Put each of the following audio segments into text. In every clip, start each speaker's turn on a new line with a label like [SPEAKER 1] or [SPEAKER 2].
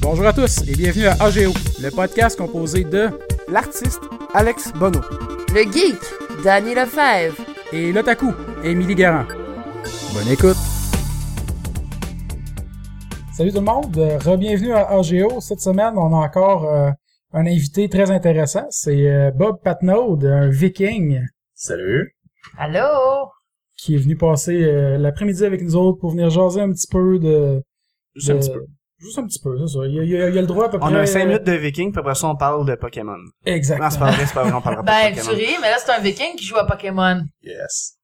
[SPEAKER 1] Bonjour à tous et bienvenue à AGO, le podcast composé de
[SPEAKER 2] l'artiste Alex Bono,
[SPEAKER 3] le geek Danny Lefebvre
[SPEAKER 1] et l'otaku Émilie Garand. Bonne écoute. Salut tout le monde, bienvenue à AGO. Cette semaine, on a encore euh, un invité très intéressant, c'est euh, Bob Patnaud, un viking
[SPEAKER 4] Salut.
[SPEAKER 3] Allô?
[SPEAKER 1] qui est venu passer euh, l'après-midi avec nous autres pour venir jaser un petit peu de...
[SPEAKER 4] Juste un
[SPEAKER 1] de-
[SPEAKER 4] petit peu.
[SPEAKER 1] Juste un petit peu, c'est ça. Il y a, il y a- il y a le droit à peu près... euh,
[SPEAKER 2] On a 5 minutes de Viking, puis après ça, on parle de Pokémon.
[SPEAKER 1] Exactement.
[SPEAKER 2] Non, c'est pas vrai, c'est pas vrai, on parlera pas
[SPEAKER 3] Ben,
[SPEAKER 2] de
[SPEAKER 3] tu
[SPEAKER 2] Pokémon.
[SPEAKER 3] ris, mais là, c'est un viking qui joue à Pokémon.
[SPEAKER 4] Yes.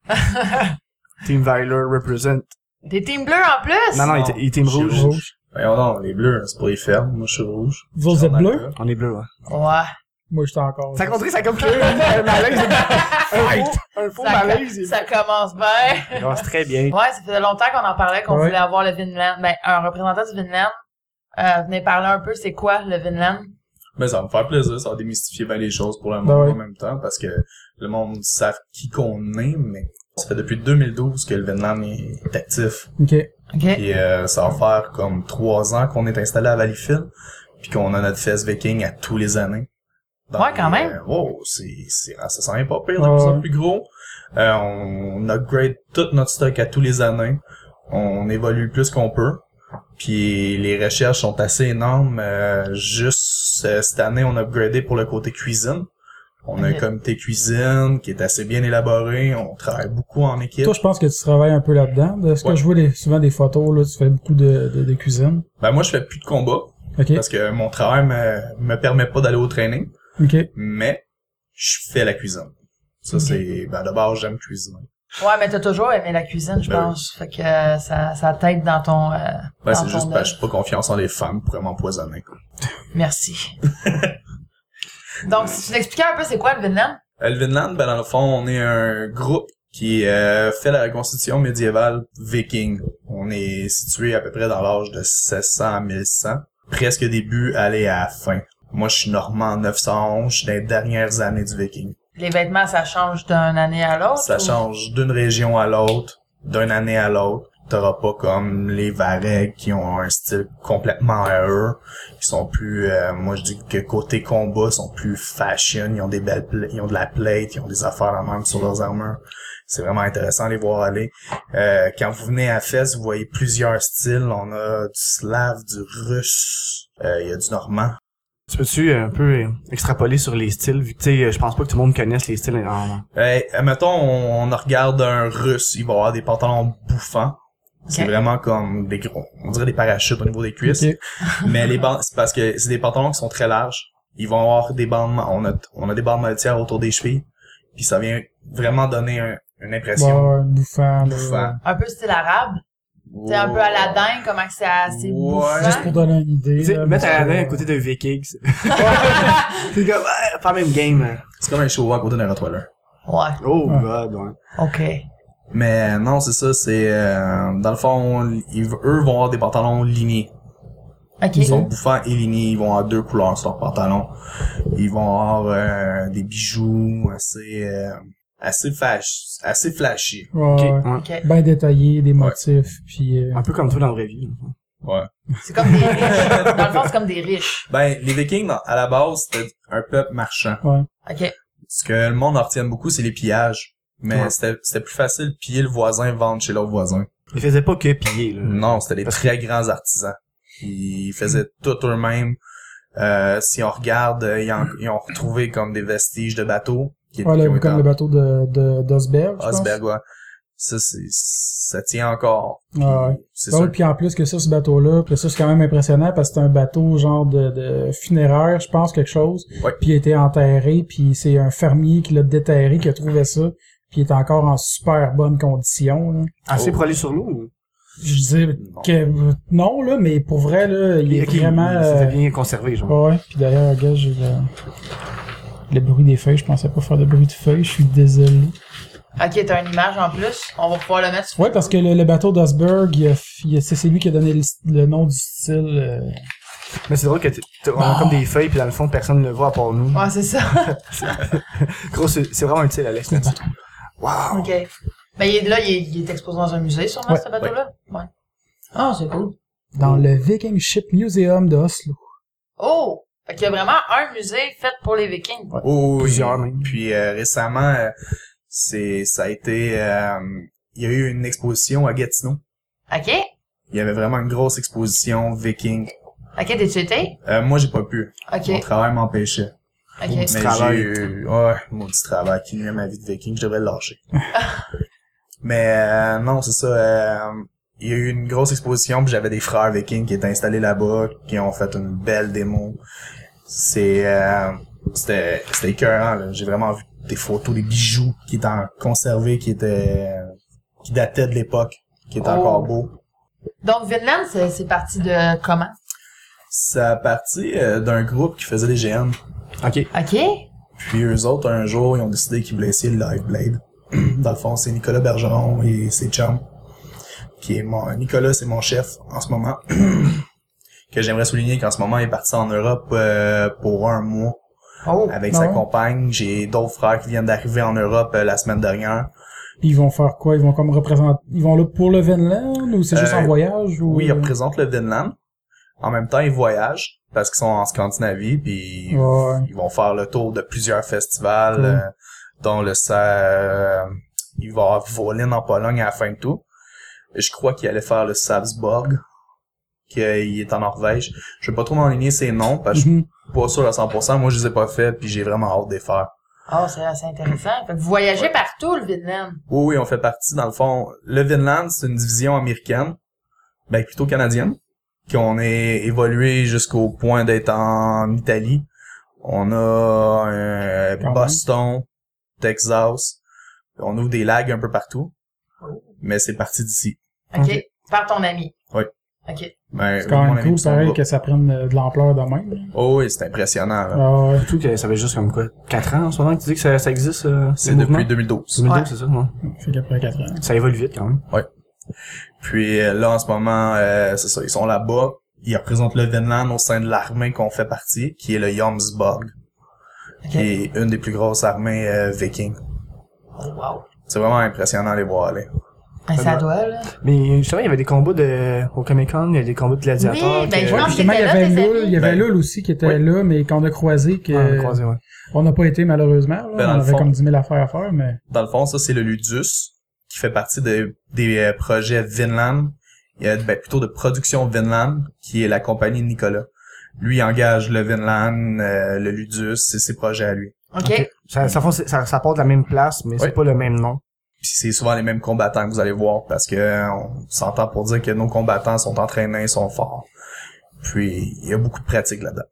[SPEAKER 2] Team Violer represent.
[SPEAKER 3] Des teams bleus en plus?
[SPEAKER 2] Non, non, il est- il est Team
[SPEAKER 4] Je suis
[SPEAKER 2] Rouge.
[SPEAKER 1] Rouge.
[SPEAKER 4] Voyons donc, les bleus, hein, c'est pour les fermes. Moi, je suis rouge.
[SPEAKER 1] Vous
[SPEAKER 4] Je suis
[SPEAKER 1] êtes
[SPEAKER 4] en
[SPEAKER 1] bleu?
[SPEAKER 4] alcool.
[SPEAKER 2] On est bleu, ouais.
[SPEAKER 3] Ouais.
[SPEAKER 1] Moi, j'étais encore...
[SPEAKER 2] Ça compterait, ça comme que un malaise. Un faux, un faux
[SPEAKER 3] Ça,
[SPEAKER 2] malaise. il-
[SPEAKER 3] ça commence bien.
[SPEAKER 2] Ça commence très bien.
[SPEAKER 3] Ouais, ça faisait longtemps qu'on en parlait, qu'on
[SPEAKER 1] Ouais.
[SPEAKER 3] voulait avoir le Vinland. Ben, un représentant du Vinland euh, venait parler un peu, c'est quoi le Vinland?
[SPEAKER 4] Mais ça va me faire plaisir, ça va démystifier bien les choses pour le monde
[SPEAKER 1] Ben ouais.
[SPEAKER 4] en même temps, parce que le monde savent qui qu'on est, mais ça fait depuis 2012 que le Vietnam est actif.
[SPEAKER 1] OK.
[SPEAKER 3] OK.
[SPEAKER 4] Et euh, ça va faire comme trois ans qu'on est installé à Valleyfield, puis qu'on a notre fest viking à tous les années.
[SPEAKER 3] Ouais, quand même.
[SPEAKER 4] euh, wow, c'est, c'est, ah, ça sent pas pire, de
[SPEAKER 1] Ouais.
[SPEAKER 4] plus en plus gros. Euh, on upgrade tout notre stock à tous les années. On évolue le plus qu'on peut. Puis les recherches sont assez énormes. Euh, juste euh, cette année, on a upgradé pour le côté cuisine. On a un
[SPEAKER 3] Ok.
[SPEAKER 4] comité cuisine qui est assez bien élaboré. On travaille beaucoup en équipe.
[SPEAKER 1] Toi, je pense que tu travailles un peu là-dedans. De ce que
[SPEAKER 4] Ouais.
[SPEAKER 1] je vois des- souvent des photos, là, tu fais beaucoup de, de, de cuisine.
[SPEAKER 4] Ben moi, je fais plus de combat
[SPEAKER 1] OK.
[SPEAKER 4] parce que mon travail me, me permet pas d'aller au training,
[SPEAKER 1] OK.
[SPEAKER 4] mais je fais la cuisine. Ça, c'est... Ben d'abord, j'aime cuisiner.
[SPEAKER 3] Ouais, mais t'as toujours aimé la cuisine, je
[SPEAKER 4] Ben
[SPEAKER 3] pense. Fait que euh, ça, ça t'aide dans ton... euh,
[SPEAKER 4] Ben,
[SPEAKER 3] dans
[SPEAKER 4] c'est
[SPEAKER 3] ton
[SPEAKER 4] juste
[SPEAKER 3] œuvre.
[SPEAKER 4] parce que j'ai pas confiance en les femmes pour m'empoisonner.
[SPEAKER 3] Merci. Donc, si tu t'expliquais un peu c'est quoi le Vinland?
[SPEAKER 4] Euh, Le Vinland, ben, dans le fond, on est un groupe qui euh, fait la constitution médiévale viking. On est situé à peu près dans l'âge de 1600 à 1100, presque début, aller à la fin. Moi, je suis normand en 911, je suis dans les dernières années du viking.
[SPEAKER 3] Les vêtements, ça change d'une année à l'autre?
[SPEAKER 4] Ça
[SPEAKER 3] ou-
[SPEAKER 4] change d'une région à l'autre, d'une année à l'autre. T'auras pas comme les Varegs qui ont un style complètement à eux, qui sont plus, euh, moi je dis que côté combat, sont plus fashion, ils ont des belles, pla- ils ont de la plate, ils ont des affaires en même sur leurs armures. C'est vraiment intéressant de les voir aller. Euh, quand vous venez à Fès, vous voyez plusieurs styles. On a du slave, du russe, euh, il y a du normand.
[SPEAKER 2] Tu peux-tu euh, un peu euh, extrapoler sur les styles, vu que, tu sais, euh, je pense pas que tout le monde connaisse les styles. en-
[SPEAKER 4] Euh, mettons, on, on regarde un russe, il va avoir des pantalons bouffants. C'est
[SPEAKER 3] Ok.
[SPEAKER 4] vraiment comme des gros, on dirait des parachutes au niveau des cuisses.
[SPEAKER 1] Ok.
[SPEAKER 4] Mais les bandes, c'est parce que c'est des pantalons qui sont très larges. Ils vont avoir des bandes, on a, on a des bandes moletières autour des chevilles. Puis ça vient vraiment donner un- une impression.
[SPEAKER 1] Bon, bouffant. là.
[SPEAKER 4] bouffant.
[SPEAKER 3] Un peu style arabe? T'sais, un peu à la dingue, comment que c'est assez
[SPEAKER 4] Ouais.
[SPEAKER 1] euh, Juste
[SPEAKER 3] bouffant.
[SPEAKER 1] pour donner une idée.
[SPEAKER 2] Tu sais,
[SPEAKER 1] là,
[SPEAKER 2] mettre
[SPEAKER 1] parce
[SPEAKER 2] à
[SPEAKER 1] que-
[SPEAKER 2] la à côté de Vikings. C'est comme, ouais, pas la même game. hein.
[SPEAKER 4] C'est comme un show à côté d'un Rottweiler.
[SPEAKER 3] Ouais,
[SPEAKER 2] Oh,
[SPEAKER 1] Ouais.
[SPEAKER 2] god, ouais.
[SPEAKER 3] ok.
[SPEAKER 4] Mais non, c'est ça, c'est, euh, dans le fond, ils- eux vont avoir des pantalons lignés.
[SPEAKER 3] Ok.
[SPEAKER 4] Ils sont bouffants et lignés, ils vont avoir deux couleurs sur leurs pantalons. Ils vont avoir euh, des bijoux assez euh, assez flash, assez flashy.
[SPEAKER 1] Ouais,
[SPEAKER 2] Ok,
[SPEAKER 1] ouais.
[SPEAKER 2] ouais.
[SPEAKER 3] Ok.
[SPEAKER 1] Bien détaillé, des motifs, puis... euh,
[SPEAKER 4] Ah,
[SPEAKER 2] Un peu comme toi dans la vraie vie.
[SPEAKER 4] Ouais.
[SPEAKER 3] C'est comme des riches. Dans le fond, c'est comme des riches.
[SPEAKER 4] Ben les Vikings dans- à la base c'était un peuple marchand.
[SPEAKER 3] Ok.
[SPEAKER 4] Ce que le monde en retient beaucoup c'est les pillages. Mais
[SPEAKER 2] Ouais.
[SPEAKER 4] c'était c'était plus facile de piller le voisin vendre chez l'autre voisin.
[SPEAKER 2] Il faisait pas que piller, là.
[SPEAKER 4] Non, c'était des
[SPEAKER 2] Hmm. Parce
[SPEAKER 4] très grands artisans. Ils faisaient tout eux-mêmes. Euh, si on regarde, euh, ils, en- ils ont retrouvé comme des vestiges de bateaux qui,
[SPEAKER 1] Ouais,
[SPEAKER 4] qui
[SPEAKER 1] là,
[SPEAKER 4] ont été
[SPEAKER 1] comme
[SPEAKER 4] en-
[SPEAKER 1] le bateau de, de, d'Osberg, je pense.
[SPEAKER 4] Osberg, ouais. Ça, c'est, ça tient encore. Puis,
[SPEAKER 1] Ah ouais.
[SPEAKER 4] C'est
[SPEAKER 1] Ouais,
[SPEAKER 4] ça.
[SPEAKER 1] puis en plus que ça, ce bateau-là, puis ça, c'est quand même impressionnant parce que c'est un bateau genre de, de funéraire, je pense, quelque chose.
[SPEAKER 4] Ouais.
[SPEAKER 1] Puis il a été enterré, puis c'est un fermier qui l'a déterré, qui a trouvé ça, puis il est encore en super bonne condition. là.
[SPEAKER 2] Assez
[SPEAKER 4] Oh.
[SPEAKER 2] pour aller sur l'eau. ou-
[SPEAKER 1] Je disais
[SPEAKER 4] Non.
[SPEAKER 1] que non, là, mais pour vrai, là, il est
[SPEAKER 2] Ok,
[SPEAKER 1] vraiment...
[SPEAKER 2] C'était
[SPEAKER 1] euh,
[SPEAKER 2] bien conservé, genre.
[SPEAKER 1] Ouais, puis d'ailleurs, gars, j'ai le... le bruit des feuilles. Je pensais pas faire de bruit de feuilles, je suis désolé.
[SPEAKER 3] Ok, t'as une image en plus. On va pouvoir le mettre sur.
[SPEAKER 1] Ouais, parce que le, le bateau d'Osberg, il a f- il a- c'est c'est lui qui a donné le, le nom du style. euh,
[SPEAKER 2] Mais c'est drôle que t'es- t'as- on a comme des feuilles, puis dans le fond, personne ne le voit à part nous.
[SPEAKER 3] Ouais, c'est ça.
[SPEAKER 2] Gros, c'est c'est vraiment utile, Alex.
[SPEAKER 1] C'est un
[SPEAKER 2] là-dessus. Wow!
[SPEAKER 3] Ok. Ben, il est là, il est, il est exposé dans un musée, sûrement,
[SPEAKER 1] Ouais.
[SPEAKER 3] ce bateau-là. Ouais. Ah, c'est cool.
[SPEAKER 1] dans le Viking Ship Museum de Oslo.
[SPEAKER 3] Oh! Fait qu'il y a vraiment un musée fait pour les Vikings.
[SPEAKER 4] Oh, oui.
[SPEAKER 2] Plusieurs, même.
[SPEAKER 4] Puis euh, récemment, euh, c'est ça a été euh, il y a eu une exposition à Gatineau.
[SPEAKER 3] OK?
[SPEAKER 4] Il y avait vraiment une grosse exposition viking.
[SPEAKER 3] OK, t'es-tu été?
[SPEAKER 4] Euh, moi j'ai pas pu.
[SPEAKER 3] OK.
[SPEAKER 4] Mon travail m'empêchait.
[SPEAKER 3] OK.
[SPEAKER 4] Mais
[SPEAKER 2] travail.
[SPEAKER 4] j'ai eu ouais, mon petit travail qui nuit à ma vie de viking, je devrais le lâcher. Mais euh, non, c'est ça. euh, il y a eu une grosse exposition, puis j'avais des frères vikings qui étaient installés là-bas, qui ont fait une belle démo. C'est euh, c'était c'était écœurant, là. J'ai vraiment vu des photos, des bijoux qui étaient en- conservés, qui étaient qui dataient de l'époque, qui étaient
[SPEAKER 3] Oh.
[SPEAKER 4] encore beaux.
[SPEAKER 3] Donc, Vinland, c'est c'est parti de comment?
[SPEAKER 4] Ça a parti euh, d'un groupe qui faisait des GN.
[SPEAKER 2] OK.
[SPEAKER 3] OK?
[SPEAKER 4] Puis eux autres, un jour, ils ont décidé qu'ils voulaient essayer le Live Blade. Dans le fond, c'est Nicolas Bergeron et ses chums. Qui est mon... Nicolas, c'est mon chef en ce moment. que j'aimerais souligner qu'en ce moment, il est parti en Europe euh, pour un mois
[SPEAKER 3] Oh!
[SPEAKER 4] avec
[SPEAKER 1] Ah
[SPEAKER 4] sa
[SPEAKER 1] ouais?
[SPEAKER 4] compagne. J'ai d'autres frères qui viennent d'arriver en Europe euh, la semaine dernière.
[SPEAKER 1] Ils vont faire quoi? Ils vont comme représenter... Ils vont là pour le Vinland ou c'est juste
[SPEAKER 4] Euh,
[SPEAKER 1] en voyage? Ou...
[SPEAKER 4] Oui, ils représentent le Vinland. En même temps, ils voyagent parce qu'ils sont en Scandinavie. Puis
[SPEAKER 1] Ouais.
[SPEAKER 4] Ils vont faire le tour de plusieurs festivals,
[SPEAKER 1] Cool.
[SPEAKER 4] euh, dont le ça, euh, il va y avoir Volin en Pologne à la fin de tout. Je crois qu'il allait faire le Salzburg, qu'il est en Norvège. Je vais pas trop m'enligner ses noms, parce que
[SPEAKER 1] Mhm.
[SPEAKER 4] Ah, je suis pas sûr à 100%. Moi, je les ai pas fait, puis j'ai vraiment hâte de les faire.
[SPEAKER 3] Oh, c'est c'est intéressant. Fait que vous voyagez
[SPEAKER 4] Ouais.
[SPEAKER 3] partout, le Vinland.
[SPEAKER 4] Oui, oui, on fait partie, dans le fond. Le Vinland, c'est une division américaine, ben plutôt canadienne, qu'on est évolué jusqu'au point d'être en Italie. On a euh,
[SPEAKER 1] Quand
[SPEAKER 4] Boston, Texas. On ouvre des lags un peu partout.
[SPEAKER 1] Oh.
[SPEAKER 4] Mais c'est parti d'ici.
[SPEAKER 3] OK?
[SPEAKER 2] Ok.
[SPEAKER 3] Par ton ami.
[SPEAKER 4] Oui.
[SPEAKER 3] OK.
[SPEAKER 4] Ben,
[SPEAKER 1] C'est quand
[SPEAKER 4] mon
[SPEAKER 1] même
[SPEAKER 4] ami
[SPEAKER 1] cool,
[SPEAKER 4] pis son
[SPEAKER 1] pareil,
[SPEAKER 4] groupe.
[SPEAKER 1] que ça prenne euh, de l'ampleur de même.
[SPEAKER 4] Oh oui, c'est impressionnant. là.
[SPEAKER 1] Ah ouais.
[SPEAKER 2] Surtout que ça fait juste comme quoi, 4 ans en ce moment que tu dis que ça, ça existe, euh,
[SPEAKER 4] C'est
[SPEAKER 2] le
[SPEAKER 4] depuis
[SPEAKER 2] mouvement?
[SPEAKER 4] 2012.
[SPEAKER 2] 2012,
[SPEAKER 3] Ouais.
[SPEAKER 2] c'est ça, ouais.
[SPEAKER 1] Fait qu'après 4 ans.
[SPEAKER 2] Ça évolue vite, quand même.
[SPEAKER 4] Puis euh, là, en ce moment, euh, c'est ça, ils sont là-bas. Ils représentent le Vinland au sein de l'armée qu'on fait partie, qui est le Jomsborg.
[SPEAKER 3] OK.
[SPEAKER 4] qui est une des plus grosses armées euh, vikings.
[SPEAKER 3] Oh, wow.
[SPEAKER 4] C'est vraiment impressionnant de les voir aller.
[SPEAKER 3] Ben, ça
[SPEAKER 2] Vraiment.
[SPEAKER 3] doit, là.
[SPEAKER 2] Mais justement, il y avait des combats de... au Comic Con, il y a des combats de gladiateurs.
[SPEAKER 3] Oui, ben,
[SPEAKER 2] que-
[SPEAKER 3] je
[SPEAKER 1] Ouais,
[SPEAKER 3] pense
[SPEAKER 1] puis justement,
[SPEAKER 3] que
[SPEAKER 1] il y
[SPEAKER 3] t'étais là,
[SPEAKER 1] avait
[SPEAKER 3] tes
[SPEAKER 1] Lul,
[SPEAKER 3] amis.
[SPEAKER 1] il y avait
[SPEAKER 4] Ben,
[SPEAKER 1] Lul aussi qui était
[SPEAKER 4] oui.
[SPEAKER 1] là, mais qu'on a croisé, que
[SPEAKER 2] Ah, on a croisé, ouais.
[SPEAKER 1] on n'a pas été malheureusement. Là.
[SPEAKER 4] Ben, dans
[SPEAKER 1] on
[SPEAKER 4] le
[SPEAKER 1] avait
[SPEAKER 4] fond-
[SPEAKER 1] comme 10 000 affaires à faire, mais
[SPEAKER 4] Dans le fond, ça, c'est le Ludus, qui fait partie de- des euh, projets Vinland. Il y a ben, plutôt de production Vinland, qui est la compagnie de Nicolas. Lui, il engage le Vinland, euh, le Ludus, c'est ses projets à lui.
[SPEAKER 3] OK.
[SPEAKER 2] Ça, ça, font- ça, ça part de la même place, mais
[SPEAKER 4] Ouais.
[SPEAKER 2] c'est pas le même nom.
[SPEAKER 4] Puis c'est souvent les mêmes combattants que vous allez voir, parce que euh, on s'entend pour dire que nos combattants sont entraînés, sont forts. Puis, il y a beaucoup de pratique là-dedans.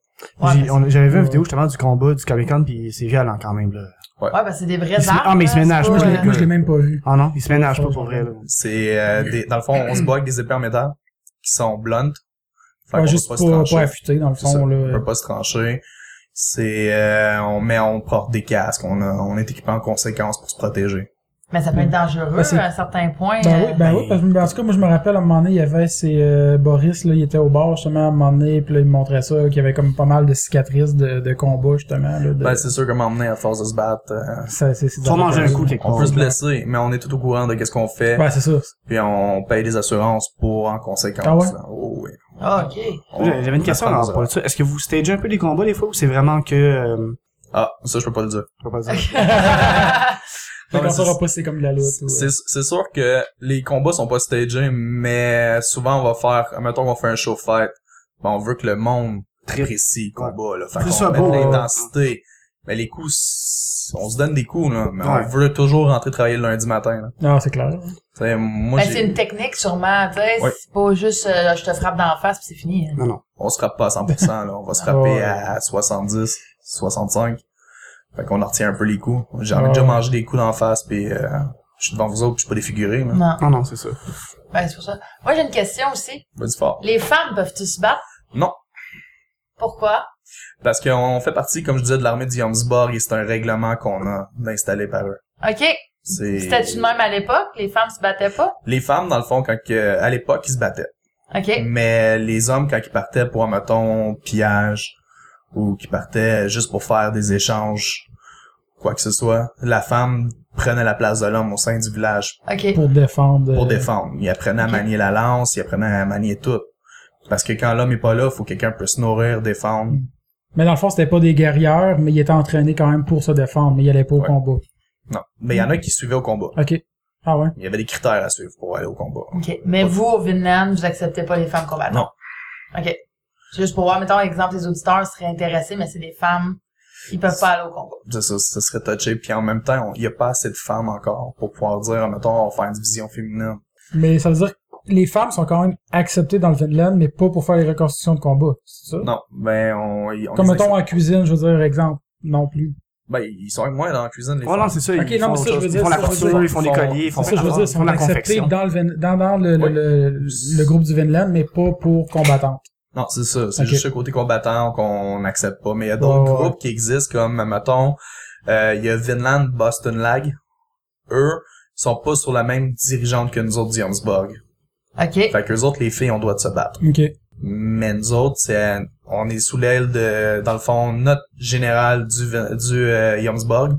[SPEAKER 3] Ouais,
[SPEAKER 2] J'ai-
[SPEAKER 3] parce-
[SPEAKER 2] on- J'avais vu
[SPEAKER 1] Ouais.
[SPEAKER 2] une vidéo justement du combat du Comic Con, puis c'est violent quand même, là.
[SPEAKER 3] Ouais, parce que c'est des
[SPEAKER 2] Il
[SPEAKER 3] vrais
[SPEAKER 2] se-
[SPEAKER 3] arbres.
[SPEAKER 2] ah, mais il se
[SPEAKER 3] là,
[SPEAKER 2] ménage,
[SPEAKER 3] c'est
[SPEAKER 2] moi,
[SPEAKER 3] pas,
[SPEAKER 2] je l'ai
[SPEAKER 3] euh,
[SPEAKER 1] moi je l'ai même pas vu.
[SPEAKER 2] Ah non, il se ménage pas pour vrai, là.
[SPEAKER 4] C'est, euh, des- dans le fond, on se bat avec des épées en métal, qui sont bluntes. Fait
[SPEAKER 1] Ouais,
[SPEAKER 4] qu'on peut
[SPEAKER 1] juste
[SPEAKER 4] pas
[SPEAKER 1] pas,
[SPEAKER 4] se
[SPEAKER 1] pas,
[SPEAKER 4] trancher.
[SPEAKER 1] affûté dans le
[SPEAKER 4] C'est ça,
[SPEAKER 1] fond.
[SPEAKER 4] On
[SPEAKER 1] Là.
[SPEAKER 4] peut pas se trancher. C'est euh, on met on porte des casques, on a, on est équipé en conséquence pour se protéger.
[SPEAKER 3] Mais ça peut être dangereux
[SPEAKER 1] Ben, c'est-
[SPEAKER 3] à un certain point.
[SPEAKER 1] Ben
[SPEAKER 3] euh,
[SPEAKER 1] oui, ben oui, parce que en tout cas, moi je me rappelle à un moment donné, il y avait ces euh, Boris, là, il était au bar justement à un moment donné, puis là, il me montrait ça, qu'il y avait comme pas mal de cicatrices de, de combat justement. Là, de-
[SPEAKER 4] Ben c'est sûr que m'emmener à force de se battre, euh,
[SPEAKER 1] ça, c'est, c'est
[SPEAKER 2] Faut manger un coup quelque
[SPEAKER 4] on
[SPEAKER 2] part.
[SPEAKER 4] peut se blesser, mais on est tout au courant de qu'est-ce qu'on fait,
[SPEAKER 1] Ouais, c'est ça.
[SPEAKER 4] puis on paye des assurances pour en conséquence.
[SPEAKER 1] Ah ouais?
[SPEAKER 4] là. Oh, oui.
[SPEAKER 3] Ah, OK.
[SPEAKER 4] On-
[SPEAKER 2] J'avais une
[SPEAKER 4] on
[SPEAKER 2] question
[SPEAKER 4] apprend
[SPEAKER 2] alors,
[SPEAKER 4] nos
[SPEAKER 2] pour
[SPEAKER 4] erreurs.
[SPEAKER 2] ça. Est-ce que vous stagez un peu des combats des fois ou c'est vraiment que. euh,
[SPEAKER 4] Ah, ça je peux pas le dire.
[SPEAKER 2] je peux pas dire.
[SPEAKER 1] Fait
[SPEAKER 4] Non,
[SPEAKER 1] qu'on
[SPEAKER 4] mais
[SPEAKER 1] saura pas si c'est comme de la lutte. ou, euh,
[SPEAKER 4] C'est c'est sûr que les combats sont pas stagés, mais souvent on va faire, mettons qu'on fait un show fight, ben on veut que le monde très précis combat là, fait
[SPEAKER 2] Plus
[SPEAKER 4] qu'on
[SPEAKER 2] ça
[SPEAKER 4] mette
[SPEAKER 2] beau,
[SPEAKER 4] l'intensité. Mais les coups, s- on se donne des coups là, mais
[SPEAKER 2] Ouais.
[SPEAKER 4] on veut toujours rentrer travailler le lundi matin. Là.
[SPEAKER 1] Non, c'est clair.
[SPEAKER 4] Tu sais, moi,
[SPEAKER 3] Ben,
[SPEAKER 4] j'ai-
[SPEAKER 3] c'est une technique, sûrement, tu sais.
[SPEAKER 4] Ouais.
[SPEAKER 3] C'est pas juste, euh, je te frappe dans la face puis c'est fini. hein.
[SPEAKER 2] Non, non.
[SPEAKER 4] on se frappe pas à 100%, là, on va se frapper
[SPEAKER 1] Ouais.
[SPEAKER 4] à 70, 65. Fait qu'on en retient un peu les coups. J'en ai
[SPEAKER 1] Ouais.
[SPEAKER 4] déjà mangé des coups d'en face, puis euh, je suis devant vous autres, puis je suis pas défiguré. Là.
[SPEAKER 3] Non.
[SPEAKER 2] Non, non, c'est ça.
[SPEAKER 3] Ben, c'est pour ça. Moi, j'ai une question aussi.
[SPEAKER 4] Vas-y fort.
[SPEAKER 3] Les femmes peuvent-tu se battre?
[SPEAKER 4] Non.
[SPEAKER 3] Pourquoi?
[SPEAKER 4] Parce qu'on fait partie, comme je disais, de l'armée du Jomsborg et c'est un règlement qu'on a installé par eux.
[SPEAKER 3] OK.
[SPEAKER 4] C'est...
[SPEAKER 3] C'était-tu de même à l'époque? Les femmes se battaient pas?
[SPEAKER 4] Les femmes, dans le fond, quand que- à l'époque, ils se battaient.
[SPEAKER 3] OK.
[SPEAKER 4] Mm. Mais les hommes, quand ils partaient pour, mettons, pillage ou qui partaient juste pour faire des échanges, quoi que ce soit, la femme prenait la place de l'homme au sein du village
[SPEAKER 3] OK.
[SPEAKER 1] Pour défendre.
[SPEAKER 4] pour
[SPEAKER 1] euh,
[SPEAKER 4] défendre. Ils apprenaient à
[SPEAKER 3] ok.
[SPEAKER 4] manier la lance, ils apprenaient à manier tout. Parce que quand l'homme est pas là, faut que quelqu'un peut se nourrir, défendre.
[SPEAKER 1] Mais dans le fond, c'était pas des guerrières, mais ils étaient entraînés quand même pour se défendre, mais ils allaient pas au
[SPEAKER 4] Ouais.
[SPEAKER 1] combat.
[SPEAKER 4] Non. Mais il y en a qui suivaient au combat.
[SPEAKER 1] OK. Ah ouais.
[SPEAKER 4] Il y avait des critères à suivre pour aller au combat.
[SPEAKER 3] OK. Mais vous, au Vinland, vous acceptez pas les femmes combattantes? Non. OK. C'est Juste pour voir, mettons, exemple, les auditeurs seraient intéressés, mais c'est des femmes, ils peuvent pas aller au combat.
[SPEAKER 4] Ça, ça, ça serait touché. Puis en même temps, on- il y a pas assez de femmes encore pour pouvoir dire, ah, mettons, on va faire une division féminine.
[SPEAKER 1] Mais ça veut dire que les femmes sont quand même acceptées dans le Finland, mais pas pour faire les reconstitutions de combat. C'est ça?
[SPEAKER 4] Non, ben on, y- on
[SPEAKER 1] Comme
[SPEAKER 4] les
[SPEAKER 1] mettons
[SPEAKER 4] accepte.
[SPEAKER 1] en cuisine, je veux dire, exemple, non plus.
[SPEAKER 4] ben ils sont moins dans la cuisine les
[SPEAKER 2] Oh non,
[SPEAKER 4] femmes.
[SPEAKER 2] c'est ça.
[SPEAKER 1] Ok,
[SPEAKER 2] ils
[SPEAKER 1] non,
[SPEAKER 2] font
[SPEAKER 1] mais ça,
[SPEAKER 2] autre
[SPEAKER 1] je veux
[SPEAKER 2] chose.
[SPEAKER 1] dire,
[SPEAKER 2] Ils font la
[SPEAKER 1] ça, je veux
[SPEAKER 2] couture,
[SPEAKER 4] dire,
[SPEAKER 2] ils font des
[SPEAKER 4] font-
[SPEAKER 2] colliers, ils font
[SPEAKER 1] C'est ça, je veux dire,
[SPEAKER 2] ils
[SPEAKER 1] ils
[SPEAKER 2] font
[SPEAKER 1] sont
[SPEAKER 2] la
[SPEAKER 1] acceptés
[SPEAKER 2] confection.
[SPEAKER 1] dans, le, Vin- dans, dans le, le-
[SPEAKER 4] Oui.
[SPEAKER 1] le- le groupe du Vinland, mais pas pour combattantes.
[SPEAKER 4] Non, c'est ça. C'est
[SPEAKER 1] Ok.
[SPEAKER 4] juste ce côté combattant qu'on n'accepte pas. Mais il y a d'autres
[SPEAKER 1] Ouais, ouais.
[SPEAKER 4] groupes qui existent, comme, mettons, euh, il y a Vinland, Boston Lag. Eux sont pas sur la même dirigeante que nous autres d'Ionsborg.
[SPEAKER 3] OK.
[SPEAKER 4] Fait qu'eux autres, les filles, on doit se battre.
[SPEAKER 1] OK.
[SPEAKER 4] Mais nous autres, c'est, on est sous l'aile de, dans le fond, notre général du, Vin- du euh, Jomsborg,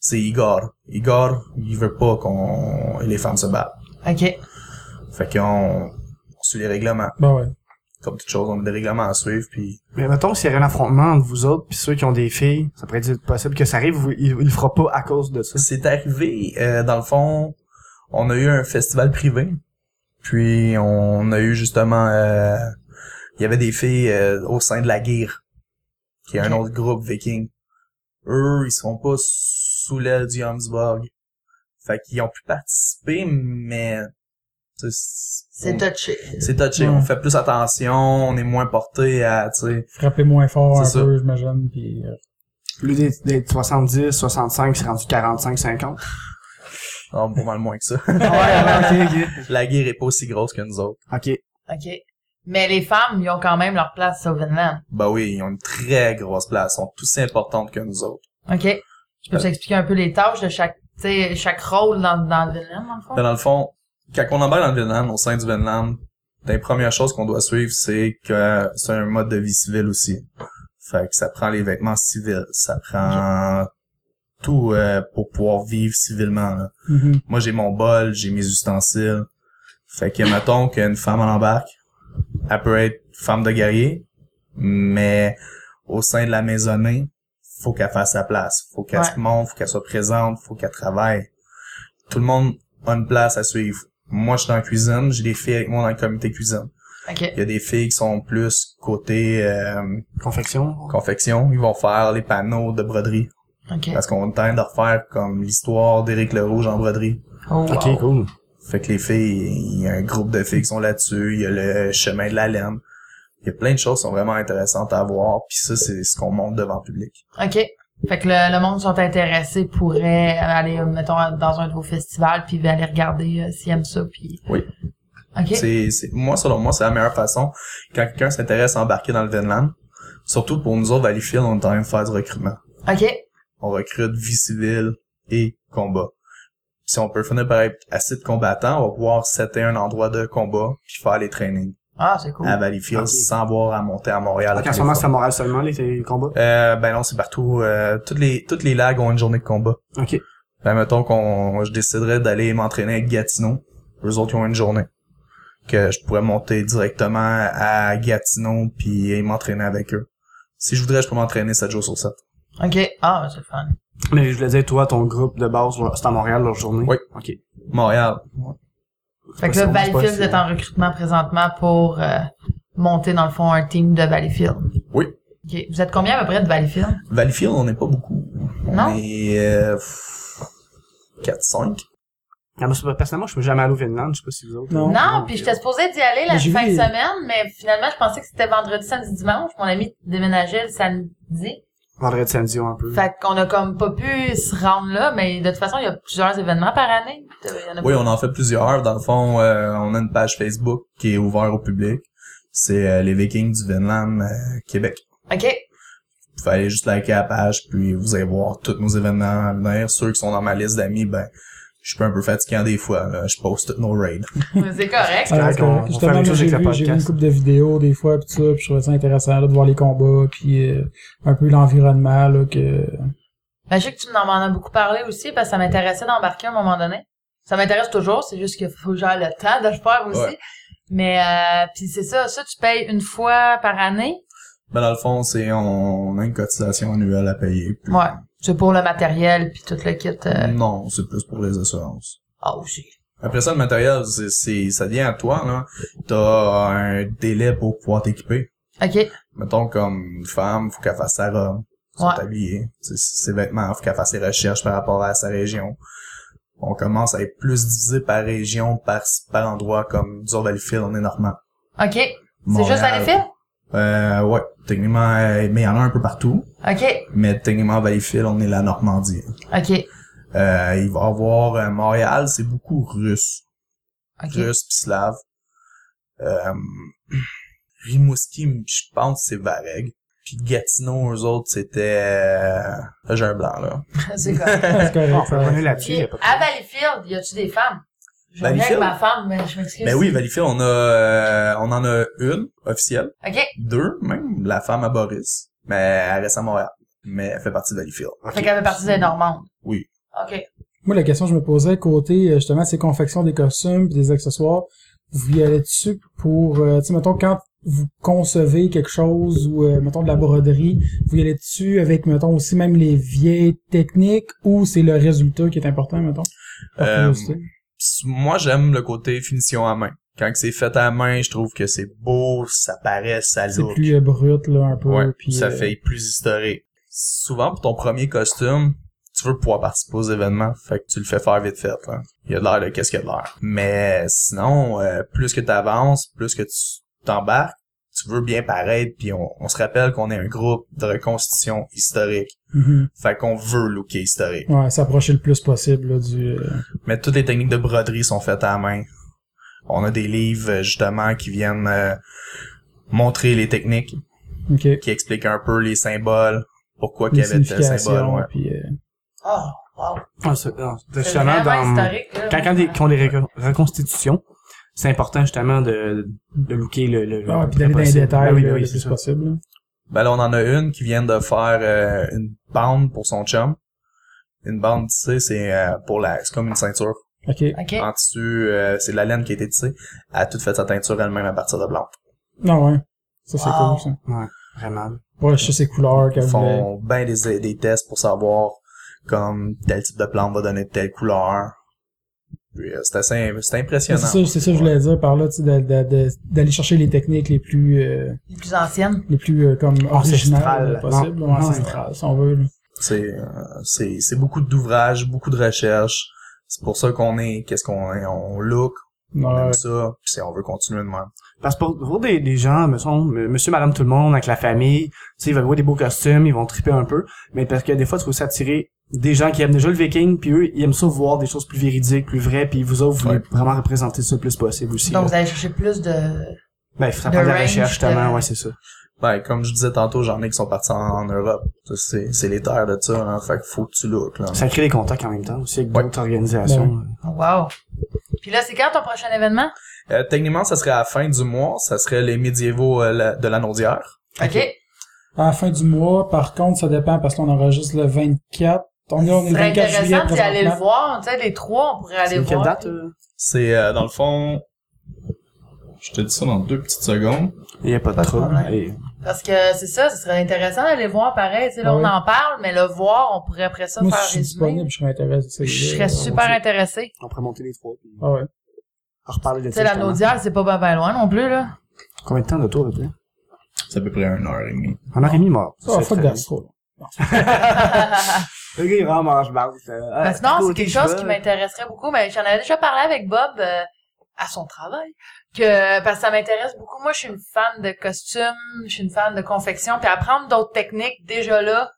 [SPEAKER 4] c'est Igor. Igor, il veut pas qu'on, les femmes se battent.
[SPEAKER 3] OK.
[SPEAKER 4] Fait qu'on, on suit les règlements.
[SPEAKER 1] Ben ouais.
[SPEAKER 4] Comme toute chose, on a des règlements à suivre, puis
[SPEAKER 2] Mais mettons, s'il y a un affrontement entre vous autres puis ceux qui ont des filles, ça pourrait être possible que ça arrive, vous- il, il le fera pas à cause de ça.
[SPEAKER 4] C'est arrivé, euh, dans le fond, on a eu un festival privé. Puis on a eu justement, euh, il y avait des filles euh, au sein de la guerre, qui est un
[SPEAKER 3] Ok.
[SPEAKER 4] autre groupe viking. Eux, ils sont pas sous l'aile du Hamsburg. Fait qu'ils ont pu participer, mais tu sais,
[SPEAKER 3] C'est
[SPEAKER 4] on-
[SPEAKER 2] Mm.
[SPEAKER 3] touché.
[SPEAKER 4] c'est touché.
[SPEAKER 1] Ouais.
[SPEAKER 4] On fait plus attention, on est moins porté à, tu sais,
[SPEAKER 1] Frapper moins fort un
[SPEAKER 4] C'est ça.
[SPEAKER 1] peu, j'imagine, puis... euh,
[SPEAKER 2] Au lieu d'être d'être 70, 65, c'est rendu 45, 50.
[SPEAKER 4] non, pas mal moins que ça.
[SPEAKER 2] ouais,
[SPEAKER 1] Ah,
[SPEAKER 2] ouais, ok,
[SPEAKER 4] la guerre est pas aussi grosse que nous autres.
[SPEAKER 2] ok. Ok.
[SPEAKER 3] OK. Mais les femmes, ils ont quand même leur place au Vinland.
[SPEAKER 4] Bah oui, ils ont une très grosse place. Ils sont tous importantes que nous autres.
[SPEAKER 3] OK. Je
[SPEAKER 2] Euh.
[SPEAKER 3] peux t'expliquer un peu les tâches de chaque, tu sais, chaque rôle dans, dans le Vinland, dans le fond?
[SPEAKER 4] Ben, dans le fond, quand on embarque dans le Vietnam, au sein du Vietnam, les premières choses qu'on doit suivre, c'est que c'est un mode de vie civil aussi. Fait que ça prend les vêtements civils, ça prend tout euh, pour pouvoir vivre civilement. là.
[SPEAKER 1] mhm.
[SPEAKER 4] Moi, j'ai mon bol, j'ai mes ustensiles. Fait que, mettons qu'une femme en embarque, elle peut être femme de guerrier, mais au sein de la maisonnée, faut qu'elle fasse sa place. Faut qu'elle
[SPEAKER 3] Ouais.
[SPEAKER 4] se montre, faut qu'elle soit présente, faut qu'elle travaille. Tout le monde a une place à suivre. Moi, je suis dans la cuisine, j'ai des filles avec moi dans le comité cuisine.
[SPEAKER 2] Euh.
[SPEAKER 3] OK.
[SPEAKER 4] Il y a des filles qui sont plus côté euh,
[SPEAKER 2] Confection.
[SPEAKER 4] confection. Ils vont faire les panneaux de broderie.
[SPEAKER 3] OK.
[SPEAKER 4] Parce qu'on tente de refaire comme l'histoire d'Éric Le Rouge en broderie.
[SPEAKER 3] Oh, wow.
[SPEAKER 2] Ok, cool.
[SPEAKER 4] Fait que les filles, il y a un groupe de filles qui sont là-dessus, il y a le chemin de la laine. Il y a plein de choses qui sont vraiment intéressantes à voir, puis ça, c'est ce qu'on montre devant le public.
[SPEAKER 3] OK. Fait que le, le monde qui sont intéressés pourrait aller, euh, mettons, dans un de vos festivals, puis aller regarder euh, s'ils aiment ça, puis...
[SPEAKER 4] Oui.
[SPEAKER 3] OK.
[SPEAKER 4] C'est, c'est, moi, selon moi, c'est la meilleure façon quand quelqu'un s'intéresse à embarquer dans le Vinland. Surtout pour nous autres, Valleyfield, on est en train de faire du recrutement.
[SPEAKER 3] OK.
[SPEAKER 4] On recrute vie civile et combat. Si on peut finir par être assez de combattants, on va pouvoir setter un endroit de combat puis faire les trainings
[SPEAKER 3] Ah, c'est cool.
[SPEAKER 4] à Valleyfield
[SPEAKER 2] Ok.
[SPEAKER 4] sans avoir à monter à Montréal. à
[SPEAKER 2] Donc, en
[SPEAKER 4] tous
[SPEAKER 2] ce
[SPEAKER 4] les
[SPEAKER 2] moment,
[SPEAKER 4] fois.
[SPEAKER 2] c'est à Montréal seulement, les, les combats.
[SPEAKER 4] Euh, ben non, c'est partout. Euh, toutes les toutes les lags ont une journée de combat.
[SPEAKER 2] Ok.
[SPEAKER 4] Ben mettons qu'on je déciderais d'aller m'entraîner avec Gatineau. Eux autres ils ont une journée. Que je pourrais monter directement à Gatineau puis m'entraîner avec eux. Si je voudrais, je peux m'entraîner 7 jours sur 7.
[SPEAKER 3] OK. Ah, ben, c'est fun.
[SPEAKER 2] Mais je voulais dire, toi, ton groupe de base, c'est à Montréal leur journée.
[SPEAKER 4] Oui.
[SPEAKER 2] Ok.
[SPEAKER 4] Montréal.
[SPEAKER 3] Fait que
[SPEAKER 2] Ouais, c'est bon, c'est
[SPEAKER 3] là,
[SPEAKER 2] pas
[SPEAKER 3] Valleyfield, vous
[SPEAKER 2] si-
[SPEAKER 3] êtes en recrutement présentement pour euh, monter, dans le fond, un team de Valleyfield.
[SPEAKER 4] Oui.
[SPEAKER 3] OK. Vous êtes combien à peu près de Valleyfield?
[SPEAKER 4] Valleyfield, on n'est pas beaucoup. On
[SPEAKER 3] Non.
[SPEAKER 4] est euh, 4-5.
[SPEAKER 2] Ah, moi, c'est pas- personnellement, je peux jamais aller au Vinland, je sais pas si vous autres.
[SPEAKER 1] Non.
[SPEAKER 3] Non,
[SPEAKER 2] euh,
[SPEAKER 3] puis j'étais supposée d'y aller la
[SPEAKER 1] Mais j'ai
[SPEAKER 3] fin
[SPEAKER 1] vu-
[SPEAKER 3] de semaine, mais finalement, je pensais que c'était vendredi, samedi, dimanche. Mon ami déménageait le samedi.
[SPEAKER 2] Vendredi, samedi, un peu.
[SPEAKER 3] Fait qu'on a comme pas pu se rendre là, mais de toute façon, il y a plusieurs événements par année. Il y en a
[SPEAKER 4] Oui,
[SPEAKER 3] pas-
[SPEAKER 4] on en fait plusieurs. Dans le fond, euh, on a une page Facebook qui est ouverte au public. C'est euh, les Vikings du Vinland euh, Québec.
[SPEAKER 3] OK.
[SPEAKER 4] Vous pouvez aller juste liker la page, puis vous allez voir tous nos événements à venir. Ceux qui sont dans ma liste d'amis, ben, je suis un peu fatiguant des fois. là. Je poste tous nos raids.
[SPEAKER 3] C'est correct.
[SPEAKER 2] correct,
[SPEAKER 1] Ah, c'est
[SPEAKER 2] on-
[SPEAKER 1] correct.
[SPEAKER 2] on fait
[SPEAKER 1] Justement,
[SPEAKER 2] la même
[SPEAKER 1] moi,
[SPEAKER 2] chose
[SPEAKER 1] j'ai
[SPEAKER 2] avec le
[SPEAKER 1] vu, j'ai vu une
[SPEAKER 2] podcast.
[SPEAKER 1] couple de vidéos des fois, pis tout ça, pis je trouvais ça intéressant là, de voir les combats, puis euh, un peu l'environnement, là, que...
[SPEAKER 3] Ben, je sais que tu m'en m'en as beaucoup parlé aussi parce que ça m'intéressait d'embarquer à un moment donné. Ça m'intéresse toujours, c'est juste qu'il faut que j'aie le temps de le faire aussi.
[SPEAKER 4] Ouais.
[SPEAKER 3] Mais euh, puis c'est ça, ça tu payes une fois par année.
[SPEAKER 4] Ben, dans le fond, c'est, on a une cotisation annuelle à payer. puis-
[SPEAKER 3] Ouais. C'est pour le matériel puis tout le kit. euh,
[SPEAKER 4] Non, c'est plus pour les assurances.
[SPEAKER 3] Ah aussi.
[SPEAKER 4] Après ça, le matériel, c'est, c'est, ça vient à toi, là. T'as un délai pour pouvoir t'équiper.
[SPEAKER 3] OK.
[SPEAKER 4] Mettons, comme une femme, faut qu'elle fasse sa robe, son
[SPEAKER 3] Ouais.
[SPEAKER 4] tablier, ses, ses vêtements, faut qu'elle fasse ses recherches par rapport à sa région. On commence à être plus divisé par région, par, par endroit, comme, disons, Valleyfield, on est normand.
[SPEAKER 3] OK. C'est juste à l'effet?
[SPEAKER 4] Euh, ouais. Techniquement, euh, mais il y en a un peu partout.
[SPEAKER 3] OK.
[SPEAKER 4] Mais techniquement, Valleyfield, on est la Normandie.
[SPEAKER 3] OK.
[SPEAKER 4] Euh, il va y avoir, euh, Montréal, c'est beaucoup russe.
[SPEAKER 3] OK.
[SPEAKER 4] russe pis slave. Euh, Rimouski, m- je pense que c'est Vareg. Puis Gatineau, eux autres, c'était... euh, là, J'ai un blanc, là.
[SPEAKER 3] c'est correct.
[SPEAKER 1] C'est correct.
[SPEAKER 2] On peut
[SPEAKER 1] ça.
[SPEAKER 2] revenir là-dessus. y a pas
[SPEAKER 3] Puis,
[SPEAKER 2] de-
[SPEAKER 3] à Valleyfield, y a-tu des femmes? Je viens avec
[SPEAKER 4] Valleyfield?
[SPEAKER 3] ma femme, mais je m'excuse.
[SPEAKER 4] Mais Ben oui, Valleyfield, on a... euh, on en a une, officielle.
[SPEAKER 3] OK.
[SPEAKER 4] Deux, même. La femme à Boris. Mais elle reste à Montréal. Mais elle fait partie de Valleyfield.
[SPEAKER 3] Fait qu'elle fait partie des Normandes.
[SPEAKER 4] Oui.
[SPEAKER 3] OK.
[SPEAKER 1] Moi, la question que je me posais, côté euh, justement ces confections des costumes et des accessoires, vous y allez dessus pour, euh, tu sais, mettons, quand vous concevez quelque chose ou, euh, mettons, de la broderie, vous y allez dessus avec, mettons, aussi même les vieilles techniques ou c'est le résultat qui est important, mettons? Par
[SPEAKER 4] Euh,
[SPEAKER 1] curiosité.
[SPEAKER 4] Pis moi, j'aime le côté finition à main. Quand c'est fait à main, je trouve que c'est beau, ça paraît, ça
[SPEAKER 1] c'est
[SPEAKER 4] look.
[SPEAKER 1] plus euh, brut, là, un peu.
[SPEAKER 4] Ouais,
[SPEAKER 1] puis,
[SPEAKER 4] ça
[SPEAKER 1] euh,
[SPEAKER 4] fait plus historique. Souvent, pour ton premier costume, tu veux pouvoir participer aux événements, fait que tu le fais faire vite fait. Là. Il y a de l'air de qu'est-ce qu'il y a de l'air. Mais sinon, euh, plus que tu avances, plus que tu t'embarques, tu veux bien paraître, puis on, on se rappelle qu'on est un groupe de reconstitution historique.
[SPEAKER 1] mhm.
[SPEAKER 4] Fait qu'on veut looker historique.
[SPEAKER 1] Ouais, s'approcher le plus possible là, du... euh,
[SPEAKER 4] Mais toutes les techniques de broderie sont faites à la main. On a des livres, euh, justement, qui viennent euh, montrer les techniques,
[SPEAKER 1] OK.
[SPEAKER 4] qui expliquent un peu les symboles, pourquoi
[SPEAKER 2] ben,
[SPEAKER 4] qu'il
[SPEAKER 1] Les
[SPEAKER 4] y avait tel symbole.
[SPEAKER 1] significations,
[SPEAKER 4] ouais.
[SPEAKER 1] puis, euh,
[SPEAKER 3] Oh, wow.
[SPEAKER 2] Ah, c'est- ah, c'est
[SPEAKER 3] C'est
[SPEAKER 2] Justement,
[SPEAKER 3] vraiment
[SPEAKER 2] dans,
[SPEAKER 3] historique. Là.
[SPEAKER 2] quand, quand, des, quand les reco- reconstitutions, c'est important justement de, de looker le... le
[SPEAKER 1] ah,
[SPEAKER 2] le-
[SPEAKER 1] puis d'aller dans les
[SPEAKER 2] possible.
[SPEAKER 1] détails
[SPEAKER 2] Ben oui,
[SPEAKER 1] là,
[SPEAKER 2] ben oui,
[SPEAKER 1] le
[SPEAKER 2] c'est
[SPEAKER 1] plus
[SPEAKER 2] ça.
[SPEAKER 1] possible. là.
[SPEAKER 4] Ben là, on en a une qui vient de faire euh, une bande pour son chum. Une bande tissée, c'est euh, pour la. C'est comme une ceinture.
[SPEAKER 1] OK.
[SPEAKER 3] OK.
[SPEAKER 4] En tissu, euh, c'est de la laine qui a été tissée. Elle a toute fait sa teinture elle-même à partir de blanc.
[SPEAKER 1] Non, ouais. Ça, c'est
[SPEAKER 3] Wow.
[SPEAKER 1] cool, ça.
[SPEAKER 2] Vraiment.
[SPEAKER 1] Ouais, je sais ses couleurs
[SPEAKER 4] Ils
[SPEAKER 1] qu'elle voulait.
[SPEAKER 4] font bien des, des tests pour savoir comme tel type de plante va donner telle couleur. Puis, euh, c'est assez c'est
[SPEAKER 1] C'est
[SPEAKER 4] impressionnant.
[SPEAKER 1] ça, c'est ça que je voulais dire par là, tu sais, de- de- de- d'aller chercher les techniques les plus, euh,
[SPEAKER 3] Les plus anciennes.
[SPEAKER 1] les plus euh, comme
[SPEAKER 2] Ancestrales. Ah,
[SPEAKER 1] originales possibles,
[SPEAKER 2] Non.
[SPEAKER 1] ou ancestrales, si on veut. là.
[SPEAKER 4] C'est euh, c'est c'est beaucoup d'ouvrages, beaucoup de recherches. C'est pour ça qu'on est qu'est-ce qu'on est, on look, on
[SPEAKER 1] Ouais.
[SPEAKER 4] aime ça, puis c'est- on veut continuer de même.
[SPEAKER 2] Parce que pour, pour des, des gens, me sont- me- monsieur, madame, tout le monde, avec la famille, tu sais, ils veulent voir des beaux costumes, ils vont triper un peu, mais parce que des fois, tu faut s'attirer des gens qui aiment déjà le viking, puis eux, ils aiment ça voir des choses plus véridiques, plus vraies, puis vous autres, vous voulez
[SPEAKER 4] Ouais.
[SPEAKER 2] vraiment représenter ça le plus possible aussi.
[SPEAKER 3] Donc,
[SPEAKER 2] là.
[SPEAKER 3] vous allez chercher plus de...
[SPEAKER 2] ben, ça
[SPEAKER 3] le
[SPEAKER 2] prend de la
[SPEAKER 3] range euh,
[SPEAKER 2] recherche,
[SPEAKER 3] de-
[SPEAKER 2] justement, ouais, c'est ça.
[SPEAKER 4] Ben, comme je disais tantôt, j'en ai qui sont partis en, en Europe. Ça, C'est, c'est les terres de ça, hein. Fait que faut que tu look, là.
[SPEAKER 2] Ça crée des contacts en même temps, aussi, avec
[SPEAKER 4] Ouais.
[SPEAKER 2] d'autres organisations.
[SPEAKER 3] Oh, Wow. Puis là, c'est quand ton prochain événement?
[SPEAKER 4] Euh, techniquement, ça serait à la fin du mois. Ça serait les médiévaux euh, la- de la Naudière.
[SPEAKER 3] OK.
[SPEAKER 1] À la fin du mois, par contre, ça dépend parce qu'on enregistre le 24. On est, on est
[SPEAKER 3] C'est
[SPEAKER 1] le 24 juillet.
[SPEAKER 3] intéressant d'y aller le
[SPEAKER 1] présentement.
[SPEAKER 3] voir. Tu sais, les trois, on pourrait aller
[SPEAKER 2] C'est
[SPEAKER 3] voir.
[SPEAKER 2] quelle date? euh?
[SPEAKER 4] C'est, euh, dans le fond... Je te dis ça dans deux petites secondes.
[SPEAKER 2] Il n'y a pas de
[SPEAKER 3] Pas de
[SPEAKER 2] trouble.
[SPEAKER 3] problème.
[SPEAKER 2] Et-
[SPEAKER 3] Parce que c'est ça, ce serait intéressant d'aller voir pareil. Tu sais, là,
[SPEAKER 1] Ah
[SPEAKER 3] on
[SPEAKER 1] ouais.
[SPEAKER 3] en parle, mais le voir, on pourrait après ça
[SPEAKER 1] Moi,
[SPEAKER 3] faire
[SPEAKER 1] si je suis disponible,
[SPEAKER 3] résumé.
[SPEAKER 1] je serais intéressé.
[SPEAKER 3] Je serais super intéressée.
[SPEAKER 2] On pourrait monter les trois, puis
[SPEAKER 1] Ah ouais.
[SPEAKER 2] on reparler de
[SPEAKER 3] Tu sais, la
[SPEAKER 2] justement.
[SPEAKER 3] Naudière, c'est pas bien ben loin non plus, là.
[SPEAKER 2] Combien de temps de tour, là-dedans?
[SPEAKER 4] C'est à peu près une heure et demie.
[SPEAKER 2] On aurait mis mort.
[SPEAKER 1] Oh,
[SPEAKER 2] C'est
[SPEAKER 1] fuck
[SPEAKER 2] très-
[SPEAKER 1] d'astro. là.
[SPEAKER 2] Le gars, il est vraiment mange marre. euh,
[SPEAKER 3] Parce que non, Euh, c'est
[SPEAKER 2] côté
[SPEAKER 3] quelque chose
[SPEAKER 2] cheval.
[SPEAKER 3] qui m'intéresserait beaucoup, mais j'en avais déjà parlé avec Bob euh, à son travail. Que, parce que ça m'intéresse beaucoup. Moi, je suis une fan de costumes, je suis une fan de confection, puis apprendre d'autres techniques déjà là,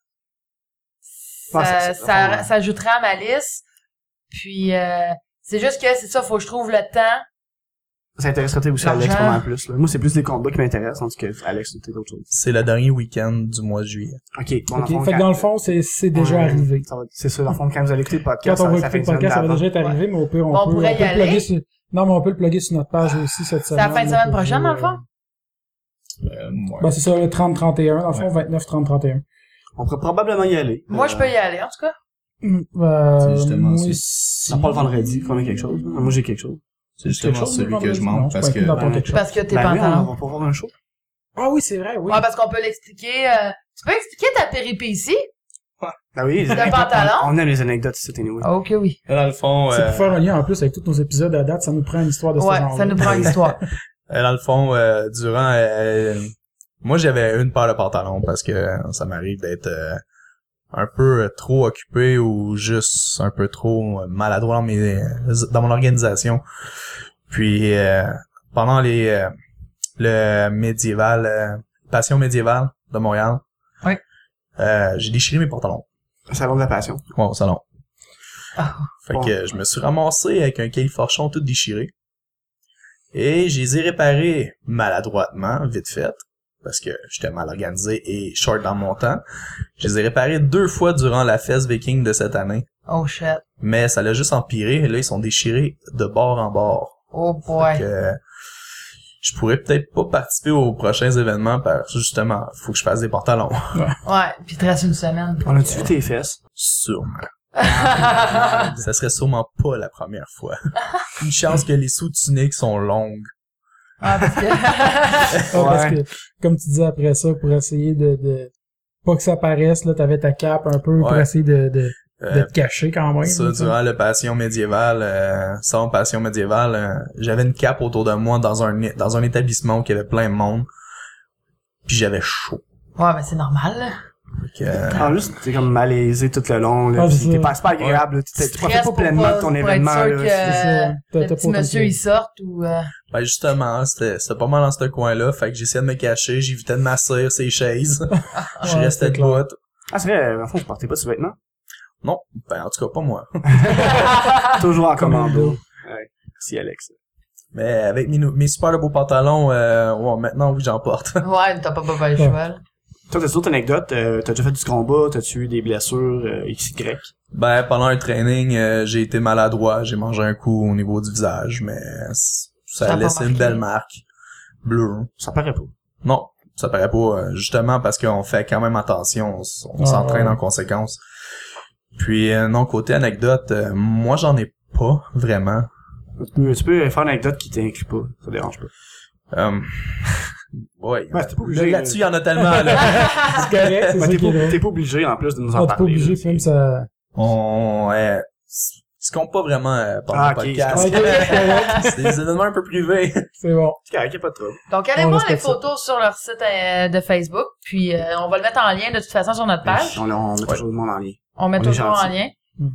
[SPEAKER 3] ça,
[SPEAKER 2] Ouais, c'est-
[SPEAKER 3] ça,
[SPEAKER 2] c'est- enfin, ouais.
[SPEAKER 3] ça ajouterait à ma liste. Puis euh, c'est juste que c'est ça, faut que je trouve le temps.
[SPEAKER 2] Ça intéresserait peut-être aussi Alex
[SPEAKER 3] L'argent.
[SPEAKER 2] pas mal plus. Là. Moi, c'est plus les combats qui m'intéressent, tandis que Alex, c'était autre chose.
[SPEAKER 4] C'est le dernier week-end du mois de juillet.
[SPEAKER 2] OK. Bon,
[SPEAKER 1] Ok, Fait que dans le fond, c'est c'est déjà
[SPEAKER 2] Ouais.
[SPEAKER 1] arrivé.
[SPEAKER 2] ça va- c'est ça, dans le fond, quand vous allez écouter le
[SPEAKER 1] Quand
[SPEAKER 2] podcast,
[SPEAKER 1] on va
[SPEAKER 2] ça, ça
[SPEAKER 1] écouter le
[SPEAKER 2] fait une semaine
[SPEAKER 1] podcast, ça va
[SPEAKER 2] d'avant.
[SPEAKER 1] déjà être arrivé, mais au pire, on,
[SPEAKER 3] Bon, on
[SPEAKER 1] peut,
[SPEAKER 3] pourrait y
[SPEAKER 1] peut le
[SPEAKER 3] aller.
[SPEAKER 1] plugger sur... Non, mais on peut le plugger sur notre page aussi cette
[SPEAKER 3] C'est
[SPEAKER 1] semaine.
[SPEAKER 3] la fin de
[SPEAKER 1] là,
[SPEAKER 3] semaine
[SPEAKER 1] pour
[SPEAKER 3] prochaine, dans le
[SPEAKER 1] vous,
[SPEAKER 3] fond.
[SPEAKER 4] Euh,
[SPEAKER 1] Ben, c'est ça, le 30-31, dans le fond, 29-30-31.
[SPEAKER 2] On pourrait probablement y aller.
[SPEAKER 3] Moi,
[SPEAKER 2] Euh,
[SPEAKER 3] je peux y aller, en tout cas.
[SPEAKER 1] Euh,
[SPEAKER 4] C'est justement
[SPEAKER 1] moi,
[SPEAKER 4] ça.
[SPEAKER 1] si-
[SPEAKER 2] À part le vendredi, qu'on a quelque chose. Moi, j'ai quelque chose.
[SPEAKER 4] C'est justement
[SPEAKER 1] quelque chose,
[SPEAKER 4] celui
[SPEAKER 1] le
[SPEAKER 4] que je
[SPEAKER 1] vendredi? Non,
[SPEAKER 4] manque
[SPEAKER 1] je
[SPEAKER 4] parce
[SPEAKER 1] pourrais
[SPEAKER 4] que
[SPEAKER 1] plus dans ton
[SPEAKER 2] ben,
[SPEAKER 1] quelque chose.
[SPEAKER 3] Parce que t'es
[SPEAKER 2] Ben
[SPEAKER 3] pas
[SPEAKER 2] oui,
[SPEAKER 3] en talent.
[SPEAKER 2] on va pas voir un show.
[SPEAKER 1] Ah oui, c'est vrai, oui.
[SPEAKER 3] Ouais, parce qu'on peut l'expliquer. euh, Tu peux expliquer ta péripétie?
[SPEAKER 2] Ben oui, les
[SPEAKER 3] Le
[SPEAKER 2] anecdotes,
[SPEAKER 3] pantalon?
[SPEAKER 2] On, on aime les anecdotes, c'est anyway.
[SPEAKER 3] Ok, oui.
[SPEAKER 4] dans le fond,
[SPEAKER 1] C'est
[SPEAKER 4] euh,
[SPEAKER 1] pour faire un lien en plus avec tous nos épisodes à date, ça nous prend une histoire de ce
[SPEAKER 3] Ouais,
[SPEAKER 1] genre
[SPEAKER 3] ça nous prend l'histoire.
[SPEAKER 4] Euh, dans le fond, euh, durant... euh, moi, j'avais une paire de pantalons parce que euh, ça m'arrive d'être euh, un peu euh, trop occupé ou juste un peu trop euh, maladroit dans, mes, dans mon organisation. Puis, euh, pendant les euh, le médiéval, euh, Passion médiévale de Montréal,
[SPEAKER 3] Oui.
[SPEAKER 4] euh, j'ai déchiré mes pantalons.
[SPEAKER 2] Salon de la passion.
[SPEAKER 4] Ouais, au salon.
[SPEAKER 3] Ah.
[SPEAKER 4] Fait que je me suis ramassé avec un califorchon tout déchiré. Et je les ai réparés maladroitement, vite fait, parce que j'étais mal organisé et short dans mon temps. Je les ai réparés deux fois durant la fête viking de cette année.
[SPEAKER 3] Oh shit.
[SPEAKER 4] Mais ça l'a juste empiré, et là ils sont déchirés de bord en bord.
[SPEAKER 3] Oh boy.
[SPEAKER 4] Que je pourrais peut-être pas participer aux prochains événements parce que justement, faut que je fasse des pantalons.
[SPEAKER 3] Ouais, pis il te reste une semaine.
[SPEAKER 2] On a-tu vu tes fesses?
[SPEAKER 4] Sûrement. Ça serait sûrement pas la première fois. Une chance que les sous-tuniques sont longues.
[SPEAKER 3] Ah, parce que...
[SPEAKER 1] Ah, Parce
[SPEAKER 2] Ouais.
[SPEAKER 1] que, comme tu disais après ça, pour essayer de, de pas que ça paraisse, là, t'avais ta cape un peu pour
[SPEAKER 4] Ouais.
[SPEAKER 1] essayer de, de,
[SPEAKER 4] Euh,
[SPEAKER 1] de te cacher quand même.
[SPEAKER 4] Ça,
[SPEAKER 1] là,
[SPEAKER 4] durant le passion médiévale, euh, sans passion médiévale, euh, j'avais une cape autour de moi dans un, é- dans un établissement où il y avait plein de monde. Puis j'avais chaud.
[SPEAKER 3] Ouais, mais c'est normal, là.
[SPEAKER 4] Fait que, euh,
[SPEAKER 2] En plus, t'es comme malaisé tout le long, là.
[SPEAKER 1] Ah,
[SPEAKER 2] puis
[SPEAKER 1] c'est
[SPEAKER 2] t'es
[SPEAKER 1] ça.
[SPEAKER 2] pas, c'est pas agréable, là. Tu t'es- tu profites
[SPEAKER 3] stresses
[SPEAKER 2] pas
[SPEAKER 3] pour
[SPEAKER 2] pleinement
[SPEAKER 3] pas-
[SPEAKER 2] de ton
[SPEAKER 3] pour être
[SPEAKER 2] événement,
[SPEAKER 3] sûr
[SPEAKER 2] là.
[SPEAKER 3] que-
[SPEAKER 1] c'est ça. T'as-
[SPEAKER 3] Le
[SPEAKER 1] t'as
[SPEAKER 3] petit
[SPEAKER 1] pas
[SPEAKER 3] monsieur,
[SPEAKER 1] compris.
[SPEAKER 3] il sort ou... euh,
[SPEAKER 4] ben justement, c'était c'était pas mal dans ce coin-là. Fait que j'essayais de me cacher, j'évitais de m'asseoir ces chaises. je
[SPEAKER 1] Ouais,
[SPEAKER 4] restais
[SPEAKER 1] c'est
[SPEAKER 4] de boîte.
[SPEAKER 2] Ah, c'est vrai, en fond, vous portez pas de sous-vêtements.
[SPEAKER 4] Non, ben en tout cas pas moi.
[SPEAKER 3] Ah!
[SPEAKER 2] Toujours en
[SPEAKER 1] Comme un
[SPEAKER 2] commando.
[SPEAKER 1] dos.
[SPEAKER 2] Ouais. Merci, Alex.
[SPEAKER 4] Mais avec mes, nou- mes super de beaux pantalons, euh, ouais, maintenant oui j'en porte.
[SPEAKER 3] Ouais, t'as pas pas pas le choix, là.
[SPEAKER 2] Toi, t'as d'autres anecdotes? euh, t'as déjà fait du combat? T'as-tu eu des blessures euh, XY?
[SPEAKER 4] Ben, pendant un training, euh, j'ai été maladroit, j'ai mangé un coup au niveau du visage, mais c-
[SPEAKER 3] Ça
[SPEAKER 4] ça
[SPEAKER 3] a
[SPEAKER 4] a
[SPEAKER 3] pas
[SPEAKER 4] laissé une
[SPEAKER 3] marqué.
[SPEAKER 4] belle marque bleue.
[SPEAKER 2] Ça paraît pas.
[SPEAKER 4] Non, ça paraît pas, euh, justement parce qu'on fait quand même attention, on, s- on
[SPEAKER 1] Ah,
[SPEAKER 4] s'entraîne
[SPEAKER 1] ouais.
[SPEAKER 4] en conséquence. Puis, euh, non, côté anecdote, euh, moi j'en ai pas vraiment.
[SPEAKER 2] Tu peux- Tu peux faire une anecdote qui t'inclut pas. Ça dérange pas.
[SPEAKER 4] Euh, ouais,
[SPEAKER 2] Ouais, t'es pas obligé,
[SPEAKER 4] Là- là-dessus, il y en a tellement, là.
[SPEAKER 3] Ah,
[SPEAKER 1] C'est correct, c'est
[SPEAKER 2] Ben,
[SPEAKER 1] ça
[SPEAKER 2] t'es
[SPEAKER 1] qui est
[SPEAKER 2] pas,
[SPEAKER 1] drôle.
[SPEAKER 2] t'es pas obligé, en plus, de nous
[SPEAKER 1] Ah,
[SPEAKER 2] en
[SPEAKER 1] t'es pas
[SPEAKER 2] parler.
[SPEAKER 1] obligé,
[SPEAKER 2] là.
[SPEAKER 1] film, ça...
[SPEAKER 4] on, euh, c- ce qu'on pas vraiment euh, pendant
[SPEAKER 2] Ah,
[SPEAKER 4] le
[SPEAKER 2] ok,
[SPEAKER 1] Ah,
[SPEAKER 4] podcast.
[SPEAKER 1] ok, c'est correct,
[SPEAKER 4] C'est des événements un peu privés.
[SPEAKER 1] c'est bon.
[SPEAKER 2] C'est correct, y a pas de trouble.
[SPEAKER 3] Donc, allez
[SPEAKER 1] On
[SPEAKER 3] voir les
[SPEAKER 1] respecte ça.
[SPEAKER 3] photos sur leur site euh, de Facebook, puis euh, on va le mettre en lien de toute façon sur notre page.
[SPEAKER 2] On, on met
[SPEAKER 4] Ouais.
[SPEAKER 2] toujours le monde en lien.
[SPEAKER 3] On met
[SPEAKER 2] Ben, on est
[SPEAKER 3] toujours en
[SPEAKER 2] gentil.
[SPEAKER 3] lien.
[SPEAKER 1] Mm.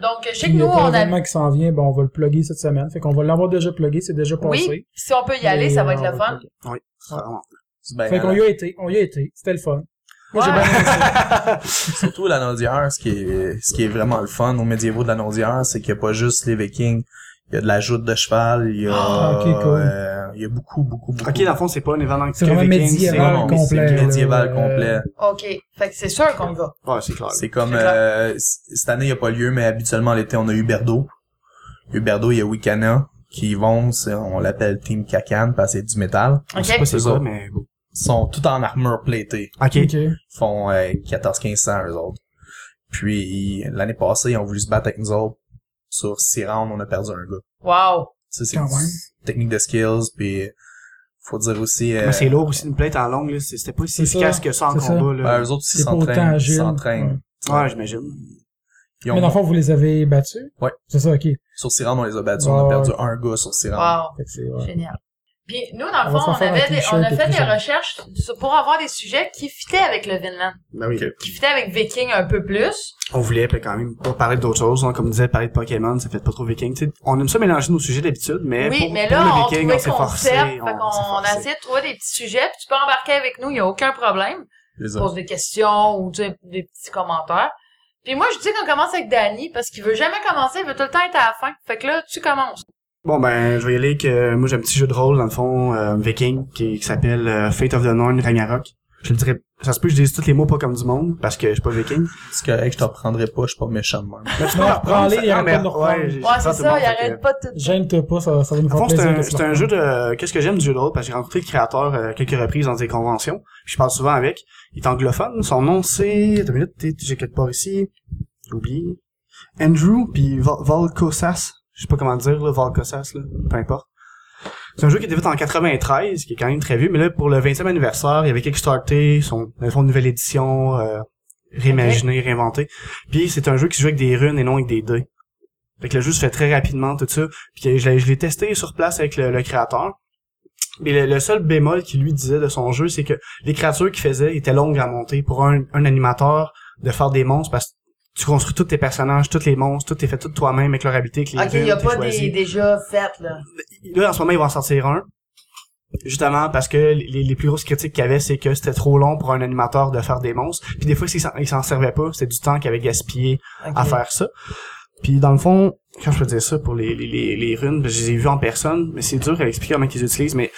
[SPEAKER 3] Donc, je sais que
[SPEAKER 1] Puis,
[SPEAKER 3] nous,
[SPEAKER 1] pour
[SPEAKER 3] on a...
[SPEAKER 1] l'événement qui s'en vient, ben, on va le plugger cette semaine. Fait qu'on va l'avoir déjà plugué, c'est déjà passé.
[SPEAKER 3] Oui, si on peut y aller,
[SPEAKER 1] Mais,
[SPEAKER 3] ça va
[SPEAKER 1] euh,
[SPEAKER 3] être
[SPEAKER 1] on
[SPEAKER 3] le fun.
[SPEAKER 1] plugger.
[SPEAKER 2] C'est vraiment-
[SPEAKER 4] Ben,
[SPEAKER 1] Fait qu'on y a été, on y a été. C'était le fun. Moi, j'ai
[SPEAKER 3] Ouais.
[SPEAKER 1] bien aimé ça.
[SPEAKER 4] Surtout la Naudière, ce qui est, ce qui est vraiment le fun aux médiévaux de la Naudière, c'est qu'il n'y a pas juste les Vikings. Il y a de la joute de cheval, il y a,
[SPEAKER 1] Ah, ok, cool.
[SPEAKER 4] euh, il y a beaucoup, beaucoup, beaucoup.
[SPEAKER 2] Ok, dans le fond, c'est pas un événement
[SPEAKER 1] C'est vraiment médiéval
[SPEAKER 4] non, non,
[SPEAKER 1] complet,
[SPEAKER 4] c'est
[SPEAKER 1] là,
[SPEAKER 4] médiéval
[SPEAKER 1] euh,
[SPEAKER 4] complet.
[SPEAKER 3] OK. Fait que c'est sûr qu'on y va.
[SPEAKER 2] Ouais, c'est clair.
[SPEAKER 4] C'est comme,
[SPEAKER 3] c'est clair.
[SPEAKER 4] euh, c- cette année, il n'y a pas lieu, mais habituellement, l'été, on a Huberdo. Huberdo, il y a Wicana, qui vont, c'est- on l'appelle Team Kakan, parce que c'est du métal.
[SPEAKER 2] Je sais
[SPEAKER 3] OK?
[SPEAKER 2] pas c'est
[SPEAKER 4] C'est
[SPEAKER 2] quoi,
[SPEAKER 4] ça.
[SPEAKER 2] mais bon.
[SPEAKER 4] Ils sont tout en armure plaitée.
[SPEAKER 2] Ok.
[SPEAKER 1] Ok.
[SPEAKER 4] Ils font, euh, 14-1500, eux autres. Puis, l'année passée, ils ont voulu se battre avec nous autres. Sur six rounds, on a perdu un gars.
[SPEAKER 3] Wow!
[SPEAKER 4] Ça, c'est
[SPEAKER 1] Quand
[SPEAKER 4] du-
[SPEAKER 1] même.
[SPEAKER 4] technique de skills, puis faut dire aussi... Euh,
[SPEAKER 2] Mais c'est lourd aussi, une plainte en longue, là. c'est- C'était pas si
[SPEAKER 1] C'est ça.
[SPEAKER 2] efficace que ça en
[SPEAKER 1] C'est ça.
[SPEAKER 2] combat, là.
[SPEAKER 4] ben, eux autres aussi
[SPEAKER 1] c'est pas
[SPEAKER 4] s'entraînent.
[SPEAKER 1] autant
[SPEAKER 4] Ils
[SPEAKER 1] agile.
[SPEAKER 4] s'entraînent.
[SPEAKER 2] Ouais, j'imagine.
[SPEAKER 4] Ils
[SPEAKER 1] Mais dans le
[SPEAKER 4] ont-
[SPEAKER 1] fond, vous les avez battus?
[SPEAKER 4] Ouais.
[SPEAKER 1] C'est ça, ok. Fait
[SPEAKER 4] Sur Siran, on les a battus. On
[SPEAKER 1] Ouais.
[SPEAKER 4] a perdu un gars sur Siran.
[SPEAKER 2] Ah.
[SPEAKER 3] Wow!
[SPEAKER 1] que c'est, ouais.
[SPEAKER 3] Génial. Puis nous, dans le
[SPEAKER 1] On va
[SPEAKER 3] fond,
[SPEAKER 1] s'en
[SPEAKER 3] on,
[SPEAKER 1] faire un
[SPEAKER 3] avait des- on a
[SPEAKER 1] t-shirt et
[SPEAKER 3] fait
[SPEAKER 1] tout
[SPEAKER 3] des
[SPEAKER 1] ça.
[SPEAKER 3] recherches sur- pour avoir des sujets qui fitaient avec le Vinland,
[SPEAKER 2] Ben oui.
[SPEAKER 4] Ok.
[SPEAKER 3] qui fitaient avec Viking un peu plus.
[SPEAKER 2] On voulait puis quand même pas parler d'autres choses, hein. comme disait parler de Pokémon, ça fait pas trop viking. tu sais. on aime ça mélanger nos sujets d'habitude, mais
[SPEAKER 3] oui,
[SPEAKER 2] pour,
[SPEAKER 3] mais
[SPEAKER 2] pour
[SPEAKER 3] là, on
[SPEAKER 2] le viking,
[SPEAKER 3] trouvait
[SPEAKER 2] s'est
[SPEAKER 3] qu'on
[SPEAKER 2] forcé.
[SPEAKER 3] sert, fait
[SPEAKER 2] s'est
[SPEAKER 3] qu'on- on a
[SPEAKER 2] forcé.
[SPEAKER 3] essayé de trouver des petits sujets, puis tu peux embarquer avec nous, il n'y a aucun problème.
[SPEAKER 4] Les
[SPEAKER 3] pose des questions ou tu sais, des petits commentaires. Puis moi, je dis qu'on commence avec Danny parce qu'il veut jamais commencer, il veut tout le temps être à la fin. Fait que là, tu commences.
[SPEAKER 2] Bon ben, je vais y aller que moi j'ai un petit jeu de rôle dans le fond euh, viking qui, qui s'appelle euh, Fate of the Norn Ragnarok. Je le dirais, ça se peut que je dise tous les mots pas comme du monde parce que je suis pas viking.
[SPEAKER 4] C'est correct, je t'en prendrai pas, je suis pas méchant de même.
[SPEAKER 2] Mais tu
[SPEAKER 1] Non,
[SPEAKER 2] me
[SPEAKER 1] prends-les,
[SPEAKER 2] ça-
[SPEAKER 1] il y a
[SPEAKER 2] ah, mais-
[SPEAKER 1] pas de nous reprendre.
[SPEAKER 2] ouais, j'ai- j'ai
[SPEAKER 3] Ouais, c'est
[SPEAKER 2] peur de
[SPEAKER 3] ça,
[SPEAKER 2] monde,
[SPEAKER 3] il
[SPEAKER 2] fait que-
[SPEAKER 3] arrête pas de tout.
[SPEAKER 1] Gêne-toi pas, ça, ça va nous
[SPEAKER 2] En
[SPEAKER 1] faire
[SPEAKER 2] fond, c'est
[SPEAKER 1] plaisir.
[SPEAKER 2] un,
[SPEAKER 1] que
[SPEAKER 2] c'est un jeu de... Qu'est-ce que j'aime du jeu de rôle? Parce que j'ai rencontré le créateur euh, quelques reprises dans des conventions. puis je parle souvent avec. Il est anglophone. Son nom, c'est... Attends une minute, t'es- j'ai quelque part ici. J'ai oublié. Andrew, puis Val- Valkosas. je sais pas comment dire, là, Valcossas, là, peu importe. C'est un jeu qui était fait en 93, qui est quand même très vieux, mais là, pour le 20e anniversaire, il y avait Kickstarter, son, ils font une nouvelle édition, euh, réimaginée, réinventée. Puis c'est un jeu qui se joue avec des runes et non avec des dés. Fait que le jeu se fait très rapidement, tout ça. Puis je l'ai je l'ai testé sur place avec le, le créateur. Mais le, le seul bémol qu'il lui disait de son jeu, c'est que les créatures qu'il faisait étaient longues à monter. Pour un, un animateur, de faire des monstres parce que tu construis tous tes personnages, tous les monstres, tout est fait tout toi-même avec leur habileté, avec les
[SPEAKER 5] Ok, il y a
[SPEAKER 2] runes, t'es
[SPEAKER 5] pas
[SPEAKER 2] choisi
[SPEAKER 5] des déjà faites, là.
[SPEAKER 2] là en ce moment ils vont en sortir un justement parce que les, les plus grosses critiques qu'il y avait c'est que c'était trop long pour un animateur de faire des monstres puis des fois s'il s'en- il s'en servait pas c'était du temps qu'il avait gaspillé
[SPEAKER 5] Ok.
[SPEAKER 2] à faire ça puis dans le fond quand je peux dire ça pour les, les, les, les runes ben, je les ai vues en personne mais c'est dur à expliquer comment ils utilisent mais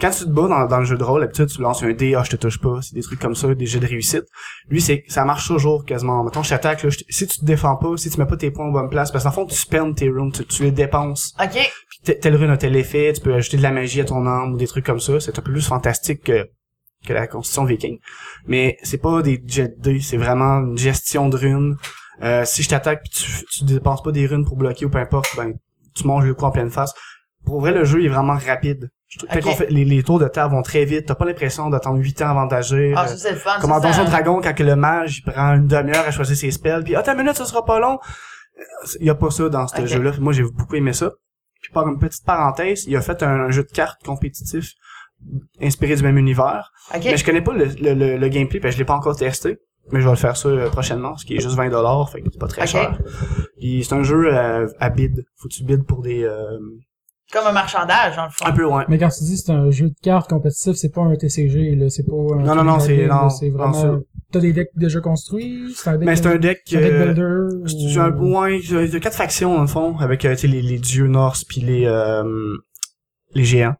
[SPEAKER 2] quand tu te bats dans, dans le jeu de rôle d'habitude tu lances un dé ah je te touche pas c'est des trucs comme ça des jeux de réussite lui c'est ça marche toujours quasiment mettons je t'attaque là, je te- si tu te défends pas si tu mets pas tes points aux bonnes places parce qu'en fond tu spends tes runes tu, tu les dépenses
[SPEAKER 5] Ok.
[SPEAKER 2] te- telle rune a tel effet, tu peux ajouter de la magie à ton arme ou des trucs comme ça. C'est un peu plus fantastique que, que la constitution viking. Mais c'est pas des jet dés, c'est vraiment une gestion de runes. Euh, si je t'attaque pis tu, tu dépenses pas des runes pour bloquer ou peu importe, ben, tu manges le coup en pleine face. Pour vrai, le jeu est vraiment rapide. Je trouve- fait
[SPEAKER 5] Ok.
[SPEAKER 2] qu'on fait- les, les tours de table vont très vite. T'as pas l'impression d'attendre 8 ans avant d'agir.
[SPEAKER 5] Ah,
[SPEAKER 2] Euh,
[SPEAKER 5] ça, c'est le fun.
[SPEAKER 2] comme en
[SPEAKER 5] ça, hein.
[SPEAKER 2] Donjon
[SPEAKER 5] ça-
[SPEAKER 2] Dragon, quand que le mage il prend une demi-heure à choisir ses spells, puis attends une minute, ça sera pas long. Euh, Il y a pas ça dans ce
[SPEAKER 5] Ok.
[SPEAKER 2] jeu-là. Moi, j'ai beaucoup aimé ça. Puis par une petite parenthèse, il a fait un, jeu de cartes compétitif inspiré du même univers.
[SPEAKER 5] Ok.
[SPEAKER 2] Mais je connais pas le, le, le, le gameplay, parce que je l'ai pas encore testé. Mais je vais le faire ça euh, prochainement, ce qui est juste 20 dollars, fait que c'est pas très
[SPEAKER 5] Ok.
[SPEAKER 2] cher. Puis c'est un jeu euh, à bid. Faut que tu bides pour des... euh,
[SPEAKER 5] Comme un marchandage, dans le fond.
[SPEAKER 2] un peu loin.
[SPEAKER 1] Mais quand tu dis que c'est un jeu de cartes compétitif, c'est pas un TCG, là. C'est pas un.
[SPEAKER 2] Non, non, non, c'est-
[SPEAKER 1] là,
[SPEAKER 2] non,
[SPEAKER 1] C'est
[SPEAKER 2] non,
[SPEAKER 1] vraiment.
[SPEAKER 2] c'est-
[SPEAKER 1] T'as des decks déjà construits? C'est un deck.
[SPEAKER 2] Mais c'est un deck...
[SPEAKER 1] c'est un deck
[SPEAKER 2] euh,
[SPEAKER 1] builder?
[SPEAKER 2] C'est un ouais, il y a- il y a quatre factions dans le fond, avec euh, tu sais, les, les dieux norse puis les euh, les géants,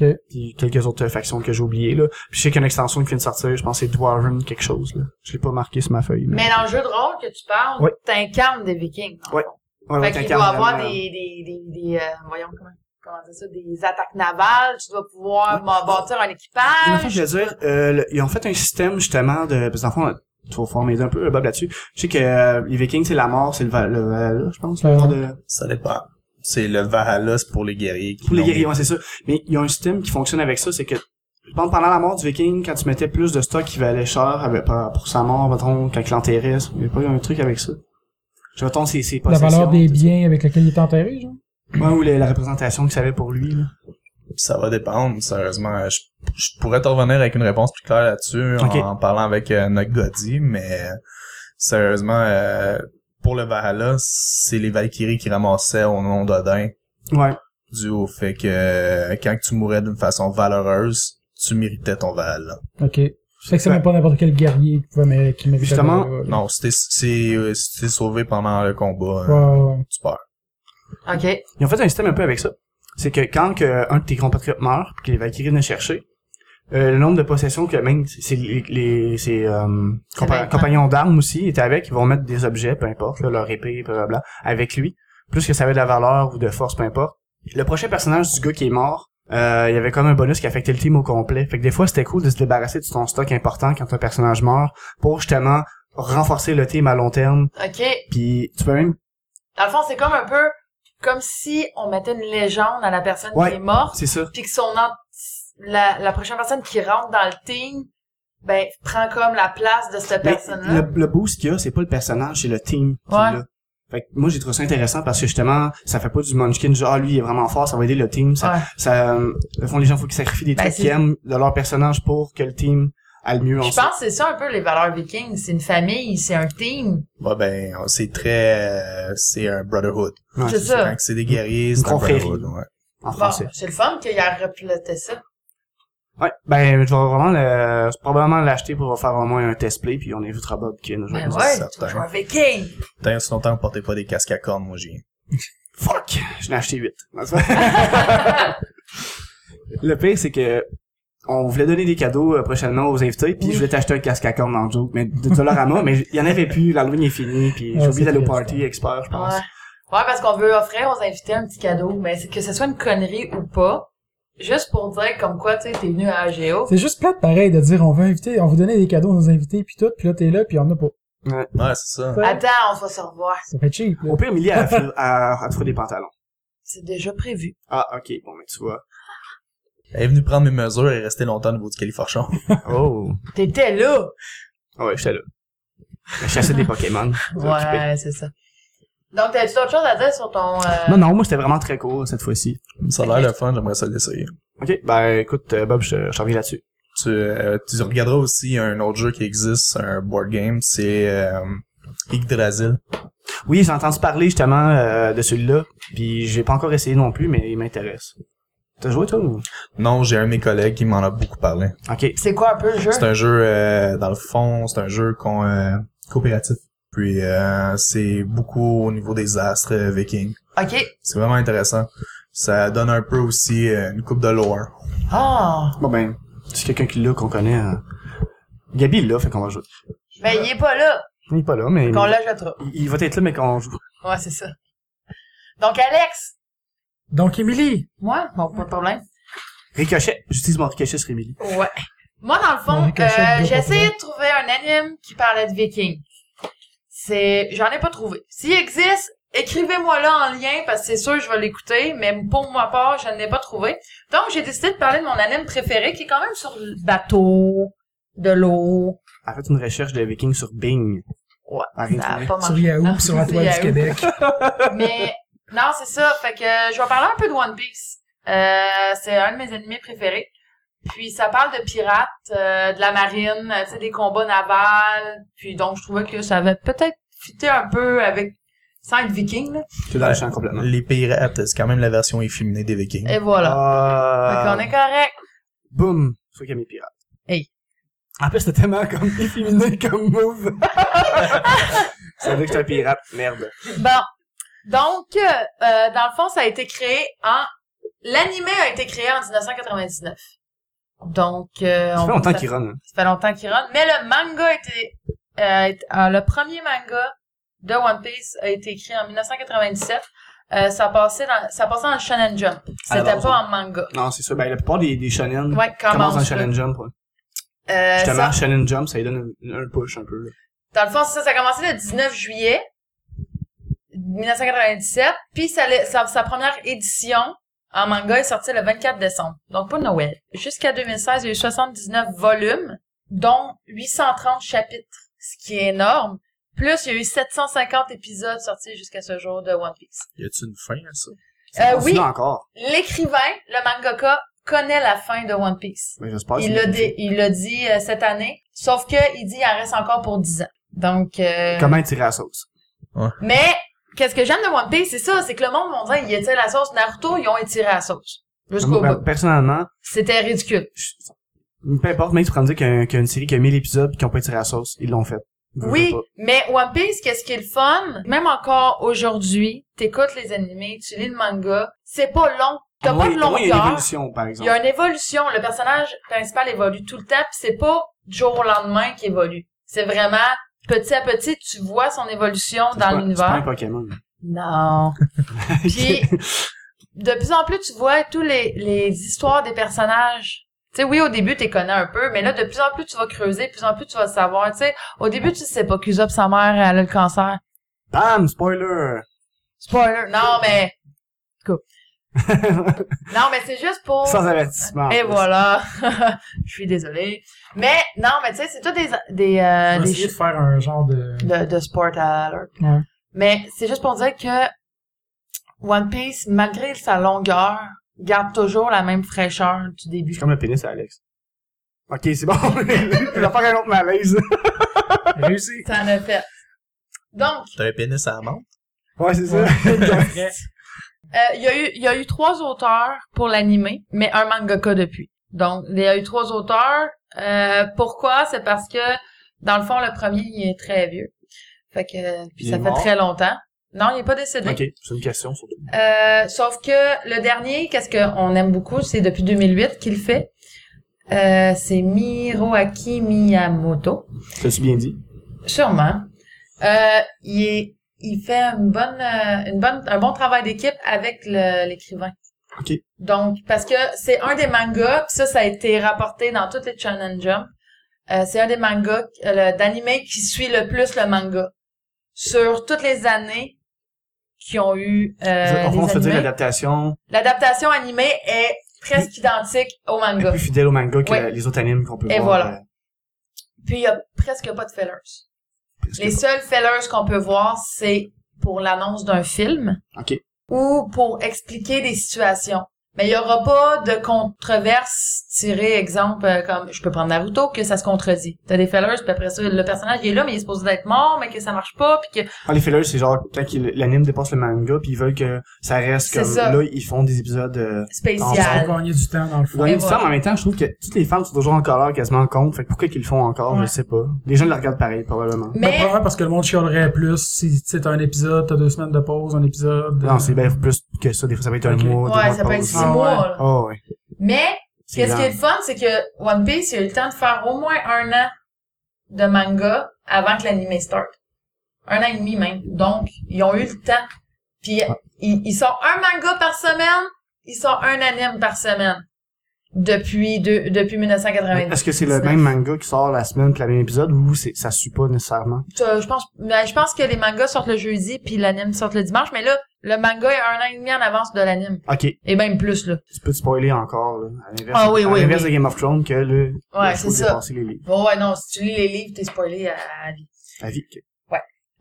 [SPEAKER 1] Ok.
[SPEAKER 2] puis quelques autres euh, factions que j'ai oubliées là. Puis je sais qu'il y a une extension qui vient de sortir, je pense que c'est Dwarven quelque chose là. Je l'ai pas marqué sur ma feuille.
[SPEAKER 3] Mais dans le jeu de rôle que tu parles,
[SPEAKER 2] Oui.
[SPEAKER 3] t'incarnes des vikings. dans le
[SPEAKER 2] Oui.
[SPEAKER 3] fond.
[SPEAKER 2] Ouais, ouais,
[SPEAKER 3] fait qu'il
[SPEAKER 2] t'incarnes euh,
[SPEAKER 3] doit avoir
[SPEAKER 2] vraiment-
[SPEAKER 3] des, des, des, des, euh, voyons, comment, comment dire ça, des attaques navales, tu dois pouvoir bah, bâtir un
[SPEAKER 2] Mais dans le fond,
[SPEAKER 3] équipage.
[SPEAKER 2] je veux dire, euh, le- ils ont fait un système justement de. Parce que dans le fond, euh, tu vas pouvoir m'aider un peu, euh, Bob, là-dessus. Je sais que euh, les Vikings, c'est la mort, c'est le, Val- le Valhalla, je pense. le
[SPEAKER 1] Euh,
[SPEAKER 2] genre de-
[SPEAKER 4] Ça dépend. C'est le Valhalla, c'est pour les guerriers. qui
[SPEAKER 2] Pour les
[SPEAKER 4] l'ont-
[SPEAKER 2] guerriers, ouais, c'est ça. Mais il y a un système qui fonctionne avec ça, c'est que je pense, pendant la mort du viking, quand tu mettais plus de stock qui valait cher avec, par- pour sa mort, mettons, quand il l'enterrait, il n'y a pas eu un truc avec ça. Je mettons, c'est c'est
[SPEAKER 1] La valeur
[SPEAKER 2] possessions,
[SPEAKER 1] des
[SPEAKER 2] tout ça.
[SPEAKER 1] biens avec lesquels il est enterré, genre?
[SPEAKER 2] Ouais, ou la, la représentation qu'il savait pour lui. Là.
[SPEAKER 4] Ça va dépendre, sérieusement. Je, je pourrais te revenir avec une réponse plus claire là-dessus
[SPEAKER 2] Ok.
[SPEAKER 4] en parlant avec euh, notre Gaudi, mais euh, sérieusement, euh, pour le Valhalla, c'est les Valkyries qui ramassaient au nom d'Odin,
[SPEAKER 2] Ouais.
[SPEAKER 4] dû au fait que euh, quand tu mourais d'une façon valeureuse, tu méritais ton Valhalla.
[SPEAKER 1] Ok. Fait que c'est
[SPEAKER 2] Ouais.
[SPEAKER 1] même pas n'importe quel guerrier qui pouvait mé- qui méritait.
[SPEAKER 2] Justement,
[SPEAKER 1] de-
[SPEAKER 4] Non, c'était c'est euh, si t'es sauvé pendant le combat,
[SPEAKER 1] Ouais,
[SPEAKER 4] euh,
[SPEAKER 1] ouais, ouais.
[SPEAKER 4] tu perds.
[SPEAKER 5] Ok.
[SPEAKER 2] Ils ont fait un système un peu avec ça. C'est que quand que un de tes compatriotes meurt, puis que les Valkyries viennent le chercher, euh, le nombre de possessions que même c'est les, les ses, euh, compa-
[SPEAKER 3] maintenant.
[SPEAKER 2] compagnons d'armes aussi étaient avec, ils vont mettre des objets, peu importe, là, leur épée, blablabla, avec lui, plus que ça avait de la valeur ou de force, peu importe. Le prochain personnage du gars qui est mort, euh, il y avait comme un bonus qui affectait le team au complet. Fait que des fois c'était cool de se débarrasser de ton stock important quand un personnage meurt pour justement renforcer le team à long terme.
[SPEAKER 3] OK.
[SPEAKER 2] Puis tu peux même
[SPEAKER 3] Dans le fond, c'est comme un peu, comme si on mettait une légende à la personne
[SPEAKER 2] Ouais.
[SPEAKER 3] qui est morte,
[SPEAKER 2] c'est ça.
[SPEAKER 3] puis que son en- la, la prochaine personne qui rentre dans le team, ben, prend comme la place de cette
[SPEAKER 2] Mais
[SPEAKER 3] personne-là.
[SPEAKER 2] Le, le boost qu'il y a, c'est pas le personnage, c'est le team qui
[SPEAKER 3] Hein? Ouais.
[SPEAKER 2] l'a. Fait que moi, j'ai trouvé ça intéressant parce que justement, ça fait pas du munchkin, genre, ah, lui, il est vraiment fort, ça va aider le team. Ça,
[SPEAKER 3] Ouais.
[SPEAKER 2] ça, euh, au fond, les gens, faut qu'ils sacrifient des
[SPEAKER 3] Ben,
[SPEAKER 2] trucs
[SPEAKER 3] c'est-
[SPEAKER 2] qu'ils aiment de leur personnage pour que le team aille mieux
[SPEAKER 3] Je
[SPEAKER 2] ensemble.
[SPEAKER 3] pense que c'est ça un peu les valeurs vikings. C'est une famille, c'est un team.
[SPEAKER 4] Ouais, ben c'est très euh, c'est un brotherhood.
[SPEAKER 2] Ouais,
[SPEAKER 3] c'est
[SPEAKER 4] Quand
[SPEAKER 3] ça.
[SPEAKER 4] que c'est des guerriers, c'est un
[SPEAKER 2] confrérie.
[SPEAKER 4] brotherhood. Ouais.
[SPEAKER 2] En
[SPEAKER 3] Bon,
[SPEAKER 2] français.
[SPEAKER 3] c'est le fun qu'il a reploté ça.
[SPEAKER 2] Ouais. Ben, je vais vraiment le, probablement l'acheter pour faire au moins un test play, puis on évitera Bob qui nous
[SPEAKER 3] Mais
[SPEAKER 2] jouer.
[SPEAKER 3] Ben ouais,
[SPEAKER 4] certain.
[SPEAKER 3] toujours un viking.
[SPEAKER 4] Tant si longtemps, portez pas des casques à cornes, moi, j'ai.
[SPEAKER 2] Fuck! Je l'ai acheté 8. le pire, c'est que on voulait donner des cadeaux euh, prochainement aux invités, puis je voulais t'acheter un casque à cornes en joke, mais de Dollarama, mais il y en avait plus, l'Halloween est fini, puis j'ai
[SPEAKER 1] Ouais, c'est
[SPEAKER 2] oublié d'aller
[SPEAKER 1] triste,
[SPEAKER 2] au party expert, je
[SPEAKER 3] Ouais.
[SPEAKER 2] pense.
[SPEAKER 3] ouais, parce qu'on veut offrir aux invités un petit cadeau, mais c'est que ce soit une connerie ou pas, juste pour dire comme quoi, tu sais, t'es venu à AGO.
[SPEAKER 1] C'est juste plate pareil de dire on veut inviter, on veut donner des cadeaux à nos invités puis tout, puis là t'es là puis on a pas.
[SPEAKER 4] Ouais, c'est ça.
[SPEAKER 5] Attends, on va se revoir.
[SPEAKER 1] Ça fait cheap, là.
[SPEAKER 2] Au pire, Millie, elle a, a, a trouvé des pantalons.
[SPEAKER 5] C'est déjà prévu.
[SPEAKER 2] Ah, ok, bon, mais tu vois.
[SPEAKER 4] Elle est venue prendre mes mesures et est restée longtemps au niveau du califorchon.
[SPEAKER 2] Oh.
[SPEAKER 5] T'étais là!
[SPEAKER 2] Ouais, j'étais là. Je chassais des Pokémon. J'étais occupé.
[SPEAKER 5] Ouais, c'est ça.
[SPEAKER 3] Donc, t'as-tu d'autres choses à dire sur ton... euh,
[SPEAKER 2] Non, non, moi, j'étais vraiment très court cette fois-ci.
[SPEAKER 4] Ça a l'air le fun, j'aimerais ça l'essayer.
[SPEAKER 2] Ok, ben, écoute, euh, Bob, je je t'en reviens là-dessus.
[SPEAKER 4] Tu, euh, tu regarderas aussi un autre jeu qui existe, un board game, c'est euh, Yggdrasil.
[SPEAKER 2] Oui, j'ai entendu parler, justement, euh, de celui-là, puis j'ai pas encore essayé non plus, mais il m'intéresse. T'as joué, toi, ou?
[SPEAKER 4] Non, j'ai un de mes collègues qui m'en a beaucoup parlé.
[SPEAKER 2] Ok.
[SPEAKER 5] C'est quoi un peu le jeu?
[SPEAKER 4] C'est un jeu, euh, dans le fond, c'est un jeu qu'on, euh, coopératif. Puis euh, c'est beaucoup au niveau des astres euh, vikings.
[SPEAKER 5] Ok.
[SPEAKER 4] C'est vraiment intéressant. Ça donne un peu aussi euh, une coupe de lore.
[SPEAKER 5] Ah!
[SPEAKER 2] Bon, ben, c'est quelqu'un qui l'a, qu'on connaît. hein. Gabi, il l'a, fait qu'on va jouer.
[SPEAKER 3] Mais Ben, il est pas là.
[SPEAKER 2] Il est pas là, mais...
[SPEAKER 3] Qu'on lâche le trop.
[SPEAKER 2] Il- Il va être là, mais quand on joue.
[SPEAKER 3] Ouais, c'est ça. Donc, Alex!
[SPEAKER 1] Donc, Émilie,
[SPEAKER 3] Moi? Bon, pas de problème.
[SPEAKER 2] Ricochet. J'utilise mon ricochet sur Emily.
[SPEAKER 3] Ouais. Moi, dans le
[SPEAKER 1] Mon
[SPEAKER 3] fond,
[SPEAKER 1] ricochet,
[SPEAKER 3] euh,
[SPEAKER 1] gros
[SPEAKER 3] j'ai essayé
[SPEAKER 1] problème.
[SPEAKER 3] de trouver un anime qui parlait de vikings. C'est, j'en ai pas trouvé. S'il existe, écrivez-moi là en lien parce que c'est sûr je vais l'écouter, mais pour ma part, je ne l'ai pas trouvé. Donc, j'ai décidé de parler de mon anime préféré qui est quand même sur le bateau, de l'eau.
[SPEAKER 2] Elle fait une recherche de Vikings sur Bing.
[SPEAKER 3] Ouais,
[SPEAKER 2] Ah, rien
[SPEAKER 3] ça a
[SPEAKER 2] trouvé.
[SPEAKER 3] pas
[SPEAKER 1] sur
[SPEAKER 3] marché.
[SPEAKER 1] Yahoo,
[SPEAKER 3] Non,
[SPEAKER 1] pis sur la
[SPEAKER 3] c'est
[SPEAKER 1] toile du
[SPEAKER 3] Yahoo.
[SPEAKER 1] Québec.
[SPEAKER 3] Mais non, c'est ça. Fait que euh, je vais parler un peu de One Piece. Euh, c'est un de mes ennemis préférés. Puis ça parle de pirates, euh, de la marine, euh, tu sais, des combats navals. Puis donc je trouvais que ça avait peut-être fité un peu avec sans être viking là.
[SPEAKER 2] C'est dans le champ complètement.
[SPEAKER 4] Les pirates, c'est quand même la version efféminée des vikings.
[SPEAKER 3] Et voilà. Fait
[SPEAKER 2] Ah.
[SPEAKER 3] qu'on est correct.
[SPEAKER 2] Boum! Soit qu'il y a mes pirates.
[SPEAKER 3] Hey.
[SPEAKER 2] En plus, c'était tellement comme efféminé comme move. Ça veut dire que t'es un pirate. Merde.
[SPEAKER 3] Bon. Donc euh, euh, dans le fond, ça a été créé en l'animé a été créé en 1999. Donc euh,
[SPEAKER 2] Ça fait
[SPEAKER 3] on-
[SPEAKER 2] longtemps
[SPEAKER 3] ça-
[SPEAKER 2] qu'il run. hein.
[SPEAKER 3] Ça fait longtemps qu'il run. Mais le manga a été... euh, est- euh, le premier manga de One Piece a été écrit en 1997. Euh, ça passait dans, ça passait dans le Shonen Jump.
[SPEAKER 2] À la
[SPEAKER 3] C'était
[SPEAKER 2] base,
[SPEAKER 3] pas en manga.
[SPEAKER 2] Non, c'est ça. Ben, la plupart des, des shonen
[SPEAKER 3] Ouais,
[SPEAKER 2] commencent
[SPEAKER 3] commence.
[SPEAKER 2] en
[SPEAKER 3] là.
[SPEAKER 2] shonen jump. ouais.
[SPEAKER 3] Euh,
[SPEAKER 2] Justement,
[SPEAKER 3] ça- Euh,
[SPEAKER 2] shonen jump, ça lui donne un, un push un peu. là.
[SPEAKER 3] dans le fond, c'est ça, ça a commencé le 19 juillet 1997. Puis ça, allait- sa, sa première édition en manga est sortie le 24 décembre. Donc pas Noël. Jusqu'à 2016, il y a eu 79 volumes, dont 830 chapitres, ce qui est énorme. Plus, il y a eu 750 épisodes sortis jusqu'à ce jour de One Piece.
[SPEAKER 4] Y a-tu une fin à ça?
[SPEAKER 2] Ça
[SPEAKER 3] Euh,
[SPEAKER 2] continue
[SPEAKER 3] oui.
[SPEAKER 2] encore.
[SPEAKER 3] L'écrivain, le mangaka, connaît la fin de One Piece.
[SPEAKER 2] Mais j'espère. que
[SPEAKER 3] Il
[SPEAKER 2] Ah, c'est
[SPEAKER 3] l'a
[SPEAKER 2] bien
[SPEAKER 3] dit, il l'a dit euh, cette année, sauf que il dit il en reste encore pour 10 ans. Donc, euh,
[SPEAKER 2] fait. Comment tirer la sauce?
[SPEAKER 3] mais qu'est-ce que j'aime de One Piece, c'est ça, c'est que le monde m'ont dit ils étirent la sauce. Naruto, ils ont étiré la sauce jusqu'au
[SPEAKER 2] Moi, ben,
[SPEAKER 3] bout.
[SPEAKER 2] Personnellement,
[SPEAKER 3] C'était ridicule.
[SPEAKER 2] je- peu importe, même si tu prends me dire qu'il y a un- qu'il y a une série qui a 1000 épisodes pis qui ont pas tiré la sauce, ils l'ont fait. Je veux
[SPEAKER 3] Oui,
[SPEAKER 2] pas.
[SPEAKER 3] mais One Piece, qu'est-ce qui est le fun? Même encore aujourd'hui, t'écoutes les animés, tu lis le manga, c'est pas long. T'as
[SPEAKER 2] Moi,
[SPEAKER 3] pas de
[SPEAKER 2] moi, ah Il y a une
[SPEAKER 3] longueur.
[SPEAKER 2] évolution, par exemple.
[SPEAKER 3] Il y a une évolution. Le personnage principal évolue tout le temps, puis c'est pas du jour au lendemain qu'il évolue. C'est vraiment petit à petit, tu vois son évolution
[SPEAKER 2] C'est
[SPEAKER 3] dans
[SPEAKER 2] pas- C'est pas un
[SPEAKER 3] l'univers.
[SPEAKER 2] Pokémon.
[SPEAKER 3] Non. Puis, de plus en plus, tu vois tous les, les histoires des personnages. Tu sais, oui, au début, t'es connais un peu, mais là, de plus en plus, tu vas creuser, de plus en plus, tu vas savoir. Tu sais, au début, tu sais pas qu'Usopp, sa mère, elle a le cancer.
[SPEAKER 2] Bam! Spoiler!
[SPEAKER 3] Spoiler. Non, mais... Cool. non, mais c'est juste pour...
[SPEAKER 2] Sans avertissement.
[SPEAKER 3] Oh. Et voilà. Je suis désolée. Mais non, mais tu sais, c'est tout des des euh,
[SPEAKER 1] On va
[SPEAKER 3] des
[SPEAKER 1] essayer de faire un genre de...
[SPEAKER 3] ch- de, de sport alert.
[SPEAKER 1] Ouais.
[SPEAKER 3] Mais c'est juste pour dire que One Piece, malgré sa longueur, garde toujours la même fraîcheur du
[SPEAKER 2] Je
[SPEAKER 3] début.
[SPEAKER 2] suis comme le pénis à Alex. Ok, c'est bon. Je vais faire un autre malaise.
[SPEAKER 1] Réussi.
[SPEAKER 3] T'en as fait. Donc,
[SPEAKER 4] T'as un pénis à la menthe?
[SPEAKER 2] Ouais, c'est ça.
[SPEAKER 3] euh, il y a eu il y a eu trois auteurs pour l'animé, mais un mangaka depuis. Donc, il y a eu trois auteurs. Euh, pourquoi? C'est parce que, dans le fond, le premier, il est très vieux. Fait que, puis
[SPEAKER 2] Il
[SPEAKER 3] ça
[SPEAKER 2] est
[SPEAKER 3] fait
[SPEAKER 2] mort.
[SPEAKER 3] très longtemps. Non, il est pas décédé.
[SPEAKER 2] ok, c'est une question surtout.
[SPEAKER 3] Euh, sauf que le dernier, qu'est-ce qu'on aime beaucoup, c'est depuis 2008 qu'il fait. Euh, c'est Miroaki Miyamoto.
[SPEAKER 2] T'as-tu bien dit?
[SPEAKER 3] Sûrement. Euh, il, est- il fait une bonne, euh, une bonne, un bon travail d'équipe avec le- l'écrivain.
[SPEAKER 2] Ok.
[SPEAKER 3] Donc, parce que c'est un des mangas, pis ça, ça a été rapporté dans toutes les Challenge Jump. Euh, c'est un des mangas euh, le- d'animé qui suit le plus le manga. Sur toutes les années qui ont eu euh,
[SPEAKER 2] en fond, on
[SPEAKER 3] les
[SPEAKER 2] se dit
[SPEAKER 3] animés,
[SPEAKER 2] l'adaptation
[SPEAKER 3] l'adaptation animée est presque identique au
[SPEAKER 2] est
[SPEAKER 3] manga.
[SPEAKER 2] plus fidèle au manga que
[SPEAKER 3] Oui.
[SPEAKER 2] la- les autres animes qu'on peut voir.
[SPEAKER 3] Et
[SPEAKER 2] euh,
[SPEAKER 3] voilà. Puis il y a presque pas de fillers.
[SPEAKER 2] presque
[SPEAKER 3] Les seuls fillers qu'on peut voir, c'est pour l'annonce d'un film
[SPEAKER 2] pas. OK.
[SPEAKER 3] ou pour expliquer des situations. Mais il y aura pas de controverse tirée, exemple, euh, comme je peux prendre Naruto, que ça se contredit. T'as des fillers, puis après ça, le personnage il est là, mais il est supposé d'être mort, mais que ça marche pas, puis que...
[SPEAKER 2] Ah, les fillers, c'est genre quand qu'il- l'anime dépasse le manga, puis ils veulent que ça reste
[SPEAKER 3] C'est
[SPEAKER 2] comme...
[SPEAKER 3] ça.
[SPEAKER 2] Là, ils font des épisodes... euh,
[SPEAKER 1] Ils
[SPEAKER 3] Spécial.
[SPEAKER 1] ont gagné du temps, dans le fond.
[SPEAKER 2] Dans
[SPEAKER 3] Et
[SPEAKER 2] une
[SPEAKER 3] voilà.
[SPEAKER 2] femme, en même temps, je trouve que toutes les femmes sont toujours en colère quasiment en compte. Fait que pourquoi qu'ils le font encore, je
[SPEAKER 3] Ouais.
[SPEAKER 2] sais pas. Les gens le regardent pareil, probablement.
[SPEAKER 1] Mais...
[SPEAKER 3] Mais,
[SPEAKER 1] Ben, probablement parce que le monde chialerait plus si tu sais, t'as un épisode, t'as deux semaines de pause, un épisode.
[SPEAKER 2] Non, c'est bien plus que ça. Des fois, ça peut être un
[SPEAKER 1] Ok.
[SPEAKER 2] mois, deux
[SPEAKER 3] ouais,
[SPEAKER 2] mois
[SPEAKER 3] ça
[SPEAKER 2] de
[SPEAKER 3] peut être
[SPEAKER 2] pause.
[SPEAKER 3] six
[SPEAKER 1] Ah,
[SPEAKER 3] mois,
[SPEAKER 1] ouais.
[SPEAKER 3] là.
[SPEAKER 2] Ah, ouais.
[SPEAKER 3] Mais,
[SPEAKER 2] C'est
[SPEAKER 3] Qu'est-ce qui est
[SPEAKER 2] grand.
[SPEAKER 3] le fun, c'est que One Piece il a eu le temps de faire au moins un an de manga avant que l'anime start. Un an et demi même. Donc, ils ont eu le temps. Puis, ils, ils sortent un manga par semaine, ils sortent un anime par semaine. Depuis, de- depuis
[SPEAKER 2] Mais
[SPEAKER 3] 1990.
[SPEAKER 2] Est-ce que c'est le même manga qui sort la semaine que le même épisode ou c'est, ça suit pas nécessairement?
[SPEAKER 3] Euh, Je pense, mais je pense que les mangas sortent le jeudi, puis l'anime sort le dimanche. Mais là, le manga est un an et demi en avance de l'anime.
[SPEAKER 2] Ok, tu
[SPEAKER 3] Et même plus, là.
[SPEAKER 2] peux te spoiler encore, là. À l'inverse,
[SPEAKER 3] Ah oui,
[SPEAKER 2] à
[SPEAKER 3] oui,
[SPEAKER 2] l'inverse
[SPEAKER 3] oui.
[SPEAKER 2] de Game of Thrones que le, le
[SPEAKER 3] Ouais,
[SPEAKER 2] show
[SPEAKER 3] c'est ça.
[SPEAKER 2] dépassait les livres.
[SPEAKER 3] Bon, ouais, non, si tu lis les livres, t'es spoilé à, à vie.
[SPEAKER 2] La vie, ok,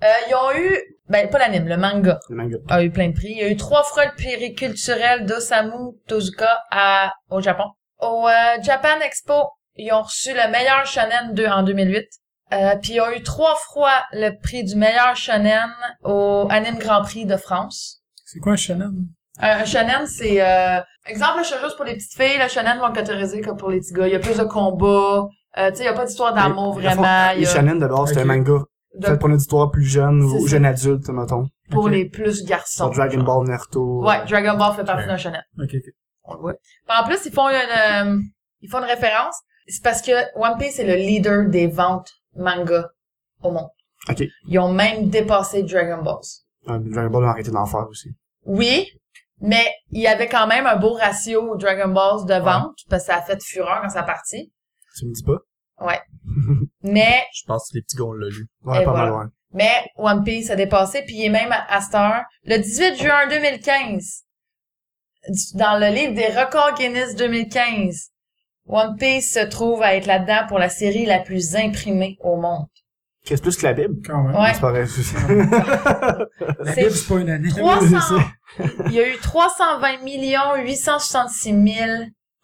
[SPEAKER 3] Euh, ils ont eu, ben, pas l'anime, le manga.
[SPEAKER 2] le manga.
[SPEAKER 3] a eu plein de prix. Il y a eu trois fraudes périculturelles d'Osamu Tezuka à, au Japon. Au euh, Japan Expo, ils ont reçu le meilleur shonen 2 en 2008. Euh, puis ils ont eu trois fois le prix du meilleur shonen au Anime Grand Prix de France.
[SPEAKER 1] C'est quoi un shonen?
[SPEAKER 3] Un un shonen, c'est... euh, exemple, le shoujo, c'est pour les petites filles. Le shonen vont le catégoriser comme pour les petits gars. Il y a plus de combats. Euh, tu sais, il y a pas d'histoire d'amour,
[SPEAKER 2] Mais, dans le fond,
[SPEAKER 3] vraiment. Il
[SPEAKER 2] Les
[SPEAKER 3] y a
[SPEAKER 2] Shonen, de base, c'est
[SPEAKER 1] Ok.
[SPEAKER 2] un manga.
[SPEAKER 3] euh, de-
[SPEAKER 2] Fait pour une histoire plus jeune
[SPEAKER 3] C'est
[SPEAKER 2] ou
[SPEAKER 3] ça.
[SPEAKER 2] jeune adulte, mettons.
[SPEAKER 3] pour
[SPEAKER 1] Ok.
[SPEAKER 3] les plus garçons.
[SPEAKER 2] Sur Dragon Ball, Naruto. euh,
[SPEAKER 3] Ouais, Dragon Ball fait partie
[SPEAKER 4] Ok.
[SPEAKER 3] d'un shonen.
[SPEAKER 1] Ok, ok.
[SPEAKER 3] On le voit. Puis en plus, ils font une, euh, ils font une référence. C'est parce que One Piece est le leader des ventes manga au monde.
[SPEAKER 2] Ok.
[SPEAKER 3] Ils ont même dépassé Dragon Balls.
[SPEAKER 2] Ah, Dragon Ball a arrêté d'en faire aussi.
[SPEAKER 3] Oui, mais il y avait quand même un beau ratio Dragon Balls de ventes, parce que ça a fait fureur quand ça a parti.
[SPEAKER 2] Tu me dis pas?
[SPEAKER 3] Mais,
[SPEAKER 4] Je pense que les petits gars, on l'a lu.
[SPEAKER 2] Ouais,
[SPEAKER 3] Et
[SPEAKER 2] pas
[SPEAKER 3] voilà.
[SPEAKER 2] mal, ouais.
[SPEAKER 3] mais One Piece a dépassé, puis il est même à, à cette heure, le 18 juin 2015, du- dans le livre des records Guinness 2015, One Piece se trouve à être là-dedans pour la série la plus imprimée au monde.
[SPEAKER 2] Qu'est-ce plus que la Bible?
[SPEAKER 1] Quand même.
[SPEAKER 3] Ouais.
[SPEAKER 2] C'est pas vrai.
[SPEAKER 1] La
[SPEAKER 3] C'est
[SPEAKER 1] Bible, c'est pas une année.
[SPEAKER 3] 300, il y a eu 320 866 000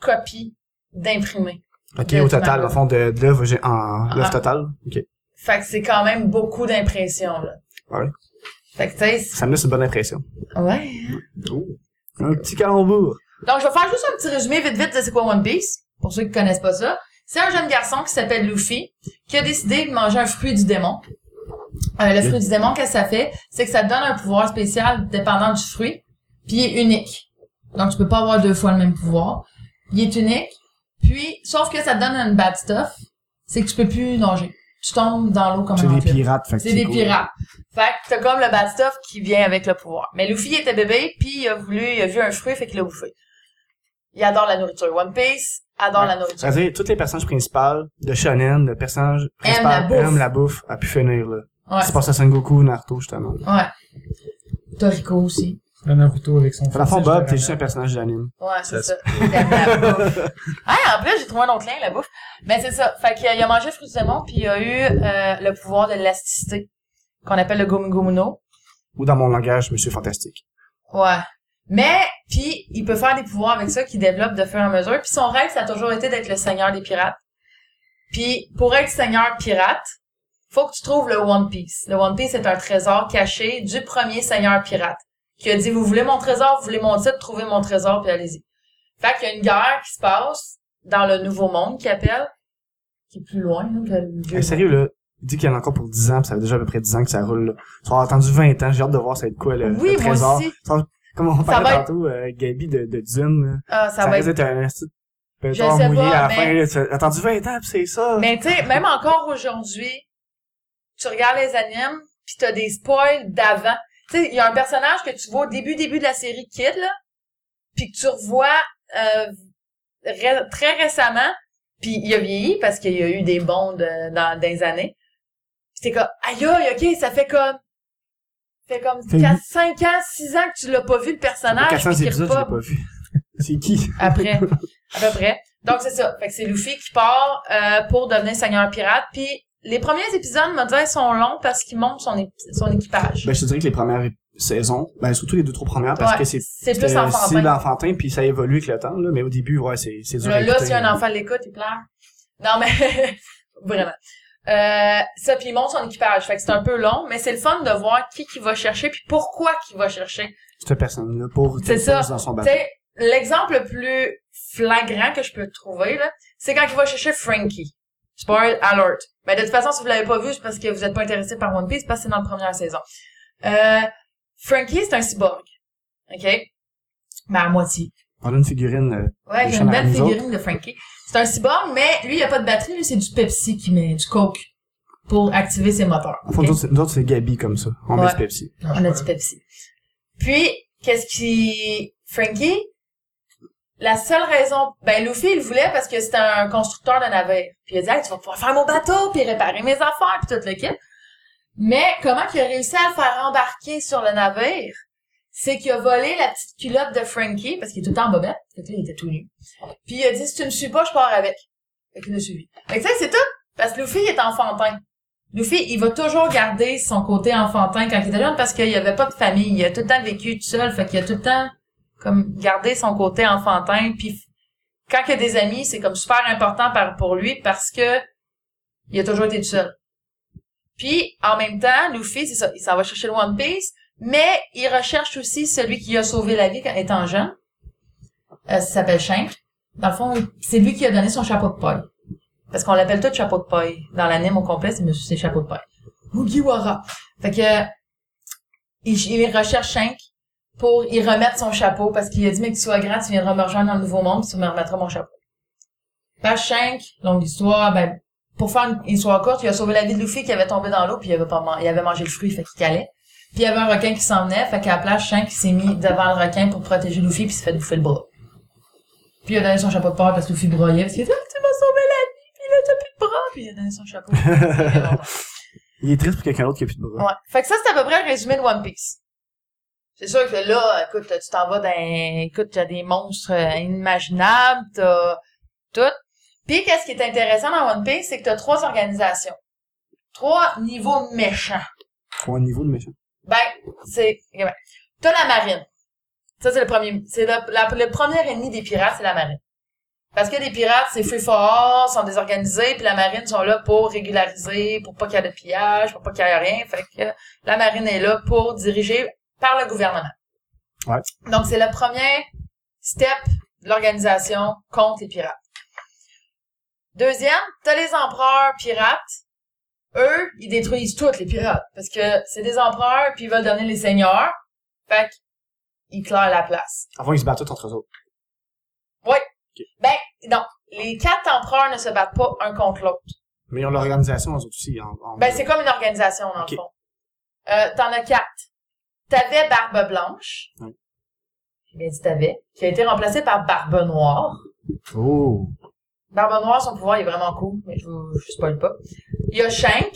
[SPEAKER 3] copies d'imprimés.
[SPEAKER 2] ok,
[SPEAKER 3] Le
[SPEAKER 2] au total,
[SPEAKER 3] manga.
[SPEAKER 2] au fond, de, de l'œuvre, j'ai, en, l'œuvre
[SPEAKER 3] Ah.
[SPEAKER 2] totale. Ok.
[SPEAKER 3] Fait que c'est quand même beaucoup d'impressions, là.
[SPEAKER 2] Ouais.
[SPEAKER 3] Fait que, tu sais, c'est-
[SPEAKER 2] Ça me laisse une bonne impression.
[SPEAKER 3] ouais. Oh.
[SPEAKER 2] Un petit calembour.
[SPEAKER 3] Donc, je vais faire juste un petit résumé vite vite de c'est quoi One Piece, pour ceux qui connaissent pas ça. C'est un jeune garçon qui s'appelle Luffy, qui a décidé de manger un fruit du démon. Euh, le fruit du démon, qu'est-ce que ça fait? C'est que ça te donne un pouvoir spécial dépendant du fruit, puis il est unique. Donc, tu peux pas avoir deux fois le même pouvoir. Il est unique, puis, sauf que ça te donne une bad stuff, c'est que tu peux plus nager. Tu tombes dans l'eau comme
[SPEAKER 2] C'est
[SPEAKER 3] un
[SPEAKER 2] des
[SPEAKER 3] vampire.
[SPEAKER 2] pirates. fait que
[SPEAKER 3] C'est des
[SPEAKER 2] cool.
[SPEAKER 3] pirates. Fait que t'as comme le bad stuff qui vient avec le pouvoir. Mais Luffy il était bébé, puis il a voulu, il a vu un fruit, fait qu'il l'a bouffé. Il adore la nourriture. One Piece adore
[SPEAKER 2] Ouais.
[SPEAKER 3] la nourriture.
[SPEAKER 2] Ça veut dire, tous les personnages principaux de Shonen, le personnage principal
[SPEAKER 3] la bouffe.
[SPEAKER 2] aime la bouffe, a pu finir, là.
[SPEAKER 3] Ouais.
[SPEAKER 2] C'est passé à Sengoku, Naruto, justement.
[SPEAKER 3] Ouais. Toriko aussi.
[SPEAKER 1] Le Naruto avec son
[SPEAKER 2] À la fond,
[SPEAKER 1] fétiche
[SPEAKER 2] Bob,
[SPEAKER 1] de
[SPEAKER 2] t'es juste un
[SPEAKER 1] ramen.
[SPEAKER 2] personnage d'anime.
[SPEAKER 3] Ouais, c'est ça.
[SPEAKER 4] Ça
[SPEAKER 3] Il aime la bouffe. Ouais, en plus, j'ai trouvé un autre lien, la bouffe. Mais c'est ça. Fait qu'il a, il a mangé le fruit du démon, puis il a eu euh, le pouvoir de l'élasticité, qu'on appelle le Gomu Gomu no.
[SPEAKER 2] Ou dans mon langage, Monsieur Fantastique.
[SPEAKER 3] Ouais. Mais, puis, il peut faire des pouvoirs avec ça qu'il développe de fur et à mesure. Puis son rêve, ça a toujours été d'être le seigneur des pirates. Puis, pour être seigneur pirate, faut que tu trouves le One Piece. Le One Piece est un trésor caché du premier seigneur pirate. Qui a dit, vous voulez mon trésor, vous voulez mon titre, trouvez mon trésor, puis allez-y. Fait qu'il y a une guerre qui se passe dans le Nouveau Monde, qui appelle, qui est plus loin, là, que le vieux
[SPEAKER 2] Eh, sérieux, là. Il dit qu'il y en a encore pour 10 ans, pis ça fait déjà à peu près 10 ans que ça roule, là. Ça a attendu 20 ans, j'ai hâte de voir ça va être quoi, le,
[SPEAKER 3] Oui,
[SPEAKER 2] le
[SPEAKER 3] moi
[SPEAKER 2] trésor.
[SPEAKER 3] aussi.
[SPEAKER 2] Ça- Comme on
[SPEAKER 3] va
[SPEAKER 2] parlait
[SPEAKER 3] être-
[SPEAKER 2] tantôt, euh, Gabi de, de Dune, là.
[SPEAKER 3] Ah, ça,
[SPEAKER 2] ça
[SPEAKER 3] va
[SPEAKER 2] risque
[SPEAKER 3] être...
[SPEAKER 2] d'être un petit pétard
[SPEAKER 3] sais
[SPEAKER 2] mouillé
[SPEAKER 3] pas,
[SPEAKER 2] à la
[SPEAKER 3] mais-
[SPEAKER 2] fin. là, tu fais, Attendu 20 ans, pis c'est ça.
[SPEAKER 3] Mais tu sais, même encore aujourd'hui, tu regardes les animes, pis t'as des spoils d'avant. Tu sais, il y a un personnage que tu vois au début, début de la série Kid, là, pis que tu revois euh, ré- très récemment, Puis il a vieilli parce qu'il y a eu des bonds de- dans, dans les années. Puis t'es comme, aïe, aïe, ok, ça fait comme, fait comme
[SPEAKER 2] Fait
[SPEAKER 3] 4, 5 ans, 6 ans que tu l'as pas vu le personnage.
[SPEAKER 2] Pour 400
[SPEAKER 3] puis qu'il
[SPEAKER 2] épisodes, je l'ai
[SPEAKER 3] repart
[SPEAKER 2] pas vu. C'est qui?
[SPEAKER 3] après, à peu près. Donc c'est ça. Fait que c'est Luffy qui part euh, pour devenir seigneur pirate. Puis les premiers épisodes, me disais, sont longs parce qu'il monte son, épi- son équipage.
[SPEAKER 2] Ben, je te dirais que les premières ép- saisons, ben, surtout les deux, trois premières, parce
[SPEAKER 3] Ouais,
[SPEAKER 2] que Euh, c'est,
[SPEAKER 3] c'est
[SPEAKER 2] c'était
[SPEAKER 3] plus enfantin.
[SPEAKER 2] cible enfantin, puis ça évolue avec le temps, là, mais au début, ouais, c'est, c'est dur. à
[SPEAKER 3] Là, là
[SPEAKER 2] écouter.
[SPEAKER 3] si un enfant l'écoute, il pleure. Non, mais vraiment. Euh, ça, puis il monte son équipage. Fait que c'est un peu long, mais c'est le fun de voir qui qui va chercher puis pourquoi qui va chercher.
[SPEAKER 2] Cette personne-là, pour,
[SPEAKER 3] C'est ça.
[SPEAKER 2] dans son
[SPEAKER 3] Tu
[SPEAKER 2] bateau.
[SPEAKER 3] sais, l'exemple le plus flagrant que je peux trouver, là, c'est quand il va chercher Frankie. Spoil alert. Mais de toute façon, si vous l'avez pas vu, c'est parce que vous êtes pas intéressé par One Piece, parce que c'est dans la première saison. Euh, Frankie, c'est un cyborg. OK? Mais à moitié.
[SPEAKER 2] On a une figurine, euh,
[SPEAKER 3] Ouais,
[SPEAKER 2] Les
[SPEAKER 3] j'ai une belle
[SPEAKER 2] Shannon, nous
[SPEAKER 3] figurine de Frankie. C'est un cyborg, mais lui, il a pas de batterie, lui, c'est du Pepsi qui met du Coke pour activer ses moteurs.
[SPEAKER 2] en fond,
[SPEAKER 3] Ok?
[SPEAKER 2] nous autres, c'est- nous autres, c'est Gabi, comme ça. On
[SPEAKER 3] Ouais.
[SPEAKER 2] met du Pepsi.
[SPEAKER 1] Ah,
[SPEAKER 3] On a du Pepsi. Puis, qu'est-ce qui... Frankie, la seule raison... Ben, Luffy, il le voulait parce que c'était un constructeur de navire. Puis il a dit, hey, tu vas pouvoir faire mon bateau, puis réparer mes affaires, puis tout le kit. Mais comment qu'il a réussi à le faire embarquer sur le navire? C'est qu'il a volé la petite culotte de Frankie, parce qu'il est tout le temps en bobette. Fait que là, il était tout nu. Puis il a dit, si tu me suis pas, je pars avec. Fait qu'il l'a suivi. Fait que tu sais, c'est tout. Parce que Luffy, il est enfantin. Luffy, il va toujours garder son côté enfantin quand il était jeune parce qu'il avait pas de famille. Il a tout le temps vécu tout seul. Fait qu'il a tout le temps, comme, gardé son côté enfantin. Puis, f- quand il a des amis, c'est comme super important par, pour lui parce que il a toujours été tout seul. Puis, en même temps, Luffy, c'est ça, il s'en va chercher le One Piece, mais il recherche aussi celui qui a sauvé la vie quand étant jeune. Euh, ça s'appelle Shank. Dans le fond, c'est lui qui a donné son chapeau de paille. Parce qu'on l'appelle tout chapeau de paille. Dans l'anime au complet, c'est monsieur c'est chapeau de paille. Mugiwara. Fait que, il, il recherche Shank pour y remettre son chapeau parce qu'il a dit, mais que tu sois grand, tu viendras me rejoindre dans le nouveau monde, puis tu me remettras mon chapeau. Page Shank, longue histoire, ben, pour faire une histoire courte, il a sauvé la vie de Luffy qui avait tombé dans l'eau puis il avait pas man- il avait mangé le fruit, fait qu'il calait. Puis il y avait un requin qui s'en venait, fait qu'à la plage, Shank il s'est mis devant le requin pour protéger Luffy puis il s'est fait bouffer le bras. Puis il a donné son chapeau de paille parce que Luffy broyait, parce qu'il a dit, Ah, tu m'as sauvé la vie, puis là, t'as plus de bras, puis il a donné son chapeau. C'est vraiment
[SPEAKER 2] Il est triste pour quelqu'un d'autre qui a plus de bras.
[SPEAKER 3] Ouais. Fait que ça, c'est à peu près le résumé de One Piece. C'est sûr que là, écoute, tu t'en vas dans... Écoute, t'as des monstres euh, inimaginables, t'as tout. Puis, qu'est-ce qui est intéressant dans One Piece, c'est que t'as trois organisations. Trois niveaux méchants.
[SPEAKER 2] Trois niveaux de méchant.
[SPEAKER 3] Ben, c'est... ok, ben. T'as la marine. Ça, c'est le premier... C'est le, la- le premier ennemi des pirates, c'est la marine. Parce que les pirates, c'est free for all, sont désorganisés, puis la marine sont là pour régulariser, pour pas qu'il y ait de pillage, pour pas qu'il y ait rien. Fait que la marine est là pour diriger par le gouvernement.
[SPEAKER 2] Ouais.
[SPEAKER 3] Donc, c'est le premier step de l'organisation contre les pirates. Deuxième, t'as les empereurs pirates. Eux, ils détruisent tous les pirates parce que c'est des empereurs puis ils veulent devenir les seigneurs. Fait qu'ils clairent la place.
[SPEAKER 2] Avant, ils se battent tous entre eux autres.
[SPEAKER 3] Ben, non. Les quatre empereurs ne se battent pas un contre l'autre.
[SPEAKER 2] Mais ils ont l'organisation, eux autres aussi. En, en-
[SPEAKER 3] Ben, c'est comme une organisation, dans
[SPEAKER 2] Ok.
[SPEAKER 3] le fond. Euh, t'en as quatre. T'avais Barbe Blanche.
[SPEAKER 2] Ouais.
[SPEAKER 3] J'ai bien dit t'avais. Qui a été remplacée par Barbe Noire.
[SPEAKER 2] Oh.
[SPEAKER 3] Barbe Noire, son pouvoir il est vraiment cool, mais je vous je spoil pas. Il y a Shank.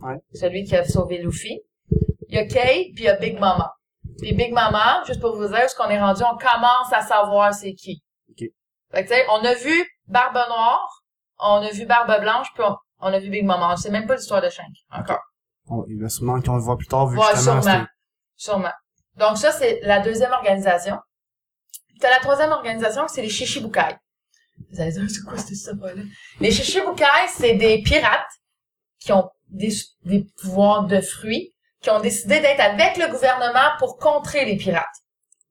[SPEAKER 2] Ouais.
[SPEAKER 3] Celui qui a sauvé Luffy. Il y a Kay, puis il y a Big Mama. Puis Big Mama, juste pour vous dire ce qu'on est rendu, on commence à savoir c'est qui.
[SPEAKER 2] Ok.
[SPEAKER 3] Fait que, tu sais, on a vu Barbe Noire, on a vu Barbe Blanche, puis on, on a vu Big Mama. On sait même pas l'histoire de Shank. Encore.
[SPEAKER 2] On- il va sûrement qu'on le voit plus tard, vu
[SPEAKER 3] Ouais,
[SPEAKER 2] justement,
[SPEAKER 3] sûrement.
[SPEAKER 2] c'est-
[SPEAKER 3] Sûrement. Donc ça, c'est la deuxième organisation. Puis t'as la troisième organisation, c'est les Shishibukai. Vous allez dire, c'est quoi cette histoire-là? Les Shishibukai, c'est des pirates qui ont des, des pouvoirs de fruits, qui ont décidé d'être avec le gouvernement pour contrer les pirates.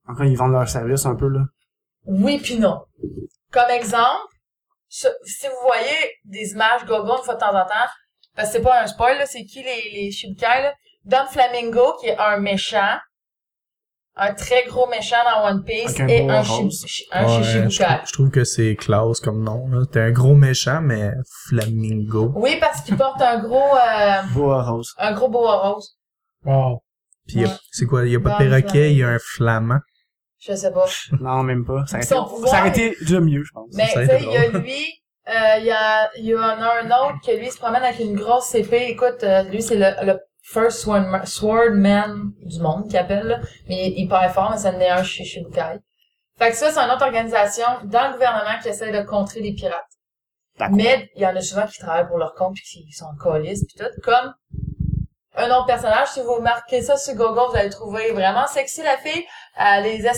[SPEAKER 2] Encore, ils vendent leur service un peu, là.
[SPEAKER 3] Oui puis non. Comme exemple, ce- si vous voyez des images gogo une fois de temps en temps, parce que c'est pas un spoil, là, c'est qui les, les Shibukai, là? Don Flamingo, qui est un méchant, un très gros méchant dans One
[SPEAKER 2] Avec
[SPEAKER 3] Piece,
[SPEAKER 2] un
[SPEAKER 3] et
[SPEAKER 2] beau
[SPEAKER 3] un,
[SPEAKER 2] rose.
[SPEAKER 3] Shib- shi-
[SPEAKER 1] Ah,
[SPEAKER 3] un Shishibukai.
[SPEAKER 4] je, trou- je trouve que c'est classe comme nom. là. T'es un gros méchant, mais flamingo.
[SPEAKER 3] Oui, parce qu'il porte un gros, euh,
[SPEAKER 2] Bois rose.
[SPEAKER 3] un gros boa rose.
[SPEAKER 1] Wow.
[SPEAKER 4] Puis y a-
[SPEAKER 3] Ouais.
[SPEAKER 4] c'est quoi? Il y a pas de
[SPEAKER 3] Bon,
[SPEAKER 4] perroquet, il y a un flamand.
[SPEAKER 3] Je sais pas.
[SPEAKER 2] Non, même pas. Ça a été,
[SPEAKER 3] Son pouvoir
[SPEAKER 2] ça a été déjà mieux, je pense.
[SPEAKER 3] Mais,
[SPEAKER 4] Ça, ça a
[SPEAKER 3] tu sais,
[SPEAKER 4] été
[SPEAKER 3] il y a lui, Euh, Il y, a, il y en a un autre que lui il se promène avec une grosse épée. Écoute, euh, lui, c'est le, le first sword- swordman du monde qu'il appelle. là. Mais il, il paraît fort, mais ça n'est un chez Shibukai. Fait que ça, c'est une autre organisation dans le gouvernement qui essaie de contrer les pirates.
[SPEAKER 2] D'accord.
[SPEAKER 3] Mais il y en a souvent qui travaillent pour leur compte puis qui sont colistes puis tout. Comme un autre personnage, si vous marquez ça sur Google, vous allez le trouver vraiment sexy la fille. Elle les es-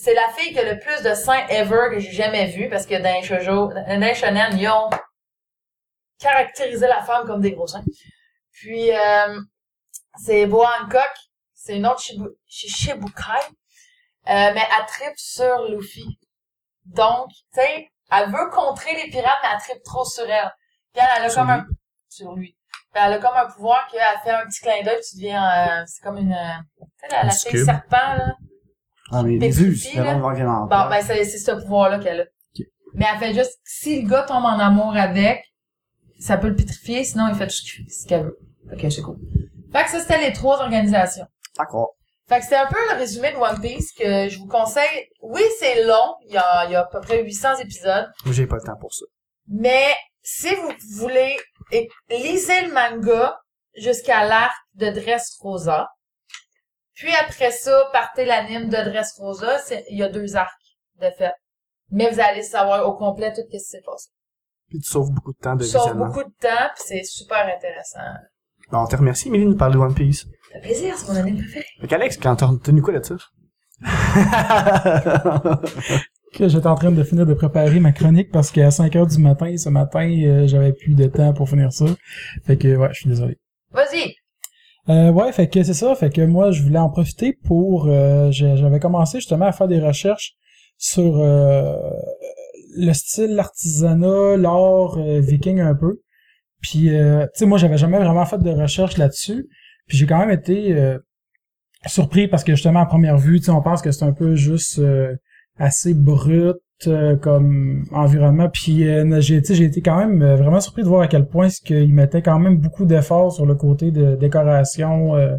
[SPEAKER 3] c'est la fille qui a le plus de seins ever que j'ai jamais vu parce que dans les shoujo, dans les shonen, ils ont caractérisé la femme comme des gros seins. Puis euh, c'est Boa Hancock, c'est une autre Shibu- Shi- Shibukai, euh, mais elle tripe sur Luffy. Donc, tu sais, elle veut contrer les pirates, mais elle tripe trop sur elle. Puis elle, elle a
[SPEAKER 2] Sur
[SPEAKER 3] comme un... Sur lui. Puis elle a comme un pouvoir qu'elle fait un petit clin d'œil, tu deviens... euh, c'est comme une... euh, Tu sais, la, la
[SPEAKER 4] Un
[SPEAKER 3] fille
[SPEAKER 4] cube.
[SPEAKER 3] serpent, là.
[SPEAKER 2] Ah, mais
[SPEAKER 3] Des
[SPEAKER 2] les us,
[SPEAKER 3] filles,
[SPEAKER 2] le
[SPEAKER 3] là.
[SPEAKER 2] monde va venir en
[SPEAKER 3] Bon,
[SPEAKER 2] place.
[SPEAKER 3] ben, c'est, c'est ce pouvoir-là qu'elle a. Mais elle fait juste, si le gars tombe en amour avec, ça peut le pétrifier, sinon il fait tout ce qu'il- ce qu'elle veut. Ok, c'est cool. Fait que ça, c'était les trois organisations.
[SPEAKER 2] D'accord.
[SPEAKER 3] Fait que c'était un peu le résumé de One Piece que je vous conseille. Oui, c'est long, il y a, il y a à peu près 800 épisodes,
[SPEAKER 2] Moi, J'ai pas le temps pour ça.
[SPEAKER 3] mais si vous voulez, é- lisez le manga jusqu'à l'arc de Dressrosa. Puis après ça, partez l'anime de Dressrosa, c'est- il y a deux arcs, de fait. Mais vous allez savoir au complet tout ce qui s'est passé.
[SPEAKER 2] Puis tu sauves beaucoup de temps de
[SPEAKER 3] Sauf
[SPEAKER 2] visionnement.
[SPEAKER 3] beaucoup de temps, puis c'est super intéressant.
[SPEAKER 2] Bon, on te remercie, Émilie, de nous parler de One Piece.
[SPEAKER 3] Ça fait plaisir, c'est mon anime préféré.
[SPEAKER 2] Fait qu'Alex, quand t'as tenu quoi là-dessus?
[SPEAKER 1] Que j'étais en train de finir de préparer ma chronique parce qu'à 5 heures du matin, ce matin, euh, j'avais plus de temps pour finir ça. Fait que, ouais, je suis désolé.
[SPEAKER 3] Vas-y!
[SPEAKER 1] Euh, ouais, fait que c'est ça. Fait que moi, je voulais en profiter pour. euh, j'ai- J'avais commencé justement à faire des recherches sur euh, le style, l'artisanat, l'art euh, viking un peu. Puis, euh, tu sais, moi, j'avais jamais vraiment fait de recherche là-dessus. Puis j'ai quand même été euh, surpris parce que justement, à première vue, tu sais, on pense que c'est un peu juste euh, assez brut euh, comme environnement. Puis, euh, j'ai tu sais, j'ai été quand même euh, vraiment surpris de voir à quel point ce qu'ils mettaient quand même beaucoup d'efforts sur le côté de décoration, euh,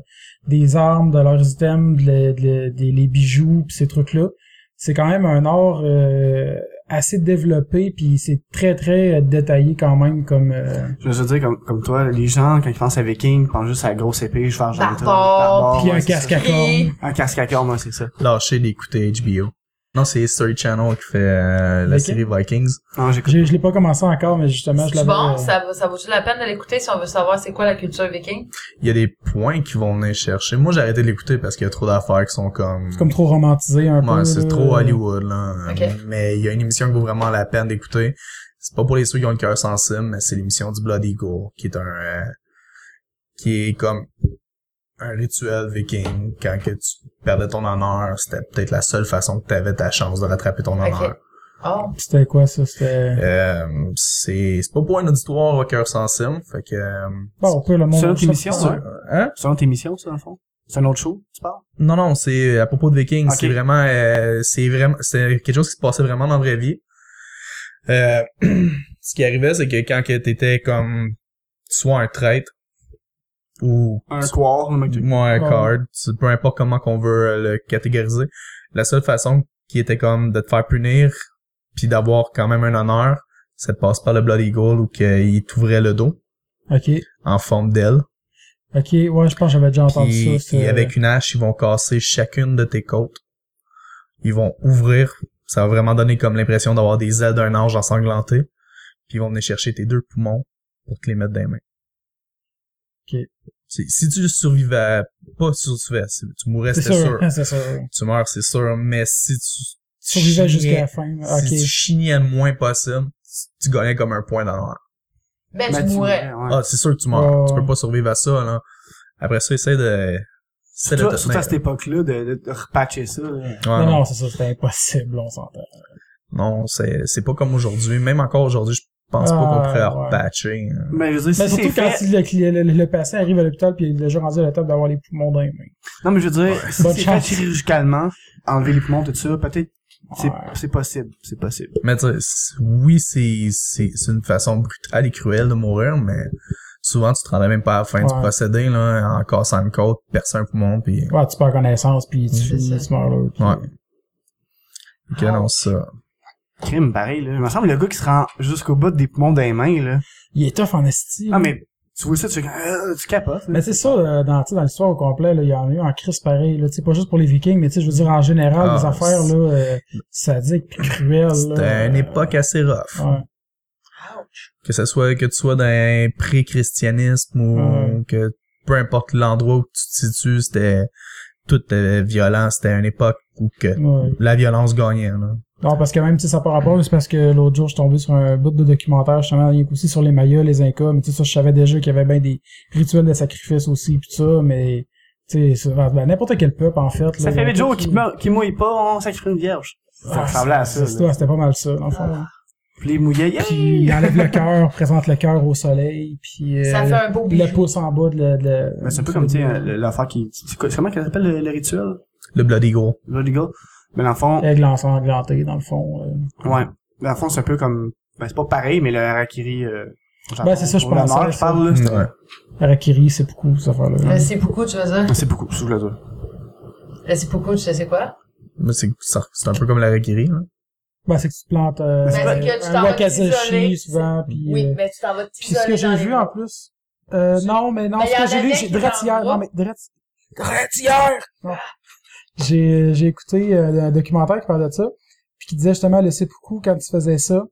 [SPEAKER 1] des armes, de leurs items, de, les- de les- des- les bijoux, puis ces trucs-là. C'est quand même un art euh, assez développé, puis c'est très, très euh, détaillé quand même comme... euh,
[SPEAKER 2] je me suis dit, comme, comme toi, les gens, quand ils pensent à Viking, ils pensent juste à la grosse épée, je fais argentin.
[SPEAKER 3] Barbare,
[SPEAKER 1] puis un
[SPEAKER 2] ouais, c'est
[SPEAKER 1] casque à
[SPEAKER 3] Puis-
[SPEAKER 1] cornes.
[SPEAKER 2] ça. Un casque à corps, moi, c'est ça.
[SPEAKER 4] Lâcher d'écouter HBO. Non, c'est History Channel qui fait euh, la
[SPEAKER 1] Lequel?
[SPEAKER 4] série Vikings.
[SPEAKER 2] Non, j'écoute.
[SPEAKER 1] J'ai- Je l'ai pas commencé encore, mais justement, je
[SPEAKER 3] C'est
[SPEAKER 1] l'avais...
[SPEAKER 3] bon,
[SPEAKER 1] euh,
[SPEAKER 3] ça, vaut- ça vaut-tu la peine de l'écouter si on veut savoir c'est quoi la culture viking?
[SPEAKER 4] Il y a des points qui vont venir chercher. Moi, j'ai arrêté de l'écouter parce qu'il y a trop d'affaires qui sont comme...
[SPEAKER 1] C'est comme trop romantisé un peu.
[SPEAKER 4] Ouais, c'est
[SPEAKER 1] là.
[SPEAKER 4] trop Hollywood, là.
[SPEAKER 3] Ok.
[SPEAKER 4] Mais il y a une émission qui vaut vraiment la peine d'écouter. C'est pas pour les ceux qui ont le cœur sensible, mais c'est l'émission du Blood Eagle, qui est un... euh, qui est comme un rituel viking. Quand que tu perdais ton honneur, c'était peut-être la seule façon que tu avais ta chance de rattraper ton
[SPEAKER 3] Ok.
[SPEAKER 4] honneur.
[SPEAKER 3] Oh.
[SPEAKER 1] C'était quoi, ça? C'était...
[SPEAKER 4] Euh, c'est c'est pas pour un auditoire au cœur sensible, fait que... euh,
[SPEAKER 1] Bon, on peut le monde...
[SPEAKER 2] C'est une autre émission,
[SPEAKER 1] ça-
[SPEAKER 2] ouais.
[SPEAKER 4] Hein?
[SPEAKER 2] C'est une autre émission, ça, dans le fond? C'est un autre show, tu parles?
[SPEAKER 4] Non, non, c'est euh, à propos de Vikings.
[SPEAKER 2] Ok.
[SPEAKER 4] C'est vraiment, euh, c'est vraiment, c'est quelque chose qui se passait vraiment dans la vraie vie. Euh, ce qui arrivait, c'est que quand que t'étais comme soit un traître ou
[SPEAKER 2] Un quart, le mec de...
[SPEAKER 4] moi un
[SPEAKER 1] Ouais.
[SPEAKER 4] card, tu- peu importe comment qu'on veut euh, le catégoriser, la seule façon qui était comme de te faire punir puis d'avoir quand même un honneur, c'est de passer par le Bloody Eagle ou qu'il t'ouvrait le dos
[SPEAKER 2] hein?
[SPEAKER 1] OK.
[SPEAKER 4] en forme d'aile.
[SPEAKER 1] OK, ouais, je pense que j'avais déjà entendu
[SPEAKER 4] Puis,
[SPEAKER 1] ça.
[SPEAKER 4] puis
[SPEAKER 1] c'est-
[SPEAKER 4] avec une hache, ils vont casser chacune de tes côtes. Ils vont ouvrir. Ça va vraiment donner comme l'impression d'avoir des ailes d'un ange ensanglanté. Puis ils vont venir chercher tes deux poumons pour te les mettre dans les mains.
[SPEAKER 1] Ok.
[SPEAKER 4] Si, si tu survivais, pas si tu survivais, si tu mourais,
[SPEAKER 1] C'est
[SPEAKER 4] c'était sûr.
[SPEAKER 1] sûr,
[SPEAKER 2] Ah,
[SPEAKER 1] c'est sûr.
[SPEAKER 4] Tu meurs, c'est sûr. Mais si tu
[SPEAKER 1] Survivait jusqu'à
[SPEAKER 4] chignais-
[SPEAKER 1] la fin.
[SPEAKER 4] si tu
[SPEAKER 1] OK.
[SPEAKER 4] chignais le moins possible, tu gagnais comme un point d'honneur.
[SPEAKER 3] Ben,
[SPEAKER 2] Ben,
[SPEAKER 3] tu mourrais.
[SPEAKER 2] ouais.
[SPEAKER 4] Ah, c'est sûr que tu meurs.
[SPEAKER 1] Ouais,
[SPEAKER 4] Tu
[SPEAKER 1] ouais.
[SPEAKER 4] peux pas survivre à ça, là. Après ça, essaie de... essaie de
[SPEAKER 2] Surtout-
[SPEAKER 4] te
[SPEAKER 2] surtout à
[SPEAKER 4] tenir.
[SPEAKER 2] cette époque-là, de, de, de repatcher ça, là.
[SPEAKER 4] Ouais,
[SPEAKER 1] Non,
[SPEAKER 4] non.
[SPEAKER 1] non, c'est ça, c'était impossible, on s'entend.
[SPEAKER 4] Non, c'est, c'est pas comme aujourd'hui. Même encore aujourd'hui, je pense pas qu'on pourrait
[SPEAKER 1] Ah, ouais.
[SPEAKER 4] repatcher. hein.
[SPEAKER 2] Ben, je veux dire,
[SPEAKER 1] Mais
[SPEAKER 2] si c'est
[SPEAKER 1] surtout quand
[SPEAKER 2] fait...
[SPEAKER 1] il- le, le- le- le patient arrive à l'hôpital puis il est déjà rendu à la table d'avoir les poumons dans les mains.
[SPEAKER 2] Non, mais je veux dire, si
[SPEAKER 1] Bonne
[SPEAKER 2] c'est fait
[SPEAKER 1] chance.
[SPEAKER 2] chirurgicalement, enlever les poumons, tout ça, peut-être, c'est,
[SPEAKER 1] Ouais.
[SPEAKER 2] c'est possible, c'est possible.
[SPEAKER 4] Mais tu sais, c- oui, c'est, c'est, c'est une façon brutale et cruelle de mourir, mais souvent tu te rendais même pas à la fin du
[SPEAKER 1] Ouais.
[SPEAKER 4] procédé, là, en cassant une côte, percer un poumon, puis
[SPEAKER 1] Ouais, tu perds connaissance puis tu
[SPEAKER 3] C'est ça.
[SPEAKER 1] finis, tu meurs là. puis-
[SPEAKER 4] Ouais. que non, ça.
[SPEAKER 2] crime, pareil, là. Il me semble, le gars qui se rend jusqu'au bout des poumons des mains, là.
[SPEAKER 1] Il est tough en esti.
[SPEAKER 2] Non, Ah, mais, tu vois ça, tu, fais comme, euh, tu capotes, là.
[SPEAKER 1] Mais c'est ça, euh, dans, tu sais, dans l'histoire au complet, là, il y en a eu en crise pareil, là, tu sais, pas juste pour les vikings, mais tu sais, je veux dire, en général,
[SPEAKER 4] Ah,
[SPEAKER 1] les affaires,
[SPEAKER 4] c'est-
[SPEAKER 1] là, euh, sadiques pis cruelles, Ah, là.
[SPEAKER 4] C'était une époque assez rough.
[SPEAKER 1] Ouais.
[SPEAKER 4] Que ce soit que tu sois dans un pré-christianisme ou
[SPEAKER 1] Ouais.
[SPEAKER 4] que peu importe l'endroit où tu te situes, c'était toute euh, violence. C'était une époque où que
[SPEAKER 1] ouais.
[SPEAKER 4] la violence gagnait. Là.
[SPEAKER 1] Non, parce que même, tu sais, ça par rapport, mais c'est parce que l'autre jour, je suis tombé sur un bout de documentaire, justement, rien qu'aussi sur les Mayas, les Incas, mais tu sais, ça, je savais déjà qu'il y avait bien des rituels de sacrifice aussi, pis ça, mais, tu sais, c'est- ben, n'importe quel peuple, en fait, là.
[SPEAKER 2] Ça fait
[SPEAKER 1] il y a
[SPEAKER 2] 8 jours
[SPEAKER 1] tout qui-
[SPEAKER 2] qu'il meurt- qu'il mouille pas, on sacrifie une vierge. Ça
[SPEAKER 1] Ah,
[SPEAKER 2] ressemblait à ça,
[SPEAKER 1] c'est-
[SPEAKER 2] là.
[SPEAKER 1] ouais, C'était pas mal ça, dans le fond.
[SPEAKER 3] Ah.
[SPEAKER 1] là.
[SPEAKER 2] Puis les mouillés,
[SPEAKER 1] Puis, il
[SPEAKER 2] yeah!
[SPEAKER 1] enlève le cœur, présente le cœur au soleil, puis... euh,
[SPEAKER 3] Ça fait un beau
[SPEAKER 1] le
[SPEAKER 3] bijou.
[SPEAKER 1] pouce en bas de la- de la-
[SPEAKER 2] Mais c'est un peu comme, tu sais, euh, le- l'affaire qui, tu- tu- comment qu'elle s'appelle le, le rituel?
[SPEAKER 4] Le Bloody Gore.
[SPEAKER 2] Là, les gars. Mais dans le fond,
[SPEAKER 1] Aigle ensanglanté, dans le fond. euh.
[SPEAKER 2] ouais. Dans le fond, c'est un peu comme, ben, c'est pas pareil, mais le harakiri, euh, au Japon,
[SPEAKER 1] Ben, c'est ça, je
[SPEAKER 2] pour la
[SPEAKER 1] pensais
[SPEAKER 2] mort,
[SPEAKER 1] à
[SPEAKER 2] je
[SPEAKER 1] ça.
[SPEAKER 2] parle, là. c'est-
[SPEAKER 4] Ouais.
[SPEAKER 1] Harakiri, c'est beaucoup, cette affaire-là.
[SPEAKER 3] Là, c'est beaucoup, tu vas dire.
[SPEAKER 2] Mais C'est beaucoup, sous le
[SPEAKER 3] Là, c'est beaucoup, tu sais, c'est quoi?
[SPEAKER 4] Mais c'est ça- c'est un peu comme la requérie. Hein.
[SPEAKER 1] Ben, c'est que tu te plantes euh,
[SPEAKER 2] Ben, c'est
[SPEAKER 1] euh,
[SPEAKER 3] que tu
[SPEAKER 1] un
[SPEAKER 3] t'en vas t'isoler.
[SPEAKER 1] wakazashi, souvent, puis...
[SPEAKER 3] Oui,
[SPEAKER 1] euh,
[SPEAKER 3] mais tu t'en vas
[SPEAKER 1] puis ce que
[SPEAKER 3] t'isoler dans
[SPEAKER 1] j'ai
[SPEAKER 3] les
[SPEAKER 1] vu, en
[SPEAKER 3] groupes.
[SPEAKER 1] plus... Euh, non, mais non,
[SPEAKER 3] Ben,
[SPEAKER 1] ce
[SPEAKER 3] y en
[SPEAKER 1] que j'ai
[SPEAKER 3] avait
[SPEAKER 1] vu, j'ai...
[SPEAKER 3] qui Ah. étaient
[SPEAKER 1] Drette
[SPEAKER 3] en
[SPEAKER 1] hier! Non,
[SPEAKER 3] groupe.
[SPEAKER 1] mais Drette... Drette hier! Non. J'ai, j'ai écouté euh, un documentaire qui parlait de ça, puis qui disait justement le seppuku, quand tu faisais ça,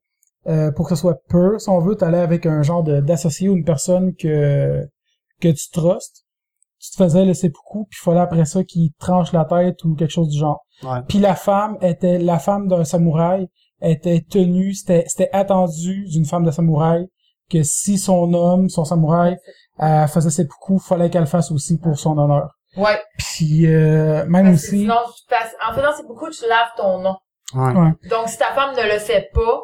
[SPEAKER 1] euh, pour que ce soit pur, si on veut, t'allais avec un genre de- d'associé ou une personne que que tu trustes, tu te faisais le seppuku, puis il fallait après ça qu'il te tranche la tête ou quelque chose du genre.
[SPEAKER 2] Ouais.
[SPEAKER 1] Puis la femme était la femme d'un samouraï était tenue, c'était c'était attendu d'une femme de samouraï que si son homme, son samouraï euh, faisait seppuku, fallait qu'elle le fasse aussi pour son honneur.
[SPEAKER 3] Ouais.
[SPEAKER 1] Puis euh, même
[SPEAKER 3] Parce que
[SPEAKER 1] aussi
[SPEAKER 3] sinon, tu passes, en faisant c'est beaucoup, tu laves ton nom.
[SPEAKER 2] Ouais.
[SPEAKER 3] Donc, si ta femme ne le fait pas,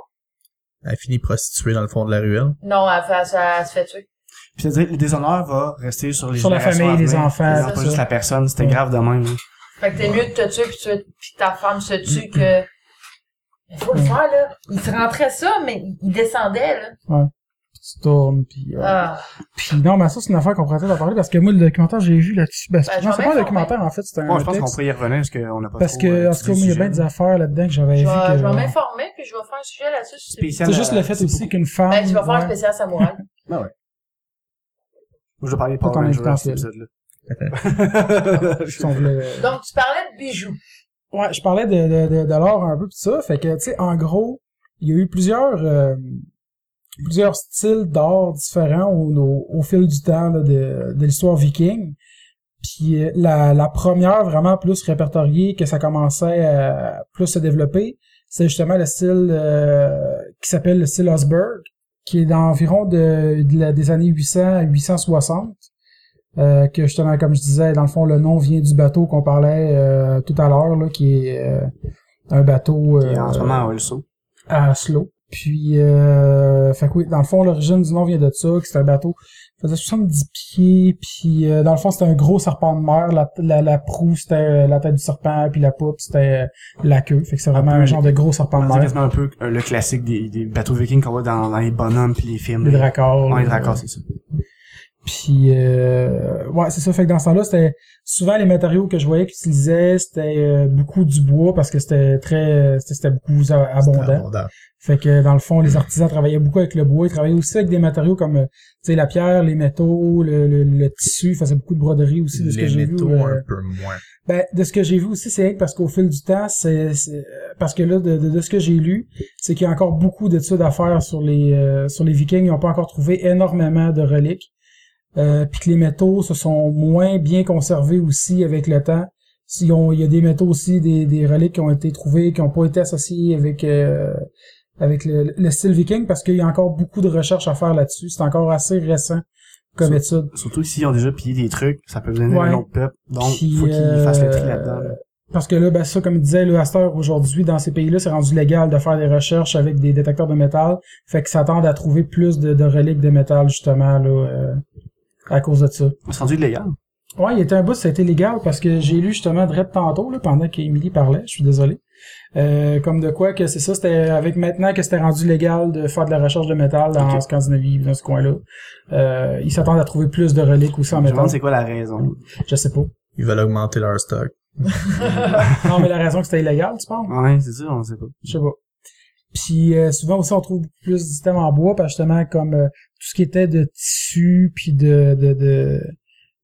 [SPEAKER 4] Elle finit prostituée dans le fond de la ruelle.
[SPEAKER 3] non, elle, fait- elle- elle se fait tuer.
[SPEAKER 2] Puis c'est-à-dire, le déshonneur va rester sur les
[SPEAKER 1] Sur la
[SPEAKER 2] générations
[SPEAKER 1] famille,
[SPEAKER 2] à
[SPEAKER 1] les
[SPEAKER 2] venir,
[SPEAKER 1] enfants,
[SPEAKER 2] et non
[SPEAKER 1] tout
[SPEAKER 2] pas
[SPEAKER 1] ça.
[SPEAKER 2] juste la personne, c'était
[SPEAKER 1] Ouais.
[SPEAKER 2] grave de même. hein.
[SPEAKER 3] Fait que t'es mieux de te tuer pis, tu, pis ta femme se tue que... Il faut le faire, là. Il se rentrait ça, mais il- il descendait, là.
[SPEAKER 1] tu tournes puis euh,
[SPEAKER 3] Ah.
[SPEAKER 1] Puis non, mais ça, c'est une affaire qu'on pourrait peut-être en parler parce que moi, le documentaire, j'ai vu là-dessus. Ben,
[SPEAKER 3] Ben,
[SPEAKER 1] non, c'est
[SPEAKER 3] je vais
[SPEAKER 1] pas un
[SPEAKER 3] m'informer.
[SPEAKER 1] documentaire, en fait, c'est un
[SPEAKER 2] Bon, je pense qu'on
[SPEAKER 1] texte.
[SPEAKER 2] pourrait y revenir parce qu'on n'a pas
[SPEAKER 1] Parce
[SPEAKER 2] trop,
[SPEAKER 1] que,
[SPEAKER 2] euh,
[SPEAKER 1] en tout
[SPEAKER 2] dit
[SPEAKER 1] cas, il y a bien
[SPEAKER 2] le
[SPEAKER 1] des
[SPEAKER 2] sujet.
[SPEAKER 1] affaires là-dedans que j'avais
[SPEAKER 3] Je
[SPEAKER 1] vu
[SPEAKER 3] vais, je vais
[SPEAKER 1] que...
[SPEAKER 3] m'informer puis je vais faire un sujet là-dessus. si tu veux.
[SPEAKER 2] Spécial,
[SPEAKER 1] C'est juste
[SPEAKER 2] euh,
[SPEAKER 1] le fait
[SPEAKER 2] c'est
[SPEAKER 1] aussi
[SPEAKER 2] beaucoup.
[SPEAKER 1] qu'une femme...
[SPEAKER 3] Ben, tu vas faire un
[SPEAKER 1] ouais.
[SPEAKER 3] spécial samouraï.
[SPEAKER 2] Moi, je vais parler de Power
[SPEAKER 1] Attends,
[SPEAKER 2] Rangers dans cet
[SPEAKER 1] l'invitation.
[SPEAKER 2] épisode-là.
[SPEAKER 1] Si on voulait-
[SPEAKER 3] Donc, tu parlais de bijoux.
[SPEAKER 1] Ouais, je parlais de, de, de, de l'or un peu pis ça, fait que, tu sais, en gros, il y a eu plusieurs euh, plusieurs styles d'art différents au, au, au fil du temps là, de, de l'histoire viking. Puis euh, la, la première vraiment plus répertoriée que ça commençait à plus se développer, c'est justement le style euh, qui s'appelle le style Osberg, qui est dans environ de, de la- des années 800 à 860. Euh, que justement, comme je disais, dans le fond, le nom vient du bateau qu'on parlait euh, tout à l'heure, là, qui est euh, un bateau
[SPEAKER 2] Et
[SPEAKER 1] euh,
[SPEAKER 2] en ce moment, à Ulso.
[SPEAKER 1] à Oslo. Puis, euh, fait que oui, dans le fond, l'origine du nom vient de ça, que c'est un bateau qui faisait 70 pieds, puis euh, dans le fond, c'était un gros serpent de mer. La, la, la proue, c'était euh, la tête du serpent, puis la poupe, c'était euh, la queue. Fait que c'est vraiment
[SPEAKER 2] peu
[SPEAKER 1] un
[SPEAKER 2] les-
[SPEAKER 1] genre de gros serpent de
[SPEAKER 2] C'est
[SPEAKER 1] mer.
[SPEAKER 2] quasiment un peu euh, le classique des, des bateaux vikings qu'on voit dans, dans les bonhommes puis les films.
[SPEAKER 1] Les dracars.
[SPEAKER 2] Ouais, les
[SPEAKER 1] là.
[SPEAKER 2] dracars, c'est ça.
[SPEAKER 1] euh, Puis euh, ouais, c'est ça. Fait que dans ce temps-là, c'était souvent les matériaux que je voyais qu'ils utilisaient, c'était euh, beaucoup du bois parce que c'était très, c'était c'était beaucoup a- abondant.
[SPEAKER 4] Abondant.
[SPEAKER 1] Fait que dans le fond, les artisans travaillaient beaucoup avec le bois. Ils travaillaient aussi avec des matériaux comme euh, tu sais la pierre, les métaux, le, le, le tissu. Ils faisaient beaucoup de broderie aussi de ce que
[SPEAKER 4] Les
[SPEAKER 1] j'ai vu.
[SPEAKER 4] métaux,
[SPEAKER 1] euh,
[SPEAKER 4] un peu moins.
[SPEAKER 1] ben, de ce que j'ai vu aussi, c'est vrai que parce qu'au fil du temps, c'est c'est- euh, parce que là, de, de, de ce que j'ai lu, c'est qu'il y a encore beaucoup d'études à faire sur les euh, sur les Vikings. Ils n'ont pas encore trouvé énormément de reliques. Euh, Puis que les métaux se sont moins bien conservés aussi avec le temps. Si on- il y a des métaux aussi, des, des reliques qui ont été trouvées, qui n'ont pas été associées avec euh, avec le, le style viking, parce qu'il y a encore beaucoup de recherches à faire là-dessus. C'est encore assez récent comme étude.
[SPEAKER 2] Surtout s'ils ont déjà pillé des trucs, ça peut donner
[SPEAKER 1] Ouais.
[SPEAKER 2] un autre peuple. Donc,
[SPEAKER 1] Puis,
[SPEAKER 2] faut qu'ils
[SPEAKER 1] euh,
[SPEAKER 2] fassent le tri là-dedans. là.
[SPEAKER 1] Parce que là, ben ça, comme il disait, le Astor, aujourd'hui, dans ces pays-là, c'est rendu légal de faire des recherches avec des détecteurs de métal. Fait qu'ils s'attendent à trouver plus de, de reliques de métal, justement, là, euh, à cause de ça.
[SPEAKER 2] C'est rendu illégal.
[SPEAKER 1] Ouais, il était un bout, ça a été légal, parce que j'ai lu, justement, direct tantôt, là, pendant qu'Émilie parlait, je suis désolé. Euh, comme de quoi que c'est ça, c'était avec maintenant que c'était rendu légal de faire de la recherche de métal dans
[SPEAKER 2] Ok.
[SPEAKER 1] Scandinavie, dans ce coin-là. Euh, ils s'attendent à trouver plus de reliques aussi en
[SPEAKER 2] Je me
[SPEAKER 1] métal.
[SPEAKER 2] demande c'est quoi la raison.
[SPEAKER 1] Je sais pas.
[SPEAKER 4] Ils veulent augmenter leur stock.
[SPEAKER 1] Non, mais la raison que c'était illégal, tu penses?
[SPEAKER 2] Ouais, c'est ça, on sait pas.
[SPEAKER 1] Je sais pas. Puis euh, souvent aussi on trouve beaucoup plus d'items en bois, parce que justement comme euh, tout ce qui était de tissu, puis de de de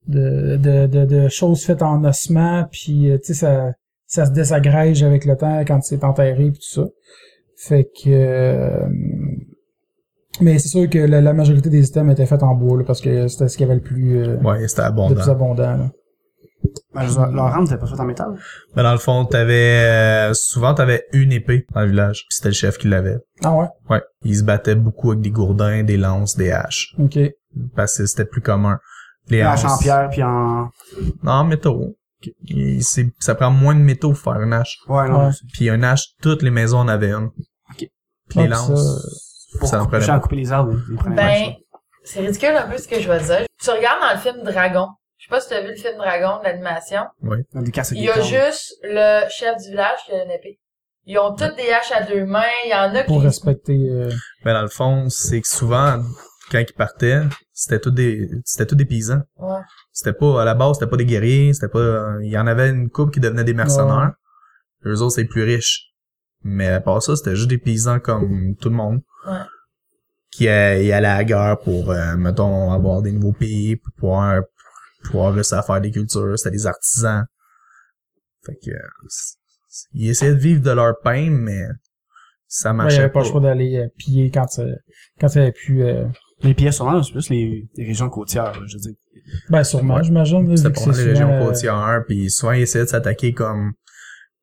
[SPEAKER 1] de, de, de- de choses faites en ossement, puis euh, tu sais ça ça se désagrège avec le temps quand c'est enterré puis tout ça. Fait que euh, mais c'est sûr que la, la majorité des items étaient faits en bois là, parce que c'était ce qu'il y avait le plus euh,
[SPEAKER 4] Ouais, c'était
[SPEAKER 1] le plus
[SPEAKER 4] abondant.
[SPEAKER 1] abondant. Là.
[SPEAKER 2] Ben, je veux dire, leur arme, t'as pas fait en métal?
[SPEAKER 4] Mais dans le fond, t'avais euh, souvent t'avais une épée dans le village. puis C'était le chef qui l'avait.
[SPEAKER 1] Ah ouais,
[SPEAKER 4] Ouais. Ils se battaient beaucoup avec des gourdins, des lances, des haches.
[SPEAKER 1] ok.
[SPEAKER 4] Parce que c'était plus commun. Les
[SPEAKER 2] La
[SPEAKER 4] haches.
[SPEAKER 2] en pierre, puis en...
[SPEAKER 4] En métaux. Il- c'est- ça prend moins de métaux pour faire une hache.
[SPEAKER 2] Ouais, non.
[SPEAKER 1] Ouais.
[SPEAKER 4] Puis une hache, toutes les maisons en avaient une. Puis
[SPEAKER 1] Ah,
[SPEAKER 4] les
[SPEAKER 1] puis ça,
[SPEAKER 4] lances,
[SPEAKER 2] Pour
[SPEAKER 4] ça en
[SPEAKER 2] couper,
[SPEAKER 4] prenait
[SPEAKER 2] en couper les arbres, ils prenaient la
[SPEAKER 3] Ben,
[SPEAKER 2] hache.
[SPEAKER 3] c'est ridicule un peu ce que je veux dire. Tu regardes dans le film Dragon. Je sais pas si t'as vu le film Dragon, l'animation.
[SPEAKER 2] Dans des casses avec
[SPEAKER 3] Il y
[SPEAKER 2] des
[SPEAKER 3] a
[SPEAKER 2] cornes.
[SPEAKER 3] juste le chef du village qui a une épée. Ils ont toutes des haches à deux mains. Il y en a qui...
[SPEAKER 1] Pour respecter euh,
[SPEAKER 4] Mais dans le fond, c'est que souvent, quand ils partaient, c'était tout des, c'était tout des paysans.
[SPEAKER 3] Ouais.
[SPEAKER 4] C'était pas, à la base, c'était pas des guerriers, c'était pas, euh, il y en avait une couple qui devenait des mercenaires. Eux autres, c'est plus riches. Mais à part ça, c'était juste des paysans comme tout le monde.
[SPEAKER 3] Ouais.
[SPEAKER 4] Qui euh, ils allaient à la guerre pour, euh, mettons, avoir des nouveaux pays, pour pouvoir, pour pouvoir réussir à faire des cultures. C'était des artisans. Fait que, euh, c- c- ils essayaient de vivre de leur pain, mais ça
[SPEAKER 1] Ouais, il n'y
[SPEAKER 4] marchait
[SPEAKER 1] avait pas le choix d'aller euh, piller quand euh, quand il y avait plus euh,
[SPEAKER 2] Les pierres, souvent, c'est plus les, les régions côtières, là, je veux dire.
[SPEAKER 1] ben sûrement
[SPEAKER 4] Ouais.
[SPEAKER 1] j'imagine là,
[SPEAKER 4] C'était
[SPEAKER 1] vu que
[SPEAKER 4] pour les
[SPEAKER 1] c'est
[SPEAKER 4] régions
[SPEAKER 1] souvent, euh,
[SPEAKER 4] côtières, puis souvent ils essayaient de s'attaquer comme...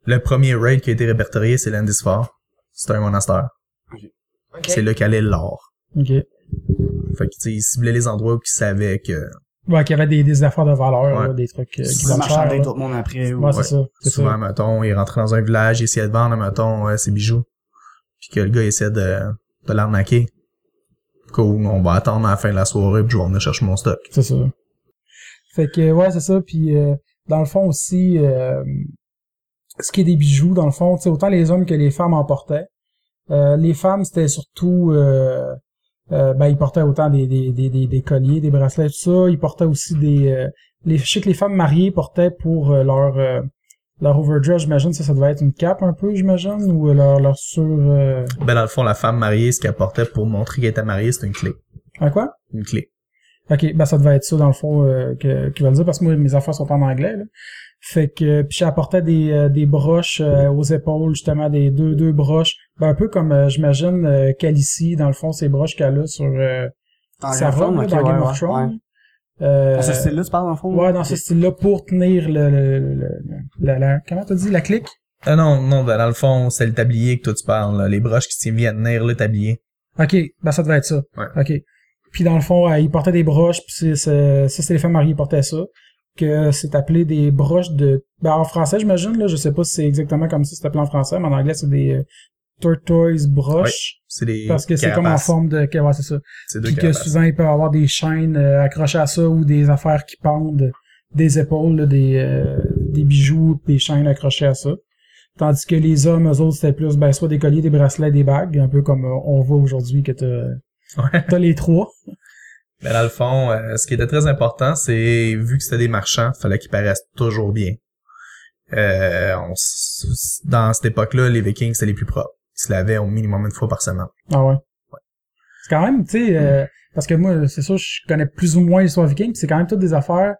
[SPEAKER 4] Le premier raid qui a été répertorié, c'est l'Andisphore. C'est un monastère.
[SPEAKER 3] Ok.
[SPEAKER 4] C'est là qu'allait l'or.
[SPEAKER 1] OK.
[SPEAKER 4] Fait que, tu sais, ils ciblaient les endroits où ils savaient que...
[SPEAKER 1] Ouais, qu'il y avait des, des affaires de valeur,
[SPEAKER 4] Ouais.
[SPEAKER 1] là, des trucs euh, qui
[SPEAKER 2] Ils
[SPEAKER 1] valent
[SPEAKER 2] marchent
[SPEAKER 1] cher,
[SPEAKER 2] avec
[SPEAKER 1] là.
[SPEAKER 2] d'autres mondes après. ou-
[SPEAKER 1] Ouais, c'est ça. C'est
[SPEAKER 4] Souvent,
[SPEAKER 1] ça.
[SPEAKER 4] mettons, ils rentraient dans un village, ils essayaient de vendre, mettons, euh, ses bijoux. Puis que le gars essaie de, de l'arnaquer. Cool, on va attendre à la fin de la soirée, puis je vais venir chercher mon stock.
[SPEAKER 1] C'est ça. Fait que, ouais, c'est ça. Puis, euh, dans le fond aussi, euh, ce qui est des bijoux, dans le fond, tu sais, autant les hommes que les femmes en portaient. Euh, les femmes, c'était surtout... Euh, euh, ben, ils portaient autant des, des, des, des, des colliers, des bracelets, tout ça. Ils portaient aussi des... euh, les, je sais que les femmes mariées portaient pour euh, leur... euh, leur overdress, j'imagine, ça, ça devait être une cape un peu, j'imagine, ou leur, leur sur... Euh,
[SPEAKER 4] Ben, dans le fond, la femme mariée, ce qu'elle portait pour montrer qu'elle était mariée, c'était une clé.
[SPEAKER 1] un quoi?
[SPEAKER 4] Une clé.
[SPEAKER 1] OK, ben ça devait être ça dans le fond euh, que qui va le dire parce que moi mes affaires sont en anglais là. Fait que euh, puis j'apportais des euh, des broches euh, aux épaules justement des deux deux broches, ben un peu comme euh, j'imagine euh, Calicie dans le fond ces broches qu'elle a sur euh,
[SPEAKER 2] Dans
[SPEAKER 1] sa
[SPEAKER 2] Game of
[SPEAKER 1] robe là,
[SPEAKER 2] Thrones,
[SPEAKER 1] dans
[SPEAKER 2] ok,
[SPEAKER 1] Game
[SPEAKER 2] ouais,
[SPEAKER 1] of
[SPEAKER 2] ouais,
[SPEAKER 1] Thrones.
[SPEAKER 2] ouais.
[SPEAKER 1] Euh,
[SPEAKER 2] Dans ce style-là, tu parles, en fond?
[SPEAKER 1] ouais, dans ce style-là pour tenir le, le, le- le- la, la- comment t'as dit la clique.
[SPEAKER 4] Ah non, non, ben, dans le fond, c'est le tablier que toi tu parles, là. les broches qui viennent tenir le tablier.
[SPEAKER 1] OK, ben ça devait être ça.
[SPEAKER 4] Ouais.
[SPEAKER 1] OK. Puis dans le fond, euh, ils portaient des broches, puis c'est, c'est- ça, c'est les femmes mariées qui portaient ça, que c'est appelé des broches de... Ben, en français, j'imagine, là, je sais pas si c'est exactement comme ça c'est appelé en français, mais en anglais, c'est des euh, turquoise broches,
[SPEAKER 4] C'est des
[SPEAKER 1] parce que c'est comme en
[SPEAKER 4] carapaces.
[SPEAKER 1] forme de... que- Ouais, c'est ça.
[SPEAKER 4] C'est deux
[SPEAKER 1] Puis que
[SPEAKER 4] carapaces.
[SPEAKER 1] souvent, ils peuvent avoir des chaînes euh, accrochées à ça, ou des affaires qui pendent des épaules, là, des, euh, des bijoux, des chaînes accrochées à ça. Tandis que les hommes, eux autres, c'était plus, ben, soit des colliers, des bracelets, des bagues, un peu comme euh, on voit aujourd'hui que t'as...
[SPEAKER 4] Ouais.
[SPEAKER 1] T'as les trois.
[SPEAKER 4] Mais dans le fond, euh, ce qui était très important, c'est vu que c'était des marchands, fallait qu'ils paraissent toujours bien. Euh, on s- dans cette époque-là, les Vikings c'était les plus propres. Ils se lavaient au minimum une fois par semaine.
[SPEAKER 1] Ah ouais. C'est quand même, tu sais,
[SPEAKER 4] Mm.
[SPEAKER 1] euh, parce que moi, c'est sûr, je connais plus ou moins l'histoire viking, puis c'est quand même toutes des affaires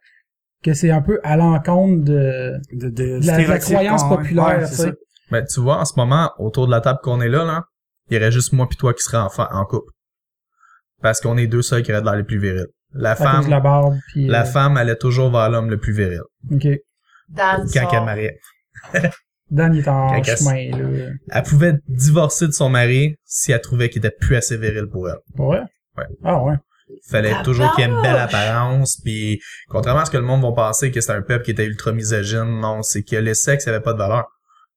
[SPEAKER 1] que c'est un peu à l'encontre de...
[SPEAKER 2] De, de,
[SPEAKER 1] de la, de la
[SPEAKER 2] stéréotypes
[SPEAKER 1] croyance
[SPEAKER 2] qu'on-
[SPEAKER 1] populaire,
[SPEAKER 2] ouais,
[SPEAKER 1] tu
[SPEAKER 2] c'est
[SPEAKER 1] sais.
[SPEAKER 2] ça.
[SPEAKER 4] Mais tu vois, en ce moment, autour de la table qu'on est là, là, il y aurait juste moi puis toi qui serait en, fa- en couple. Parce qu'on est deux seuls qui auraient de l'air les plus virils. La
[SPEAKER 1] à cause
[SPEAKER 4] femme,
[SPEAKER 1] de la barbe, puis...
[SPEAKER 4] la
[SPEAKER 1] euh,
[SPEAKER 4] femme allait toujours vers l'homme le plus viril.
[SPEAKER 1] OK.
[SPEAKER 3] Dan
[SPEAKER 4] Quand
[SPEAKER 3] sort.
[SPEAKER 4] elle mariait.
[SPEAKER 1] Dan, il est en
[SPEAKER 4] Cacasse.
[SPEAKER 1] chemin, là.
[SPEAKER 4] Elle pouvait divorcer de son mari si elle trouvait qu'il était plus assez viril pour elle.
[SPEAKER 1] Ouais?
[SPEAKER 4] Ouais.
[SPEAKER 1] Ah ouais.
[SPEAKER 4] fallait
[SPEAKER 3] La
[SPEAKER 4] toujours qu'il y ait une belle
[SPEAKER 3] vache!
[SPEAKER 4] apparence puis contrairement à ce que le monde va penser que c'était un peuple qui était ultra misogyne non c'est que le sexe avait pas de valeur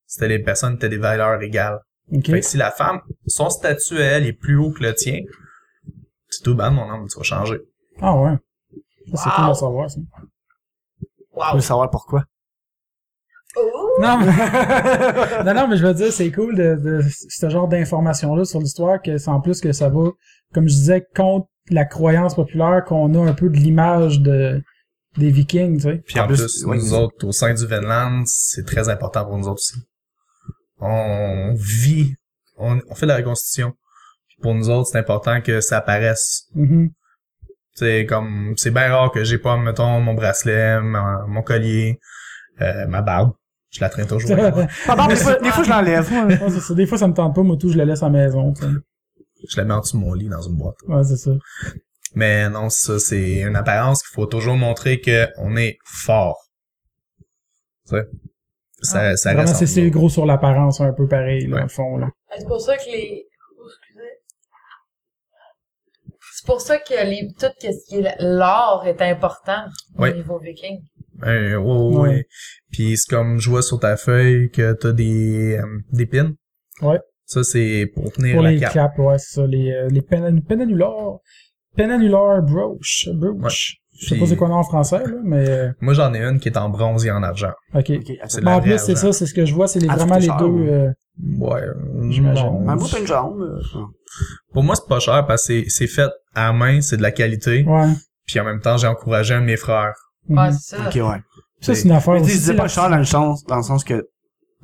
[SPEAKER 4] c'était les personnes qui étaient des valeurs égales
[SPEAKER 1] OK.
[SPEAKER 4] fait que si la femme son statut à elle est plus haut que le tien c'est tout ben mon homme tu vas changer
[SPEAKER 1] Ah ouais. Ça, c'est
[SPEAKER 3] Wow.
[SPEAKER 1] cool à savoir, ça.
[SPEAKER 2] Je veux Ah, savoir pourquoi.
[SPEAKER 3] Ouh!
[SPEAKER 1] Non, mais... non, non, mais je veux dire, c'est cool de, de ce genre d'informations-là sur l'histoire, que c'est en plus que ça va, comme je disais, contre la croyance populaire qu'on a un peu de l'image de des vikings, tu sais.
[SPEAKER 4] puis en,
[SPEAKER 2] En
[SPEAKER 4] plus,
[SPEAKER 2] plus, ouais,
[SPEAKER 4] nous
[SPEAKER 2] c'est-
[SPEAKER 4] autres au sein du Vinland c'est très important pour nous autres aussi on vit on, on fait la reconstitution. Puis pour nous autres, c'est important que ça apparaisse.
[SPEAKER 1] Mhm.
[SPEAKER 4] C'est comme c'est bien rare que j'ai pas mettons mon bracelet, ma- mon collier, euh, ma barbe. Je la traîne toujours. avec moi.
[SPEAKER 2] Ma barbe, des fois, des fois, je l'enlève.
[SPEAKER 1] Ouais, c'est ça. Des fois, ça me tente pas, moi, tout, je la laisse à la maison, tu sais.
[SPEAKER 4] je la mets en dessous de mon lit dans une boîte.
[SPEAKER 1] Ouais, c'est ça.
[SPEAKER 4] Mais non, ça c'est une apparence qu'il faut toujours montrer que on est fort. Tu sais? Ça, ça
[SPEAKER 1] Ah, Vraiment,
[SPEAKER 4] reste.
[SPEAKER 1] c'est,
[SPEAKER 4] entre
[SPEAKER 1] c'est
[SPEAKER 4] nous.
[SPEAKER 1] gros sur l'apparence, un peu pareil, là, dans le fond, là.
[SPEAKER 3] C'est pour ça que les. oh, excusez. C'est pour ça que les, tout ce qui est l'or est important
[SPEAKER 4] Oui.
[SPEAKER 3] au niveau viking.
[SPEAKER 4] Euh, ouais, ouais,
[SPEAKER 1] Ouais.
[SPEAKER 4] ouais. Puis c'est comme je vois sur ta feuille que t'as des euh, des pins.
[SPEAKER 1] Ouais.
[SPEAKER 4] Ça c'est pour tenir
[SPEAKER 1] Pour
[SPEAKER 4] la
[SPEAKER 1] les
[SPEAKER 4] carte.
[SPEAKER 1] caps, ouais, c'est ça. Les, euh, les penan- penannular, penannular brooch, brooch. Je sais pas
[SPEAKER 4] Puis-
[SPEAKER 1] c'est quoi le nom en français, là, mais, euh,
[SPEAKER 4] Moi j'en ai une qui est en bronze et en argent.
[SPEAKER 1] ok.
[SPEAKER 2] Ok,
[SPEAKER 4] C'est
[SPEAKER 2] absolument.
[SPEAKER 4] de la
[SPEAKER 1] Mais Bah, en plus,
[SPEAKER 4] vraie
[SPEAKER 1] c'est
[SPEAKER 4] argent.
[SPEAKER 1] ça, c'est ce que je vois, c'est les-
[SPEAKER 2] Ah,
[SPEAKER 1] vraiment
[SPEAKER 2] c'est
[SPEAKER 1] les
[SPEAKER 2] cher,
[SPEAKER 1] deux,
[SPEAKER 2] ouais.
[SPEAKER 1] euh,
[SPEAKER 4] Ouais, euh,
[SPEAKER 1] J'imagine.
[SPEAKER 4] non.
[SPEAKER 2] Ma bouche, une jambe. euh,
[SPEAKER 4] Pour moi c'est pas cher parce que c'est- c'est fait à main, c'est de la qualité.
[SPEAKER 1] ouais.
[SPEAKER 4] Puis en même temps j'ai encouragé un de mes frères.
[SPEAKER 1] Mhm.
[SPEAKER 3] Ouais, c'est ça.
[SPEAKER 2] Ah, Ok, ouais.
[SPEAKER 1] ça, c'est une affaire
[SPEAKER 2] Mais tu sais, je
[SPEAKER 1] aussi,
[SPEAKER 2] disais
[SPEAKER 1] là.
[SPEAKER 2] pas cher dans le sens, dans le sens que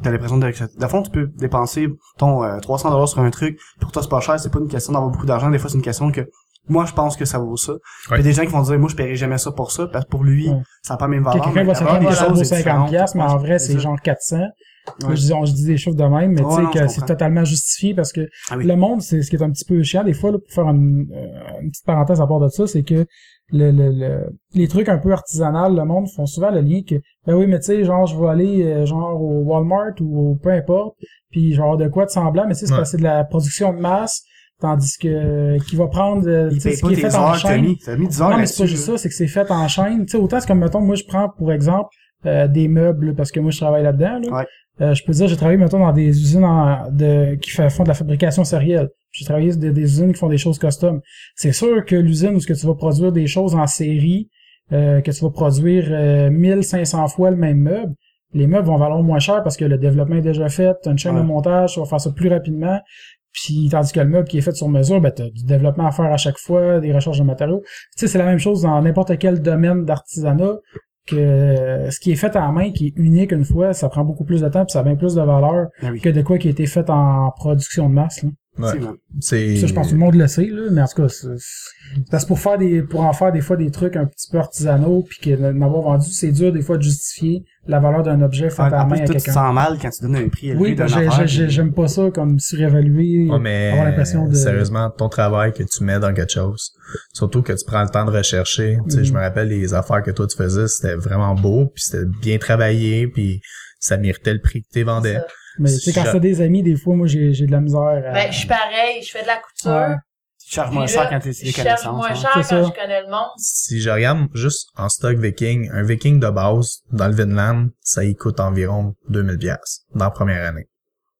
[SPEAKER 2] t'as l'impression de, que dans le fond, tu peux dépenser ton euh, 300 dollars sur un truc. Pour toi, c'est pas cher. C'est pas une question d'avoir beaucoup d'argent. Des fois, c'est une question que moi, je pense que ça vaut ça. Il y
[SPEAKER 4] Ouais.
[SPEAKER 2] a des gens qui vont dire, moi, je paierai jamais ça pour ça, parce que pour lui,
[SPEAKER 1] Ouais.
[SPEAKER 2] ça n'a pas la même
[SPEAKER 1] Que
[SPEAKER 2] valeur.
[SPEAKER 1] quelqu'un
[SPEAKER 2] mais
[SPEAKER 1] va
[SPEAKER 2] la valeur
[SPEAKER 1] s'attendre que
[SPEAKER 2] des
[SPEAKER 1] ça
[SPEAKER 2] choses
[SPEAKER 1] vaut
[SPEAKER 2] est
[SPEAKER 1] 50
[SPEAKER 2] différente.
[SPEAKER 1] piastres, mais en vrai, c'est
[SPEAKER 2] ça.
[SPEAKER 1] genre 400. Là,
[SPEAKER 2] Ouais.
[SPEAKER 1] Je dis, on, je dis des chiffres de même, mais
[SPEAKER 2] Ouais,
[SPEAKER 1] tu
[SPEAKER 2] non,
[SPEAKER 1] sais
[SPEAKER 2] je
[SPEAKER 1] que c'est
[SPEAKER 2] comprends.
[SPEAKER 1] totalement justifié parce que
[SPEAKER 2] Ah oui.
[SPEAKER 1] le monde, c'est ce qui est un petit peu chiant des fois, là, pour faire une, euh, une petite parenthèse à part de ça, c'est que le, le, le- les trucs un peu artisanales, le monde font souvent le lien que, ben oui, mais tu sais, genre, je vais aller euh, genre au Walmart ou au peu importe, puis genre de quoi de semblant, mais tu sais, c'est
[SPEAKER 4] Ouais.
[SPEAKER 1] parce que c'est de la production de masse, tandis que euh, qui va prendre euh, tu
[SPEAKER 2] Il
[SPEAKER 1] sais,
[SPEAKER 2] paye
[SPEAKER 1] ce
[SPEAKER 2] pas
[SPEAKER 1] qui est
[SPEAKER 2] tes
[SPEAKER 1] fait en
[SPEAKER 2] heures, t'as
[SPEAKER 1] chaîne.
[SPEAKER 2] mis, t'as mis 10 heures
[SPEAKER 1] Non, mais c'est pas
[SPEAKER 2] là-dessus.
[SPEAKER 1] juste ça, c'est que c'est fait en chaîne. Tu sais, autant c'est comme, mettons, moi, je prends, pour exemple, euh, des meubles, parce que moi, je travaille là-dedans, là.
[SPEAKER 2] Ouais.
[SPEAKER 1] Euh, je peux dire, j'ai travaillé, mettons, dans des usines en- de, qui fa- font de la fabrication sérielle. J'ai travaillé dans des usines qui font des choses custom. C'est sûr que l'usine où ce que tu vas produire des choses en série, euh, que tu vas produire euh, 1500 fois le même meuble, les meubles vont valoir moins cher parce que le développement est déjà fait, t'as une chaîne
[SPEAKER 2] Ouais.
[SPEAKER 1] de montage, tu vas faire ça plus rapidement. Puis tandis que le meuble qui est fait sur mesure, ben t'as du développement à faire à chaque fois, des recherches de matériaux. Tu sais, c'est la même chose dans n'importe quel domaine d'artisanat que euh, ce qui est fait à la main, qui est unique une fois, ça prend beaucoup plus de temps puis ça a bien plus de valeur
[SPEAKER 2] Ah oui.
[SPEAKER 1] que de quoi qui a été fait en production de masse. là.
[SPEAKER 4] Ouais.
[SPEAKER 2] C'est vrai.
[SPEAKER 4] C'est
[SPEAKER 1] Ça, je pense que tout le monde le sait, là, mais en tout cas, c'est- c'est- parce que pour faire des, pour en faire des fois des trucs un petit peu artisanaux puis que d'en avoir vendu, c'est dur des fois de justifier la valeur d'un objet fait
[SPEAKER 2] En,
[SPEAKER 1] à la
[SPEAKER 2] en
[SPEAKER 1] main
[SPEAKER 2] plus,
[SPEAKER 1] à
[SPEAKER 2] toi, tu te
[SPEAKER 1] quelqu'un.
[SPEAKER 2] sens mal quand tu donnes un prix élevé
[SPEAKER 1] Oui,
[SPEAKER 2] d'un
[SPEAKER 1] ben, j'ai-
[SPEAKER 2] affaire,
[SPEAKER 1] j'ai- j'ai-
[SPEAKER 2] puis-
[SPEAKER 1] j'aime pas ça comme surévaluer,
[SPEAKER 4] Ouais, Ah, mais
[SPEAKER 1] avoir l'impression de.
[SPEAKER 4] sérieusement, ton travail que tu mets dans quelque chose, surtout que tu prends le temps de rechercher. Tu sais,
[SPEAKER 1] Mhm.
[SPEAKER 4] je me rappelle les affaires que toi tu faisais, c'était vraiment beau, puis c'était bien travaillé, puis ça méritait le prix que tu vendais.
[SPEAKER 3] Ça.
[SPEAKER 1] Mais tu sais, quand
[SPEAKER 4] Je-
[SPEAKER 1] c'est des amis, des fois, moi, j'ai j'ai de la misère. à-
[SPEAKER 3] Ben, je suis pareil, je fais de la couture.
[SPEAKER 1] Ouais.
[SPEAKER 2] Tu charges
[SPEAKER 3] puis
[SPEAKER 2] moins
[SPEAKER 3] là,
[SPEAKER 2] cher quand t'es
[SPEAKER 3] Je
[SPEAKER 2] des
[SPEAKER 3] cherche
[SPEAKER 2] connaissances.
[SPEAKER 3] moins
[SPEAKER 2] hein.
[SPEAKER 3] cher
[SPEAKER 1] C'est
[SPEAKER 3] quand
[SPEAKER 1] ça.
[SPEAKER 3] je connais le monde.
[SPEAKER 4] Si je regarde juste en stock viking, un viking de base dans le Vinland, ça y coûte environ 2000 pièces dans la première année.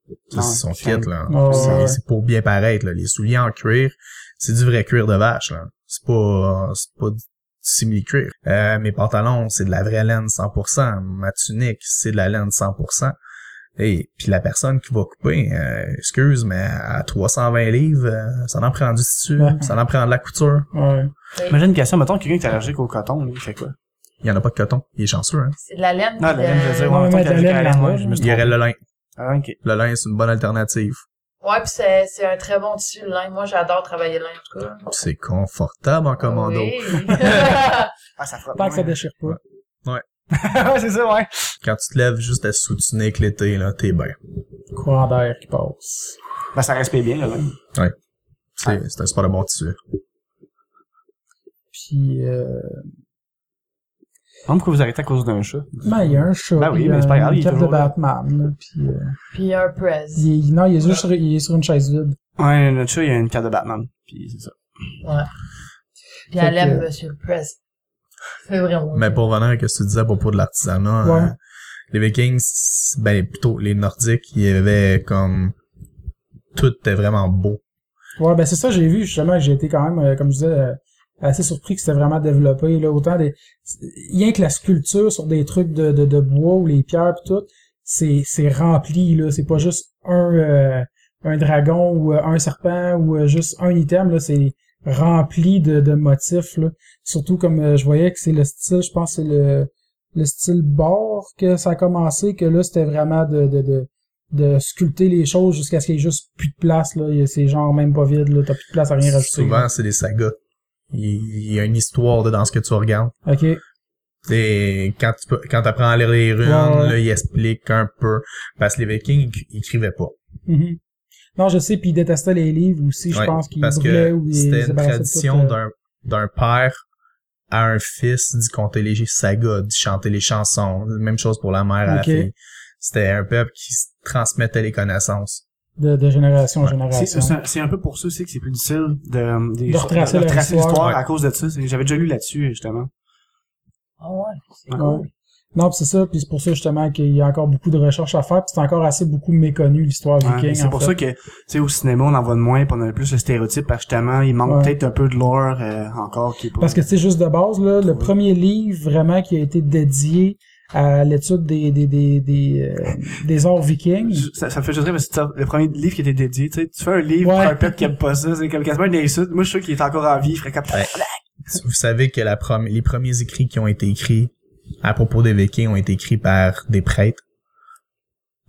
[SPEAKER 4] Ça,
[SPEAKER 2] Ah
[SPEAKER 4] c'est
[SPEAKER 2] ouais,
[SPEAKER 4] son
[SPEAKER 2] c'est
[SPEAKER 4] kit, là.
[SPEAKER 1] Ah ouais,
[SPEAKER 4] C'est-
[SPEAKER 1] ouais.
[SPEAKER 4] c'est pour bien paraître, là. Les souliers en cuir, c'est du vrai cuir de vache, là. C'est pas, c'est pas du simili-cuir. Euh, mes pantalons, c'est de la vraie laine 100%. Ma tunique, c'est de la laine 100%. Et puis la personne qui va couper, euh, excuse, mais à 320 livres, euh, ça en prend du tissu,
[SPEAKER 1] Ouais.
[SPEAKER 4] ça en prend de la couture.
[SPEAKER 1] Ouais.
[SPEAKER 2] Imagine une question, mettons, quelqu'un qui est allergique au coton, lui, il fait quoi?
[SPEAKER 4] Il y en a pas de coton, il est chanceux, hein.
[SPEAKER 3] C'est de la laine.
[SPEAKER 2] Non,
[SPEAKER 3] puis
[SPEAKER 2] Ah, la laine, je veux
[SPEAKER 1] Euh,
[SPEAKER 2] dire,
[SPEAKER 1] Non,
[SPEAKER 2] ouais,
[SPEAKER 1] mais
[SPEAKER 2] mettons qu'il est
[SPEAKER 1] la
[SPEAKER 2] allergique à
[SPEAKER 1] laine,
[SPEAKER 2] la laine,
[SPEAKER 1] là,
[SPEAKER 2] ouais, je me suis
[SPEAKER 4] Il y aurait
[SPEAKER 2] trompé.
[SPEAKER 4] le lin.
[SPEAKER 2] Ah, ok.
[SPEAKER 4] Le lin, c'est une bonne alternative.
[SPEAKER 3] Ouais, puis c'est, c'est un très bon tissu, le lin. Moi, j'adore travailler le lin, en tout cas.
[SPEAKER 4] Puis C'est confortable en commando.
[SPEAKER 3] Oui.
[SPEAKER 2] Ah, ça frotte.
[SPEAKER 1] Tant que ça
[SPEAKER 2] moins.
[SPEAKER 1] déchire pas.
[SPEAKER 2] Ouais, c'est ça, ouais.
[SPEAKER 4] Quand tu te lèves juste à soutiner que l'été, là, t'es bien.
[SPEAKER 1] Courant d'air qui passe.
[SPEAKER 2] Ben, ça respire bien, là. là.
[SPEAKER 4] C'est c'est un sport de bon tissu.
[SPEAKER 1] Puis, euh...
[SPEAKER 2] Non, pourquoi vous arrêtez à cause d'un chat?
[SPEAKER 1] ben, il y a un chat.
[SPEAKER 2] Ben oui,
[SPEAKER 1] puis
[SPEAKER 2] mais c'est pas grave,
[SPEAKER 1] une
[SPEAKER 2] il est
[SPEAKER 1] cape de
[SPEAKER 2] toujours là.
[SPEAKER 1] Batman, là, puis, euh,
[SPEAKER 3] Puis un press.
[SPEAKER 1] il, non, il est juste sur, il est sur une chaise vide.
[SPEAKER 2] Ouais, notre chat, il a une carte de Batman. Puis c'est ça.
[SPEAKER 3] Puis
[SPEAKER 1] Fait
[SPEAKER 3] elle aime
[SPEAKER 1] que-
[SPEAKER 3] Monsieur le press. C'est vraiment.
[SPEAKER 4] Mais pour revenir à ce que tu disais à propos de l'artisanat,
[SPEAKER 1] Ouais.
[SPEAKER 4] euh, les Vikings, c'est- ben plutôt les Nordiques, il y avait comme tout était vraiment beau.
[SPEAKER 1] Ouais, ben c'est ça, j'ai vu justement, j'ai été quand même, euh, comme je disais, euh, assez surpris que c'était vraiment développé. Là, autant des. c'est- Rien que la sculpture sur des trucs de, de, de bois ou les pierres pis tout, c'est, c'est rempli, là. C'est pas juste un, euh, un dragon ou euh, un serpent ou euh, juste un item, là, c'est rempli de, de motifs. Là. Surtout comme euh, je voyais que c'est le style, je pense que c'est le, le style bord que ça a commencé, que là c'était vraiment de, de, de, de sculpter les choses jusqu'à ce qu'il y ait juste plus de place, là. Il y a- C'est genre même pas vide, là. T'as plus de place à rien rajouter. hein.
[SPEAKER 4] Souvent, c'est des sagas. Il il y a une histoire de- dans ce que tu regardes.
[SPEAKER 1] OK.
[SPEAKER 4] Et quand tu peux- quand apprends à lire les runes,
[SPEAKER 1] Ouais, ouais.
[SPEAKER 4] là, il explique un peu. Parce que les Vikings, ils- ils écrivaient pas.
[SPEAKER 1] Mhm. Non, je sais, puis il détestait les livres aussi, je
[SPEAKER 4] Ouais,
[SPEAKER 1] pense qu'il
[SPEAKER 4] parce
[SPEAKER 1] brûlait
[SPEAKER 4] que
[SPEAKER 1] ou il
[SPEAKER 4] c'était
[SPEAKER 1] se
[SPEAKER 4] une
[SPEAKER 1] débarrassait de tout,
[SPEAKER 4] tradition
[SPEAKER 1] euh,
[SPEAKER 4] d'un d'un père à un fils d'y compter les sagas, d'y chanter les chansons. Même chose pour la mère à
[SPEAKER 1] Ok.
[SPEAKER 4] la fille. C'était un peuple qui s- transmettait les connaissances.
[SPEAKER 1] de, de génération en
[SPEAKER 4] Ouais.
[SPEAKER 2] C'est-
[SPEAKER 1] génération.
[SPEAKER 2] C'est un- c'est un peu pour ça aussi que c'est plus difficile de,
[SPEAKER 1] De retracer leur histoire.
[SPEAKER 2] l'histoire
[SPEAKER 4] Ouais.
[SPEAKER 2] à cause de ça. C'est- J'avais déjà lu là-dessus, justement.
[SPEAKER 5] Ah ouais.
[SPEAKER 2] Ouais.
[SPEAKER 1] Ouais. Non, pis c'est ça, puis c'est pour ça justement qu'il y a encore beaucoup de recherches à faire, puis c'est encore assez beaucoup méconnu l'histoire
[SPEAKER 2] Ouais,
[SPEAKER 1] viking.
[SPEAKER 2] c'est pour ça que, tu sais, au cinéma, on en voit de moins, puis on a plus le stéréotype, parce que justement, il manque
[SPEAKER 1] Ouais.
[SPEAKER 2] peut-être un peu de lore euh, encore qui est pas...
[SPEAKER 1] Parce que c'est juste de base, là, le
[SPEAKER 2] Ouais.
[SPEAKER 1] premier livre vraiment qui a été dédié à l'étude des des des des, euh, des arts vikings.
[SPEAKER 2] ça, ça me fait juste rire parce que ça- le premier livre qui était dédié, tu sais, tu fais un livre
[SPEAKER 1] Ouais.
[SPEAKER 2] pour un peuple qui aime pas ça, c'est comme quasiment une insulte. Moi, je suis sûr qu'il est encore en vie, il ferait comme...
[SPEAKER 4] Ouais. Vous savez que la prom- les premiers écrits qui ont été écrits à propos des Vikings ont été écrits par des prêtres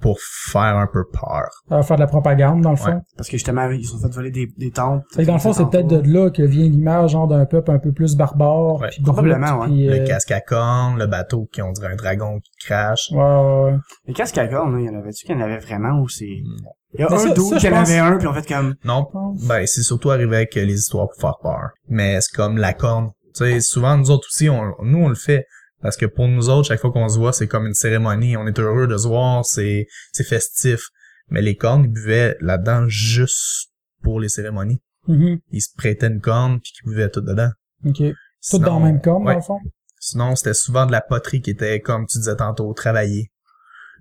[SPEAKER 4] pour faire un peu peur.
[SPEAKER 1] Euh, faire de la propagande, dans le fond.
[SPEAKER 4] Ouais.
[SPEAKER 2] Parce que justement, ils se sont fait voler des, des tentes.
[SPEAKER 1] Fait que dans le fond, c'est peut-être de là que vient l'image genre d'un peuple un peu plus barbare,
[SPEAKER 4] Ouais.
[SPEAKER 1] puis brut,
[SPEAKER 2] Probablement, ouais.
[SPEAKER 1] puis, euh,
[SPEAKER 4] Le casque à cornes, le bateau qui on dirait un dragon qui crache.
[SPEAKER 1] ouais, ouais, ouais.
[SPEAKER 2] Mais qu'est-ce qu'il y a encore, là? Il y en avait-tu qu'il y en avait vraiment ou c'est...
[SPEAKER 4] Hmm.
[SPEAKER 2] Il y a
[SPEAKER 1] Mais ça-
[SPEAKER 2] un dos
[SPEAKER 1] ça, je
[SPEAKER 2] qui en
[SPEAKER 1] pense-
[SPEAKER 2] avait un, puis en fait comme...
[SPEAKER 4] Non, Ben, c'est surtout arrivé avec euh, les histoires pour faire peur. Mais c'est comme la corne. Tu sais, souvent, nous autres aussi, on, nous, on le fait. Parce que pour nous autres, chaque fois qu'on se voit, c'est comme une cérémonie. On est heureux de se voir, c'est, c'est festif. Mais les cornes, ils buvaient là-dedans juste pour les cérémonies.
[SPEAKER 1] Mhm.
[SPEAKER 4] Ils se prêtaient une corne, puis ils buvaient tout dedans.
[SPEAKER 1] Ok. Tout
[SPEAKER 4] Sinon-
[SPEAKER 1] dans le même corps, dans
[SPEAKER 4] ouais.
[SPEAKER 1] le fond.
[SPEAKER 4] Sinon, c'était souvent de la poterie qui était, comme tu disais tantôt, travaillée.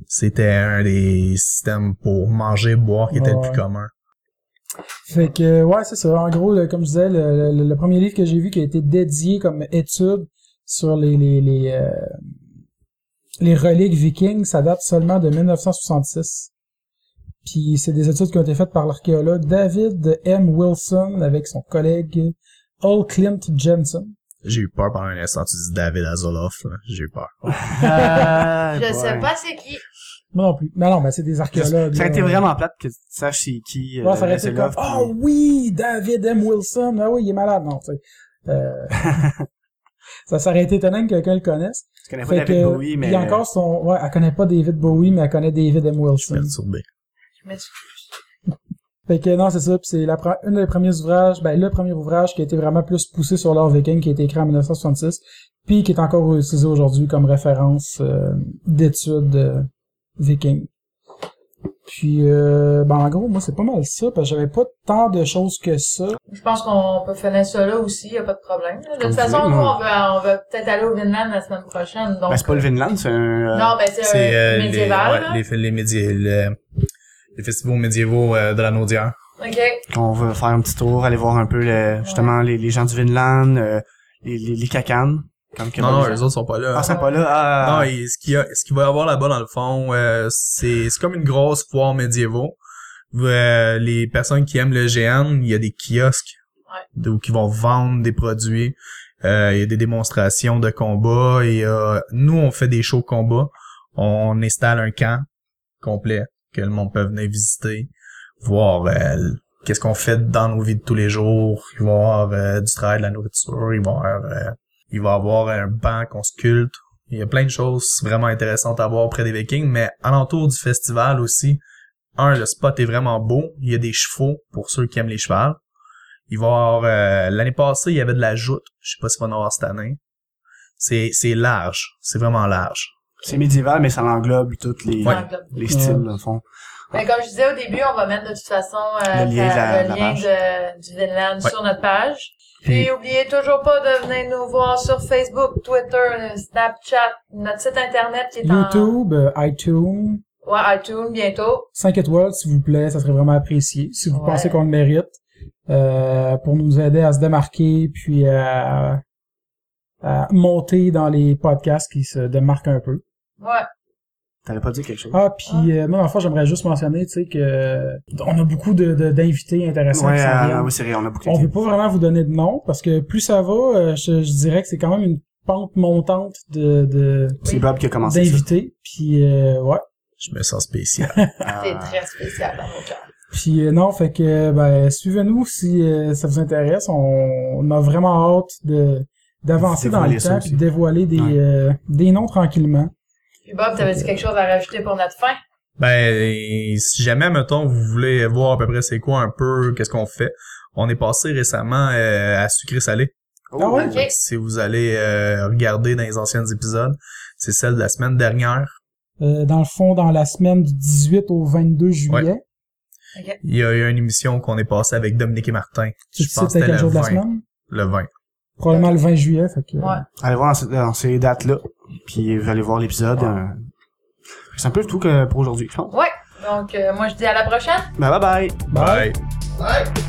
[SPEAKER 4] C'était un des systèmes pour manger, boire qui était le
[SPEAKER 1] Ouais.
[SPEAKER 4] plus commun.
[SPEAKER 1] Fait que, euh, ouais, c'est ça. En gros, le- comme je disais, le, le- le premier livre que j'ai vu qui a été dédié comme étude sur les les les, euh, les reliques vikings, ça date seulement de 1966. Puis c'est des études qui ont été faites par l'archéologue David M. Wilson avec son collègue Al Clint Jensen.
[SPEAKER 4] J'ai eu peur pendant un instant. Tu dis David Azoloff, là. J'ai eu peur.
[SPEAKER 2] Ah,
[SPEAKER 3] Je sais
[SPEAKER 2] boy.
[SPEAKER 3] pas c'est qui.
[SPEAKER 1] Moi non plus. Non, non, mais c'est des
[SPEAKER 2] Ça
[SPEAKER 1] archéologues.
[SPEAKER 2] aurait
[SPEAKER 1] là.
[SPEAKER 2] été vraiment plate que tu saches c'est qui. euh,
[SPEAKER 1] Ouais, ça aurait été comme, oh oui, David M. Wilson, ah oui, il est malade, non, tu sais. Euh, ça ça aurait été étonnant que quelqu'un le connaisse.
[SPEAKER 2] Tu connais pas
[SPEAKER 1] Fait
[SPEAKER 2] David
[SPEAKER 1] que,
[SPEAKER 2] Bowie, mais. euh,
[SPEAKER 1] Il y a encore son, ouais, elle connaît pas David Bowie, mais elle connaît David M.
[SPEAKER 4] Je
[SPEAKER 1] Wilson.
[SPEAKER 4] suis perturbé.
[SPEAKER 3] Je m'excuse.
[SPEAKER 1] Fait que non, c'est ça, puis c'est la pre- une des premiers ouvrages, ben le premier ouvrage qui a été vraiment plus poussé sur l'art viking, qui a été écrit en 1966, puis qui est encore utilisé aujourd'hui comme référence euh, d'études euh, viking. Puis, euh, ben en gros, moi c'est pas mal ça, parce que j'avais pas tant de choses que ça.
[SPEAKER 3] Je pense qu'on peut finir ça là aussi, y a pas de problème. De
[SPEAKER 2] Comme
[SPEAKER 3] toute
[SPEAKER 2] vous
[SPEAKER 3] façon,
[SPEAKER 2] voulez,
[SPEAKER 3] nous,
[SPEAKER 2] moi.
[SPEAKER 3] on va, on va peut-être aller au Vinland la semaine prochaine. Donc...
[SPEAKER 2] Ben, c'est pas le Vinland, c'est un. euh,
[SPEAKER 3] Non, ben, c'est
[SPEAKER 4] C'est
[SPEAKER 3] euh,
[SPEAKER 4] euh, les,
[SPEAKER 3] médiéval.
[SPEAKER 4] ouais, les, les, médi- le- les festivals médiévaux euh, de la Naudière.
[SPEAKER 3] là. OK.
[SPEAKER 2] On va faire un petit tour, aller voir un peu le- justement les, les gens du Vinland, euh, les, les, les cacanes. Comme que-
[SPEAKER 4] Non, non, les autres sont pas là.
[SPEAKER 2] Ah, c'est pas là. Ah,
[SPEAKER 4] non, et ce qu'il y a- ce qu'il va y avoir là-bas, dans le fond, euh, c'est c'est comme une grosse foire médiévaux. Euh, les personnes qui aiment le GN, il y a des kiosques d'où qui vont vendre des produits. Euh, il y a des démonstrations de combat. Et, euh, nous, on fait des shows combat. On installe un camp complet que le monde peut venir visiter, voir euh, qu'est-ce qu'on fait dans nos vies de tous les jours. Il va y avoir euh, du travail, de la nourriture. Il va y avoir, euh, il va y avoir un banc qu'on sculpte. Il y a plein de choses vraiment intéressantes à voir près des Vikings, mais alentour du festival aussi, un, le spot est vraiment beau. Il y a des chevaux pour ceux qui aiment les chevals. Il va y avoir, euh, l'année passée, il y avait de la joute. Je sais pas si va en avoir cette année. C'est, c'est large. C'est vraiment large.
[SPEAKER 2] c'est médiéval, mais ça englobe toutes les,
[SPEAKER 4] Ouais.
[SPEAKER 3] Donc,
[SPEAKER 2] les styles, dans le fond.
[SPEAKER 3] Mais comme je disais au début, on va mettre de toute façon euh,
[SPEAKER 2] Le lien de la-
[SPEAKER 3] le
[SPEAKER 2] la
[SPEAKER 3] lien
[SPEAKER 2] page.
[SPEAKER 3] de- du Vinland
[SPEAKER 4] Ouais.
[SPEAKER 3] sur notre page. Puis oubliez toujours pas de venir nous voir sur Facebook, Twitter, Snapchat, notre site internet qui est
[SPEAKER 1] YouTube, euh, iTunes,
[SPEAKER 3] en ouais, iTunes bientôt.
[SPEAKER 1] 5 étoiles, s'il vous plaît, ça serait vraiment apprécié. Si vous
[SPEAKER 3] Ouais.
[SPEAKER 1] pensez qu'on le mérite, euh, pour nous aider à se démarquer, puis à, à monter dans les podcasts qui se démarquent un peu.
[SPEAKER 3] Ouais.
[SPEAKER 2] T'allais pas dit quelque chose.
[SPEAKER 1] Ah, puis euh, moi, enfin, j'aimerais juste mentionner, tu sais, que on a beaucoup de, de- d'invités intéressants
[SPEAKER 2] ouais,
[SPEAKER 1] qui s'en
[SPEAKER 2] ah,
[SPEAKER 1] viennent.
[SPEAKER 2] oui, c'est vrai, on a bouclé.
[SPEAKER 1] On veut pas vraiment vous donner de nom, parce que plus ça va, euh, je, je dirais que c'est quand même une pente montante de, de
[SPEAKER 2] C'est Bob qui a commencé ça.
[SPEAKER 1] d'invités. Puis, euh, ouais.
[SPEAKER 4] Je me sens spécial.
[SPEAKER 3] Ah,
[SPEAKER 2] Ah.
[SPEAKER 3] C'est très spécial dans mon cœur.
[SPEAKER 1] Puis euh, non, fait que euh, ben suivez-nous si euh, ça vous intéresse. On, on a vraiment hâte de d'avancer dans le
[SPEAKER 2] Dévoiler ça
[SPEAKER 1] temps
[SPEAKER 2] aussi.
[SPEAKER 1] puis de dévoiler des
[SPEAKER 2] Ouais.
[SPEAKER 1] euh, des noms tranquillement.
[SPEAKER 3] Puis Bob, t'avais-tu quelque chose à rajouter pour notre fin?
[SPEAKER 4] Ben, si jamais, mettons, vous voulez voir à peu près c'est quoi un peu, qu'est-ce qu'on fait, on est passé récemment euh, à sucré-salé.
[SPEAKER 1] Ah ouais?
[SPEAKER 3] Ok.
[SPEAKER 4] Si vous allez euh, regarder dans les anciens épisodes, c'est celle de la semaine dernière.
[SPEAKER 1] Euh, dans le fond, dans la semaine du 18 au 22 juillet.
[SPEAKER 4] Il y a eu une émission qu'on est passée avec Dominique et Martin.
[SPEAKER 1] Tu
[SPEAKER 4] Je
[SPEAKER 1] sais
[SPEAKER 4] pense que
[SPEAKER 1] c'était
[SPEAKER 4] c'était
[SPEAKER 1] quel jour
[SPEAKER 4] le
[SPEAKER 1] de la
[SPEAKER 4] 20.
[SPEAKER 1] semaine?
[SPEAKER 4] Le 20.
[SPEAKER 1] Probablement le 20 juillet, fait que...
[SPEAKER 3] Ouais.
[SPEAKER 2] Allez voir dans ces- dans ces dates-là, puis vous allez voir l'épisode. euh, C'est un peu tout que pour aujourd'hui, je pense.
[SPEAKER 3] Ouais. Donc, euh, moi, je dis à la prochaine.
[SPEAKER 2] Ben, bye bye!
[SPEAKER 4] Bye.
[SPEAKER 3] Ouais.